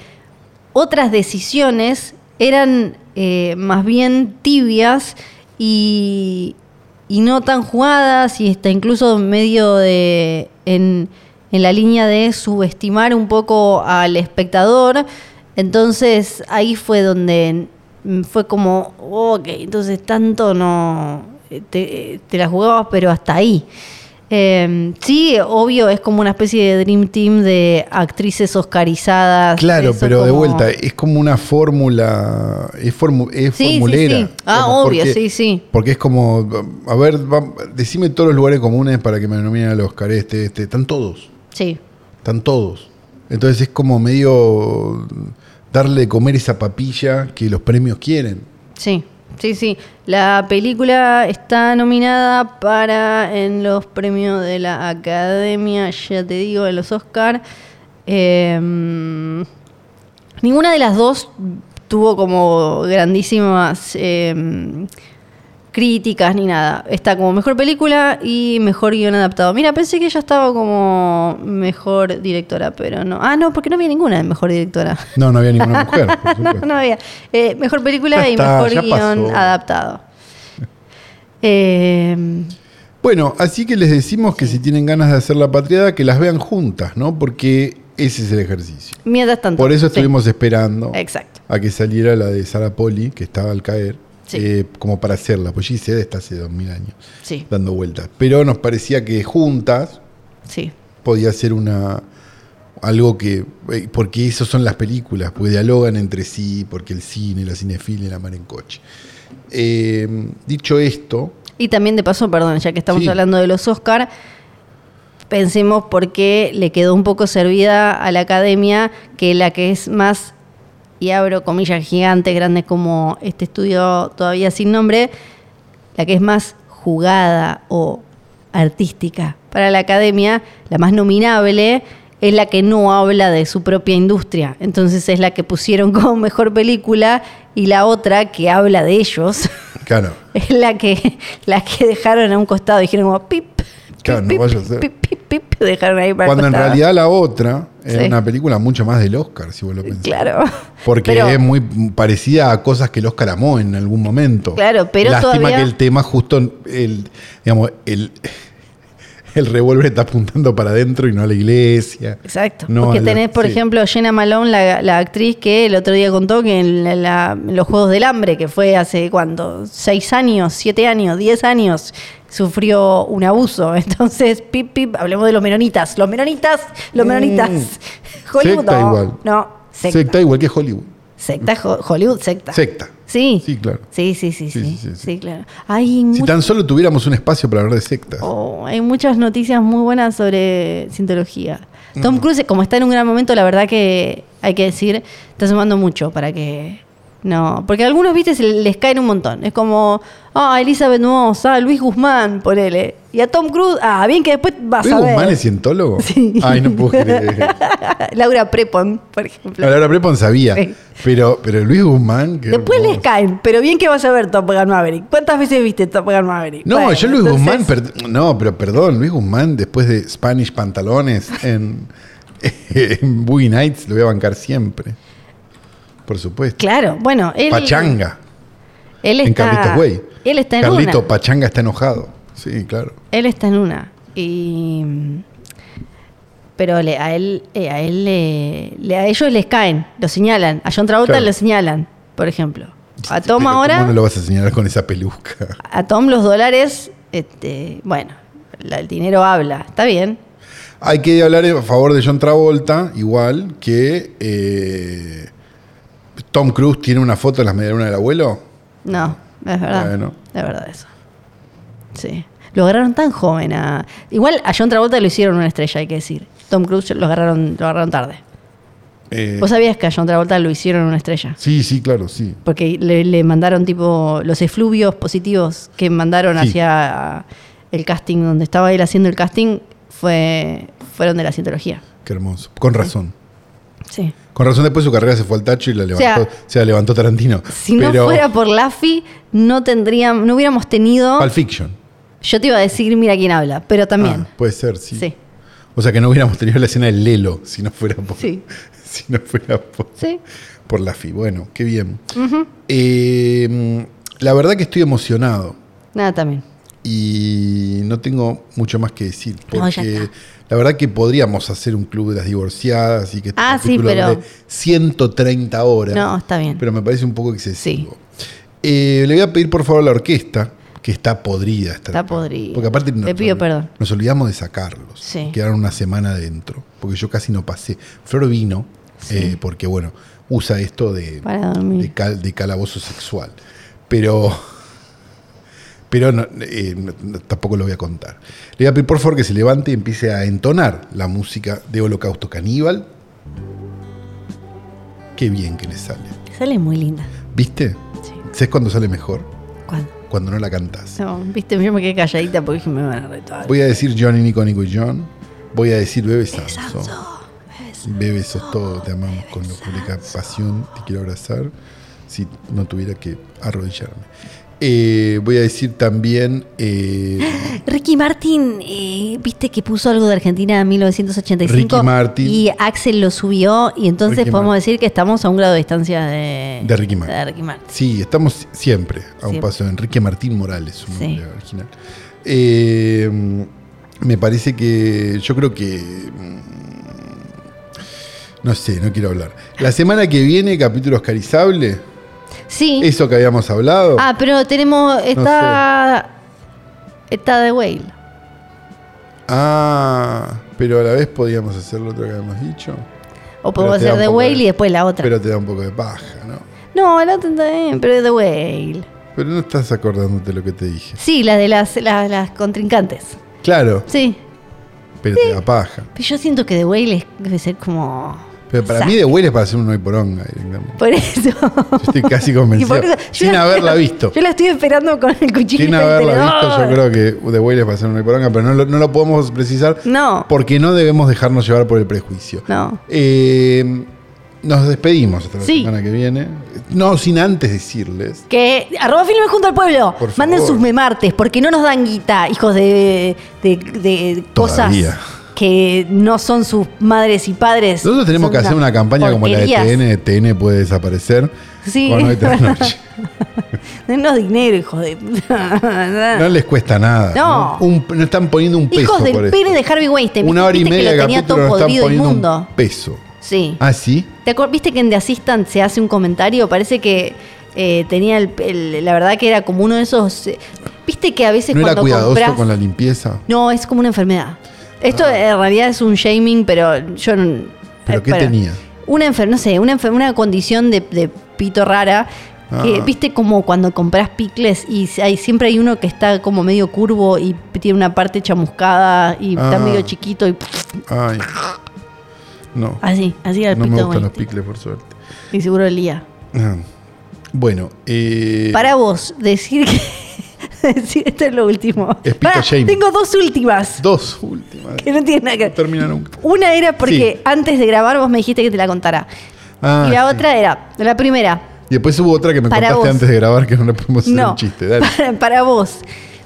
B: otras decisiones eran eh, más bien tibias y, y no tan jugadas y hasta incluso medio de en, en la línea de subestimar un poco al espectador. Entonces ahí fue donde mm, fue como, ok, entonces tanto no eh, te, te la jugabas, pero hasta ahí. Eh, sí, obvio, es como una especie de Dream Team de actrices oscarizadas.
C: Claro,
B: eso
C: pero de
B: como-
C: vuelta, eh. es como una fórmula, es, formu- es
B: Sí, sí,
C: formulera.
B: sí. Ah, obvio, sí, sí.
C: Porque es como, a ver, va- decime todos los lugares comunes para que me nominen al Oscar, este, este, están todos.
B: Sí.
C: Están todos. Entonces es como medio darle de comer esa papilla que los premios quieren.
B: Sí, sí, sí. La película está nominada para en los premios de la Academia, ya te digo, de los Oscar. Eh, ninguna de las dos tuvo como grandísimas eh, críticas ni nada. Está como mejor película y mejor guión adaptado. Mira, pensé que ella estaba como mejor directora, pero no. Ah, no, porque no había ninguna de mejor directora.
C: No, no había ninguna mujer.
B: *laughs*
C: Por
B: no,
C: supuesto.
B: no había. Eh, mejor película
C: Ya
B: y
C: está, ya
B: mejor guión
C: pasó.
B: adaptado. Eh,
C: Bueno, así que les decimos que si tienen ganas de hacer la patriada, que las vean juntas, ¿no? Porque ese es el ejercicio.
B: mientras tanto.
C: Por
B: sí.
C: eso estuvimos esperando
B: Exacto.
C: a que saliera la de Sara Poli, que estaba al caer,
B: Sí.
C: eh, como para hacerla. Pues Giselle está hace dos mil años
B: Sí,
C: dando vueltas. Pero nos parecía que juntas
B: sí.
C: podía ser una algo que eh, porque eso son las películas porque dialogan entre sí porque el cine la cinefilia la mar en coche Eh, dicho esto
B: Y también de paso, perdón, ya que estamos
C: Sí.
B: hablando de los Oscar, pensemos por qué le quedó un poco servida a la academia que la que es más, y abro comillas gigantes, grandes como este estudio todavía sin nombre, la que es más jugada o artística para la academia, la más nominable, es la que no habla de su propia industria. Entonces es la que pusieron como mejor película y la otra que habla de ellos. *laughs*
C: claro
B: Es la que, *laughs* la que dejaron a un costado, dijeron como pip, pip,
C: Claro, no
B: pip,
C: vaya a ser.
B: pip, pip, pip, dejaron ahí para el
C: cuando en
B: costado.
C: realidad la otra era
B: Sí.
C: una película mucho más del Oscar si vos lo pensás
B: Claro.
C: *laughs* porque
B: Pero-
C: es muy parecida a cosas que el Oscar amó en algún momento
B: Claro, pero
C: lástima
B: todavía-
C: que el tema justo el digamos el *laughs* el revólver está apuntando para adentro y no a la iglesia
B: Exacto.
C: no
B: Porque
C: a la-
B: tenés, por
C: sí.
B: ejemplo, Jenna Malone, la, la actriz que el otro día contó que en la- la- los Juegos del Hambre, que fue hace cuánto, seis años, siete años, diez años, sufrió un abuso. *laughs* Entonces, pip, pip, hablemos de los menonitas. Los menonitas, los
C: Mm.
B: menonitas. *laughs* Hollywood
C: Secta
B: no.
C: igual.
B: No, secta.
C: Secta. igual que Hollywood.
B: Secta, Ho- Hollywood, secta.
C: Secta.
B: Sí.
C: Sí, claro.
B: Sí, sí, sí, sí.
C: Sí,
B: Sí,
C: sí, sí, sí.
B: claro. Hay,
C: Si
B: mu-
C: tan solo tuviéramos un espacio para hablar de sectas.
B: oh, hay muchas noticias muy buenas sobre cientología.
C: Mm.
B: Tom Cruise, como está en un gran momento, la verdad que hay que decir, está sumando mucho para que. No, porque a algunos, viste, se les caen un montón. Es como, ah, Elizabeth Moss, ah, Luis Guzmán, ponele. Y a Tom Cruise, ah, bien que después vas
C: ¿Luis
B: a ver.
C: Guzmán es cientólogo?
B: Sí.
C: Ay, no puedo creer.
B: *laughs* Laura Prepon, por ejemplo.
C: No, Laura Prepon sabía.
B: Sí.
C: Pero, pero Luis Guzmán. qué
B: Después les
C: hermoso.
B: caen, pero bien que vas a ver Top Gun Maverick. ¿Cuántas veces viste Top Gun Maverick?
C: No,
B: Bueno,
C: yo Luis
B: entonces-
C: Guzmán, per- no, pero perdón, Luis Guzmán después de Spanish Pantalones en, *laughs* en Boogie Nights lo voy a bancar siempre. Por supuesto.
B: Claro, bueno, él,
C: Pachanga
B: él
C: en
B: está,
C: Carlitos Güey.
B: Él está en
C: Carlito
B: una.
C: Pachanga está enojado. Sí, claro.
B: él está en una. Y, pero le- a él, eh, a él le- le- a ellos les caen, lo señalan. A John Travolta
C: Claro.
B: lo señalan, por ejemplo. A
C: Pero
B: Tom
C: ¿cómo
B: ahora,
C: no lo vas a señalar con esa peluca.
B: a Tom los dólares, este, bueno, la- el dinero habla, está bien.
C: Hay que hablar a favor de John Travolta, igual que eh, Tom Cruise tiene una foto en las medialunas del abuelo.
B: No, es verdad.
C: Bueno.
B: Es verdad eso. Sí. Lo agarraron tan joven a. Igual a John Travolta lo hicieron una estrella, hay que decir. Tom Cruise lo agarraron, lo agarraron tarde.
C: Eh,
B: ¿Vos sabías que a John Travolta lo hicieron una estrella?
C: sí, sí, claro, sí.
B: Porque le, le mandaron tipo los efluvios positivos que mandaron
C: Sí.
B: hacia el casting donde estaba él haciendo el casting fue fueron de la cientología.
C: Qué hermoso. Con razón.
B: Sí.
C: Con razón después su carrera se fue al tacho y la
B: sea,
C: levantó, se la levantó Tarantino.
B: Si no
C: Pero-
B: fuera por Laffy, no tendríamos, no hubiéramos tenido.
C: Pulp Fiction.
B: Yo te iba a decir, mira quién habla, pero también.
C: Ah, puede ser, sí.
B: sí.
C: O sea que no hubiéramos tenido la escena del Lelo si no fuera por,
B: Sí.
C: *laughs* si no fuera por,
B: Sí.
C: por la FI. Bueno, qué bien. Eh, la verdad que estoy emocionado
B: Nada, también.
C: y no tengo mucho más que decir.
B: No, ya
C: Porque
B: está.
C: la verdad que podríamos hacer un club de las divorciadas y que este
B: Ah, sí,
C: capítulo
B: pero-
C: dure 130 horas.
B: No, está bien.
C: Pero me parece un poco excesivo. Eh, le voy a pedir por favor a la orquesta, que está podrida. esta
B: Está
C: etapa.
B: podrida.
C: Porque aparte
B: Te
C: nos,
B: pido perdón.
C: nos olvidamos de sacarlos.
B: Sí.
C: Quedaron una semana adentro, porque yo casi no pasé. Flor vino, eh, porque bueno, usa esto de,
B: Para dormir.
C: de, cal- de calabozo sexual. Pero, pero no, eh, no- no- tampoco lo voy a contar. Le voy a pedir por favor que se levante y empiece a entonar la música de Holocausto Caníbal. Qué bien que le sale.
B: Sale muy linda.
C: ¿Viste?
B: Sí.
C: ¿Sabes cuándo sale mejor?
B: ¿Cuándo?
C: Cuando no la cantás.
B: No, viste, yo me quedé calladita porque dije, me van a retar.
C: Voy a decir Johnny, Nico, Nico y John. Voy a decir Bebe Sanso. Bebe sos todo, te amamos con locura y pasión, te quiero abrazar. Si no tuviera que arrodillarme. Eh, voy a decir también eh,
B: Ricky Martin, eh, viste que puso algo de Argentina en 1985.
C: Ricky Martin.
B: Y Axel lo subió y entonces
C: Ricky
B: podemos
C: Martin.
B: decir que estamos a un grado de distancia de,
C: de Ricky Martin.
B: de Ricky Martin.
C: Sí, estamos siempre a un
B: Siempre.
C: paso de Enrique Martín Morales, su
B: Sí.
C: nombre original. Eh, me parece que yo creo que mm, no sé, no quiero hablar. La semana que viene capítulo oscarizable,
B: Sí.
C: eso que habíamos hablado.
B: Ah, pero tenemos esta. Esta de Whale.
C: Ah, pero a la vez podíamos hacer lo otro que habíamos dicho.
B: O podemos
C: te da
B: hacer
C: un
B: The
C: poco de-
B: Whale y después la otra.
C: Pero te da un poco de paja, ¿no?
B: no, la otra también, pero es The Whale.
C: Pero no estás acordándote lo que te dije.
B: Sí, la de las, las, las contrincantes.
C: Claro,
B: Sí.
C: pero te da paja.
B: Pero yo siento que The Whale es- debe ser como.
C: Pero para
B: Sa-
C: mí de huele es para hacer un hoy poronga directamente.
B: *laughs* Por eso.
C: Yo estoy
B: *laughs*
C: casi
B: Y
C: convencido.
B: por eso- yo
C: Sin
B: la- *laughs*
C: haberla visto.
B: Yo la estoy esperando con el cuchillo.
C: Sin
B: del
C: haberla visto,
B: tenedor.
C: yo creo que The Whale es para hacer una poronga, pero no lo, no lo podemos precisar
B: No.
C: porque no debemos dejarnos llevar por el prejuicio.
B: No.
C: Eh, nos despedimos hasta la
B: Sí.
C: semana que viene. No sin antes decirles.
B: Que arroba filmes junto al pueblo.
C: Por favor.
B: Manden sus memartes, porque no nos dan guita, hijos de, de, de cosas
C: Todavía.
B: que no son sus madres y padres.
C: Nosotros tenemos
B: Son
C: que hacer una campaña como la de
B: porquerías.
C: TN. TN puede desaparecer.
B: Sí. *laughs*
C: con Hoy tras noche.
B: Denos dinero, hijos
C: *laughs*
B: de. *laughs*
C: No les cuesta nada.
B: No.
C: Un- no están poniendo un peso.
B: hijos
C: por
B: del
C: esto.
B: pene de Harvey Weinstein.
C: Una hora y
B: Viste
C: media
B: que
C: de
B: lo tenía
C: capítulo
B: todo
C: nos están
B: podrido el
C: poniendo
B: mundo.
C: un peso.
B: Sí.
C: Ah, sí.
B: ¿Te acuer- ¿Viste que en The Assistant se hace un comentario? Parece que eh, tenía el, el- La verdad que era como uno de esos. eh, Viste que a veces
C: ¿No era
B: cuando
C: cuidadoso
B: compras.
C: con la limpieza?
B: No, es como una enfermedad. Esto en realidad es un shaming, pero yo no.
C: ¿Pero
B: eh,
C: qué tenía?
B: Una enfer- no sé, una, enfer- una condición de, de pito rara. Que,
C: Ah.
B: ¿Viste como cuando compras picles y si hay, siempre hay uno que está como medio curvo y tiene una parte chamuscada y está
C: Ah.
B: medio chiquito y
C: Ay. No.
B: así, así era el
C: No
B: pito
C: me gustan los
B: bonito.
C: picles, por suerte.
B: Y seguro olía.
C: Ah. Bueno, eh,
B: Para vos, decir que. *laughs* decir, esto es lo último.
C: Es pito
B: Pará,
C: shaming.
B: tengo dos últimas
C: dos últimas.
B: que no tienen nada que
C: No termina nunca.
B: Una era porque
C: Sí.
B: antes de grabar vos me dijiste que te la contara.
C: Ah,
B: y la
C: sí.
B: otra era, la primera,
C: Y después hubo otra que me
B: Para
C: contaste
B: vos.
C: antes de grabar que no le pudimos hacer
B: no,
C: un chiste. Dale.
B: *laughs* Para, para vos,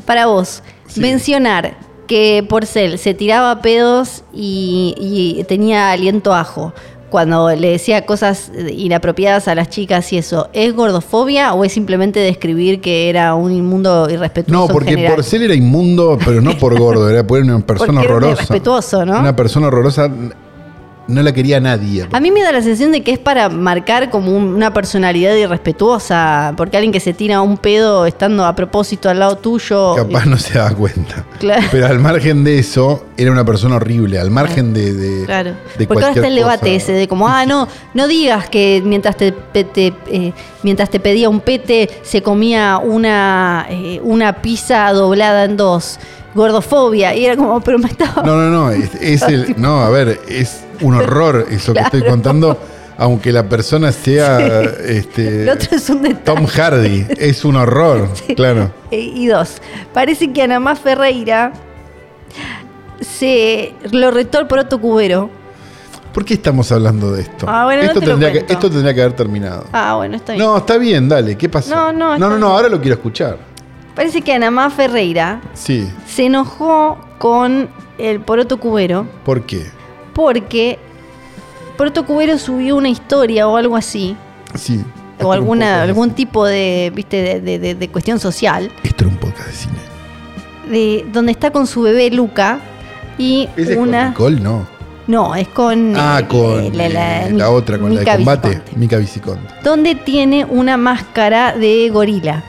B: para vos,
C: Sí.
B: mencionar que Porcel se tiraba pedos y, y tenía aliento a ajo cuando le decía cosas inapropiadas a las chicas y eso, ¿es gordofobia o es simplemente describir que era un inmundo irrespetuoso?
C: No,
B: en
C: porque
B: general?
C: Porcel era inmundo, pero no por gordo, era por una persona
B: Porque era un
C: horrorosa.
B: irrespetuoso, ¿no? Ah,
C: Una persona horrorosa n- no la quería nadie.
B: A mí me da la sensación de que es para marcar como un- una personalidad irrespetuosa, porque alguien que se tira un pedo estando a propósito al lado tuyo.
C: Capaz no se daba cuenta.
B: *laughs* Claro.
C: Pero al margen de eso, era una persona horrible. Al margen de, de,
B: Claro.
C: de
B: Porque ahora
C: cualquier
B: está el debate
C: cosa.
B: ese de como, ah, no, no digas que mientras te, pe- te, eh, mientras te pedía un pete se comía una, eh, una pizza doblada en dos. Gordofobia. Y era como, pero me estaba. *laughs*
C: No, no, no. Es, es el, no, a ver, es un horror eso que estoy contando. Aunque la persona sea
B: *laughs*
C: este,
B: El otro es un detalle. *laughs*
C: Tom Hardy. Es un horror, claro.
B: Eh, Y dos, parece que Anamá Ferreira se lo retó al poroto cubero.
C: ¿Por qué estamos hablando de esto?
B: Ah, bueno, no
C: esto,
B: te lo
C: tendría que,
B: cuento.
C: esto tendría que haber terminado.
B: Ah, bueno, está bien.
C: No, está bien, dale, ¿qué pasó?
B: No, no, está
C: no, no,
B: bien.
C: no, ahora lo quiero escuchar.
B: Parece que Anamá Ferreira
C: Sí,
B: se enojó con el poroto cubero
C: ¿por qué?
B: porque poroto cubero subió una historia o algo así,
C: Sí.
B: o alguna, algún
C: algún
B: tipo de, viste, de- de- de- de cuestión social,
C: Esto era un podcast de cine.
B: de donde está con su bebé Luca y
C: ¿Ese
B: una...
C: es con Nicole? No.
B: no, es con...
C: ah,
B: eh,
C: con eh, la,
B: Mi-
C: otra, con la
B: Mica
C: de combate.
B: Visconti.
C: Mica Viciconte.
B: donde tiene una máscara de gorila.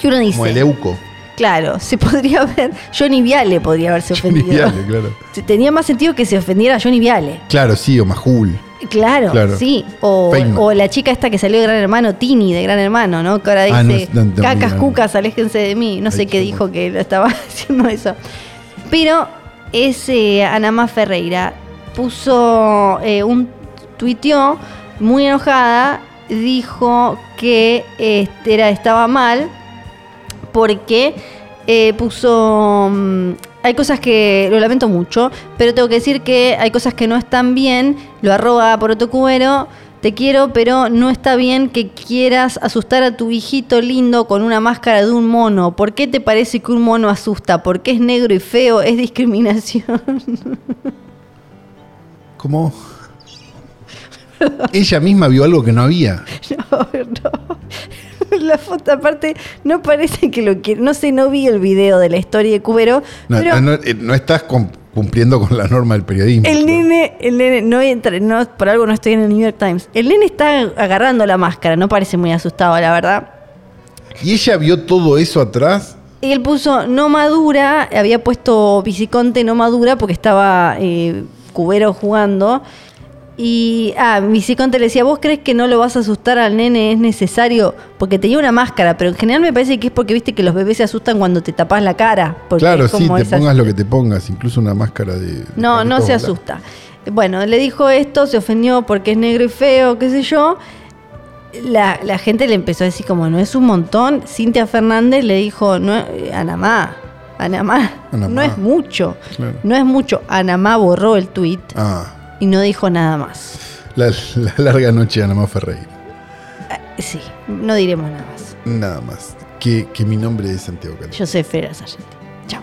B: Que uno
C: Como el
B: dice,
C: Euco. *laughs*
B: claro, se podría *laughs* ver, Johnny Viale podría haberse
C: Johnny
B: ofendido.
C: Viale, claro.
B: Se- Tenía más sentido que se ofendiera a Johnny Viale.
C: Claro, sí, o Majul.
B: Claro,
C: Claro.
B: sí. O,
C: Feynman.
B: o la chica esta que salió de Gran Hermano, Tini de Gran Hermano, ¿no? Que ahora
C: Ah,
B: dice,
C: no, no, no,
B: cacas,
C: no, no.
B: cucas, aléjense de mí. No sé
C: Ay,
B: qué
C: qué
B: dijo que lo estaba *laughs* haciendo eso. Pero ese Anamá Ferreira puso eh, un tuiteó muy enojada, dijo que este, era, estaba mal porque eh, puso... mm, hay cosas que lo lamento mucho, pero tengo que decir que hay cosas que no están bien. Lo arroba por otro cubero. Te quiero, pero no está bien que quieras asustar a tu hijito lindo con una máscara de un mono. ¿Por qué te parece que un mono asusta? Porque es negro y feo, es discriminación. *laughs*
C: ¿Cómo? Ella misma vio algo que no había.
B: No, *laughs* no. La foto aparte no parece que lo quiera. No sé, no vi el video de la historia de Cubero,
C: No,
B: pero
C: no, eh, no estás cum- cumpliendo con la norma del periodismo.
B: el nene, el nene no entra, no, por algo no estoy en el New York Times. El nene está agarrando la máscara, no parece muy asustado, la verdad.
C: ¿Y ella vio todo eso atrás?
B: Y él puso no madura, había puesto Viciconte no madura porque estaba eh, Cubero jugando. Y ah, Viciconte le decía, ¿vos crees que no lo vas a asustar al nene? Es necesario, porque tenía una máscara, pero en general me parece que es porque viste que los bebés se asustan cuando te tapás la cara. porque
C: Claro,
B: es
C: sí,
B: como
C: te
B: esa-
C: pongas lo que te pongas, incluso una máscara de. de
B: No, no
C: Carlitos
B: se
C: Balá.
B: asusta. Bueno, le dijo esto, se ofendió porque es negro y feo, qué sé yo. La, la gente le empezó a decir como, no es un montón. Cintia Fernández le dijo, no, eh, Anamá, Anamá,
C: Anamá.
B: no es mucho,
C: Claro.
B: no es mucho. Anamá borró el tuit
C: Ah,
B: y no dijo nada más.
C: la, la larga noche de Anamá Ferreira.
B: Sí, no diremos nada más.
C: Nada más. Que, que mi nombre es Santiago Calderón.
B: Yo soy Fera Sargenti. Chao.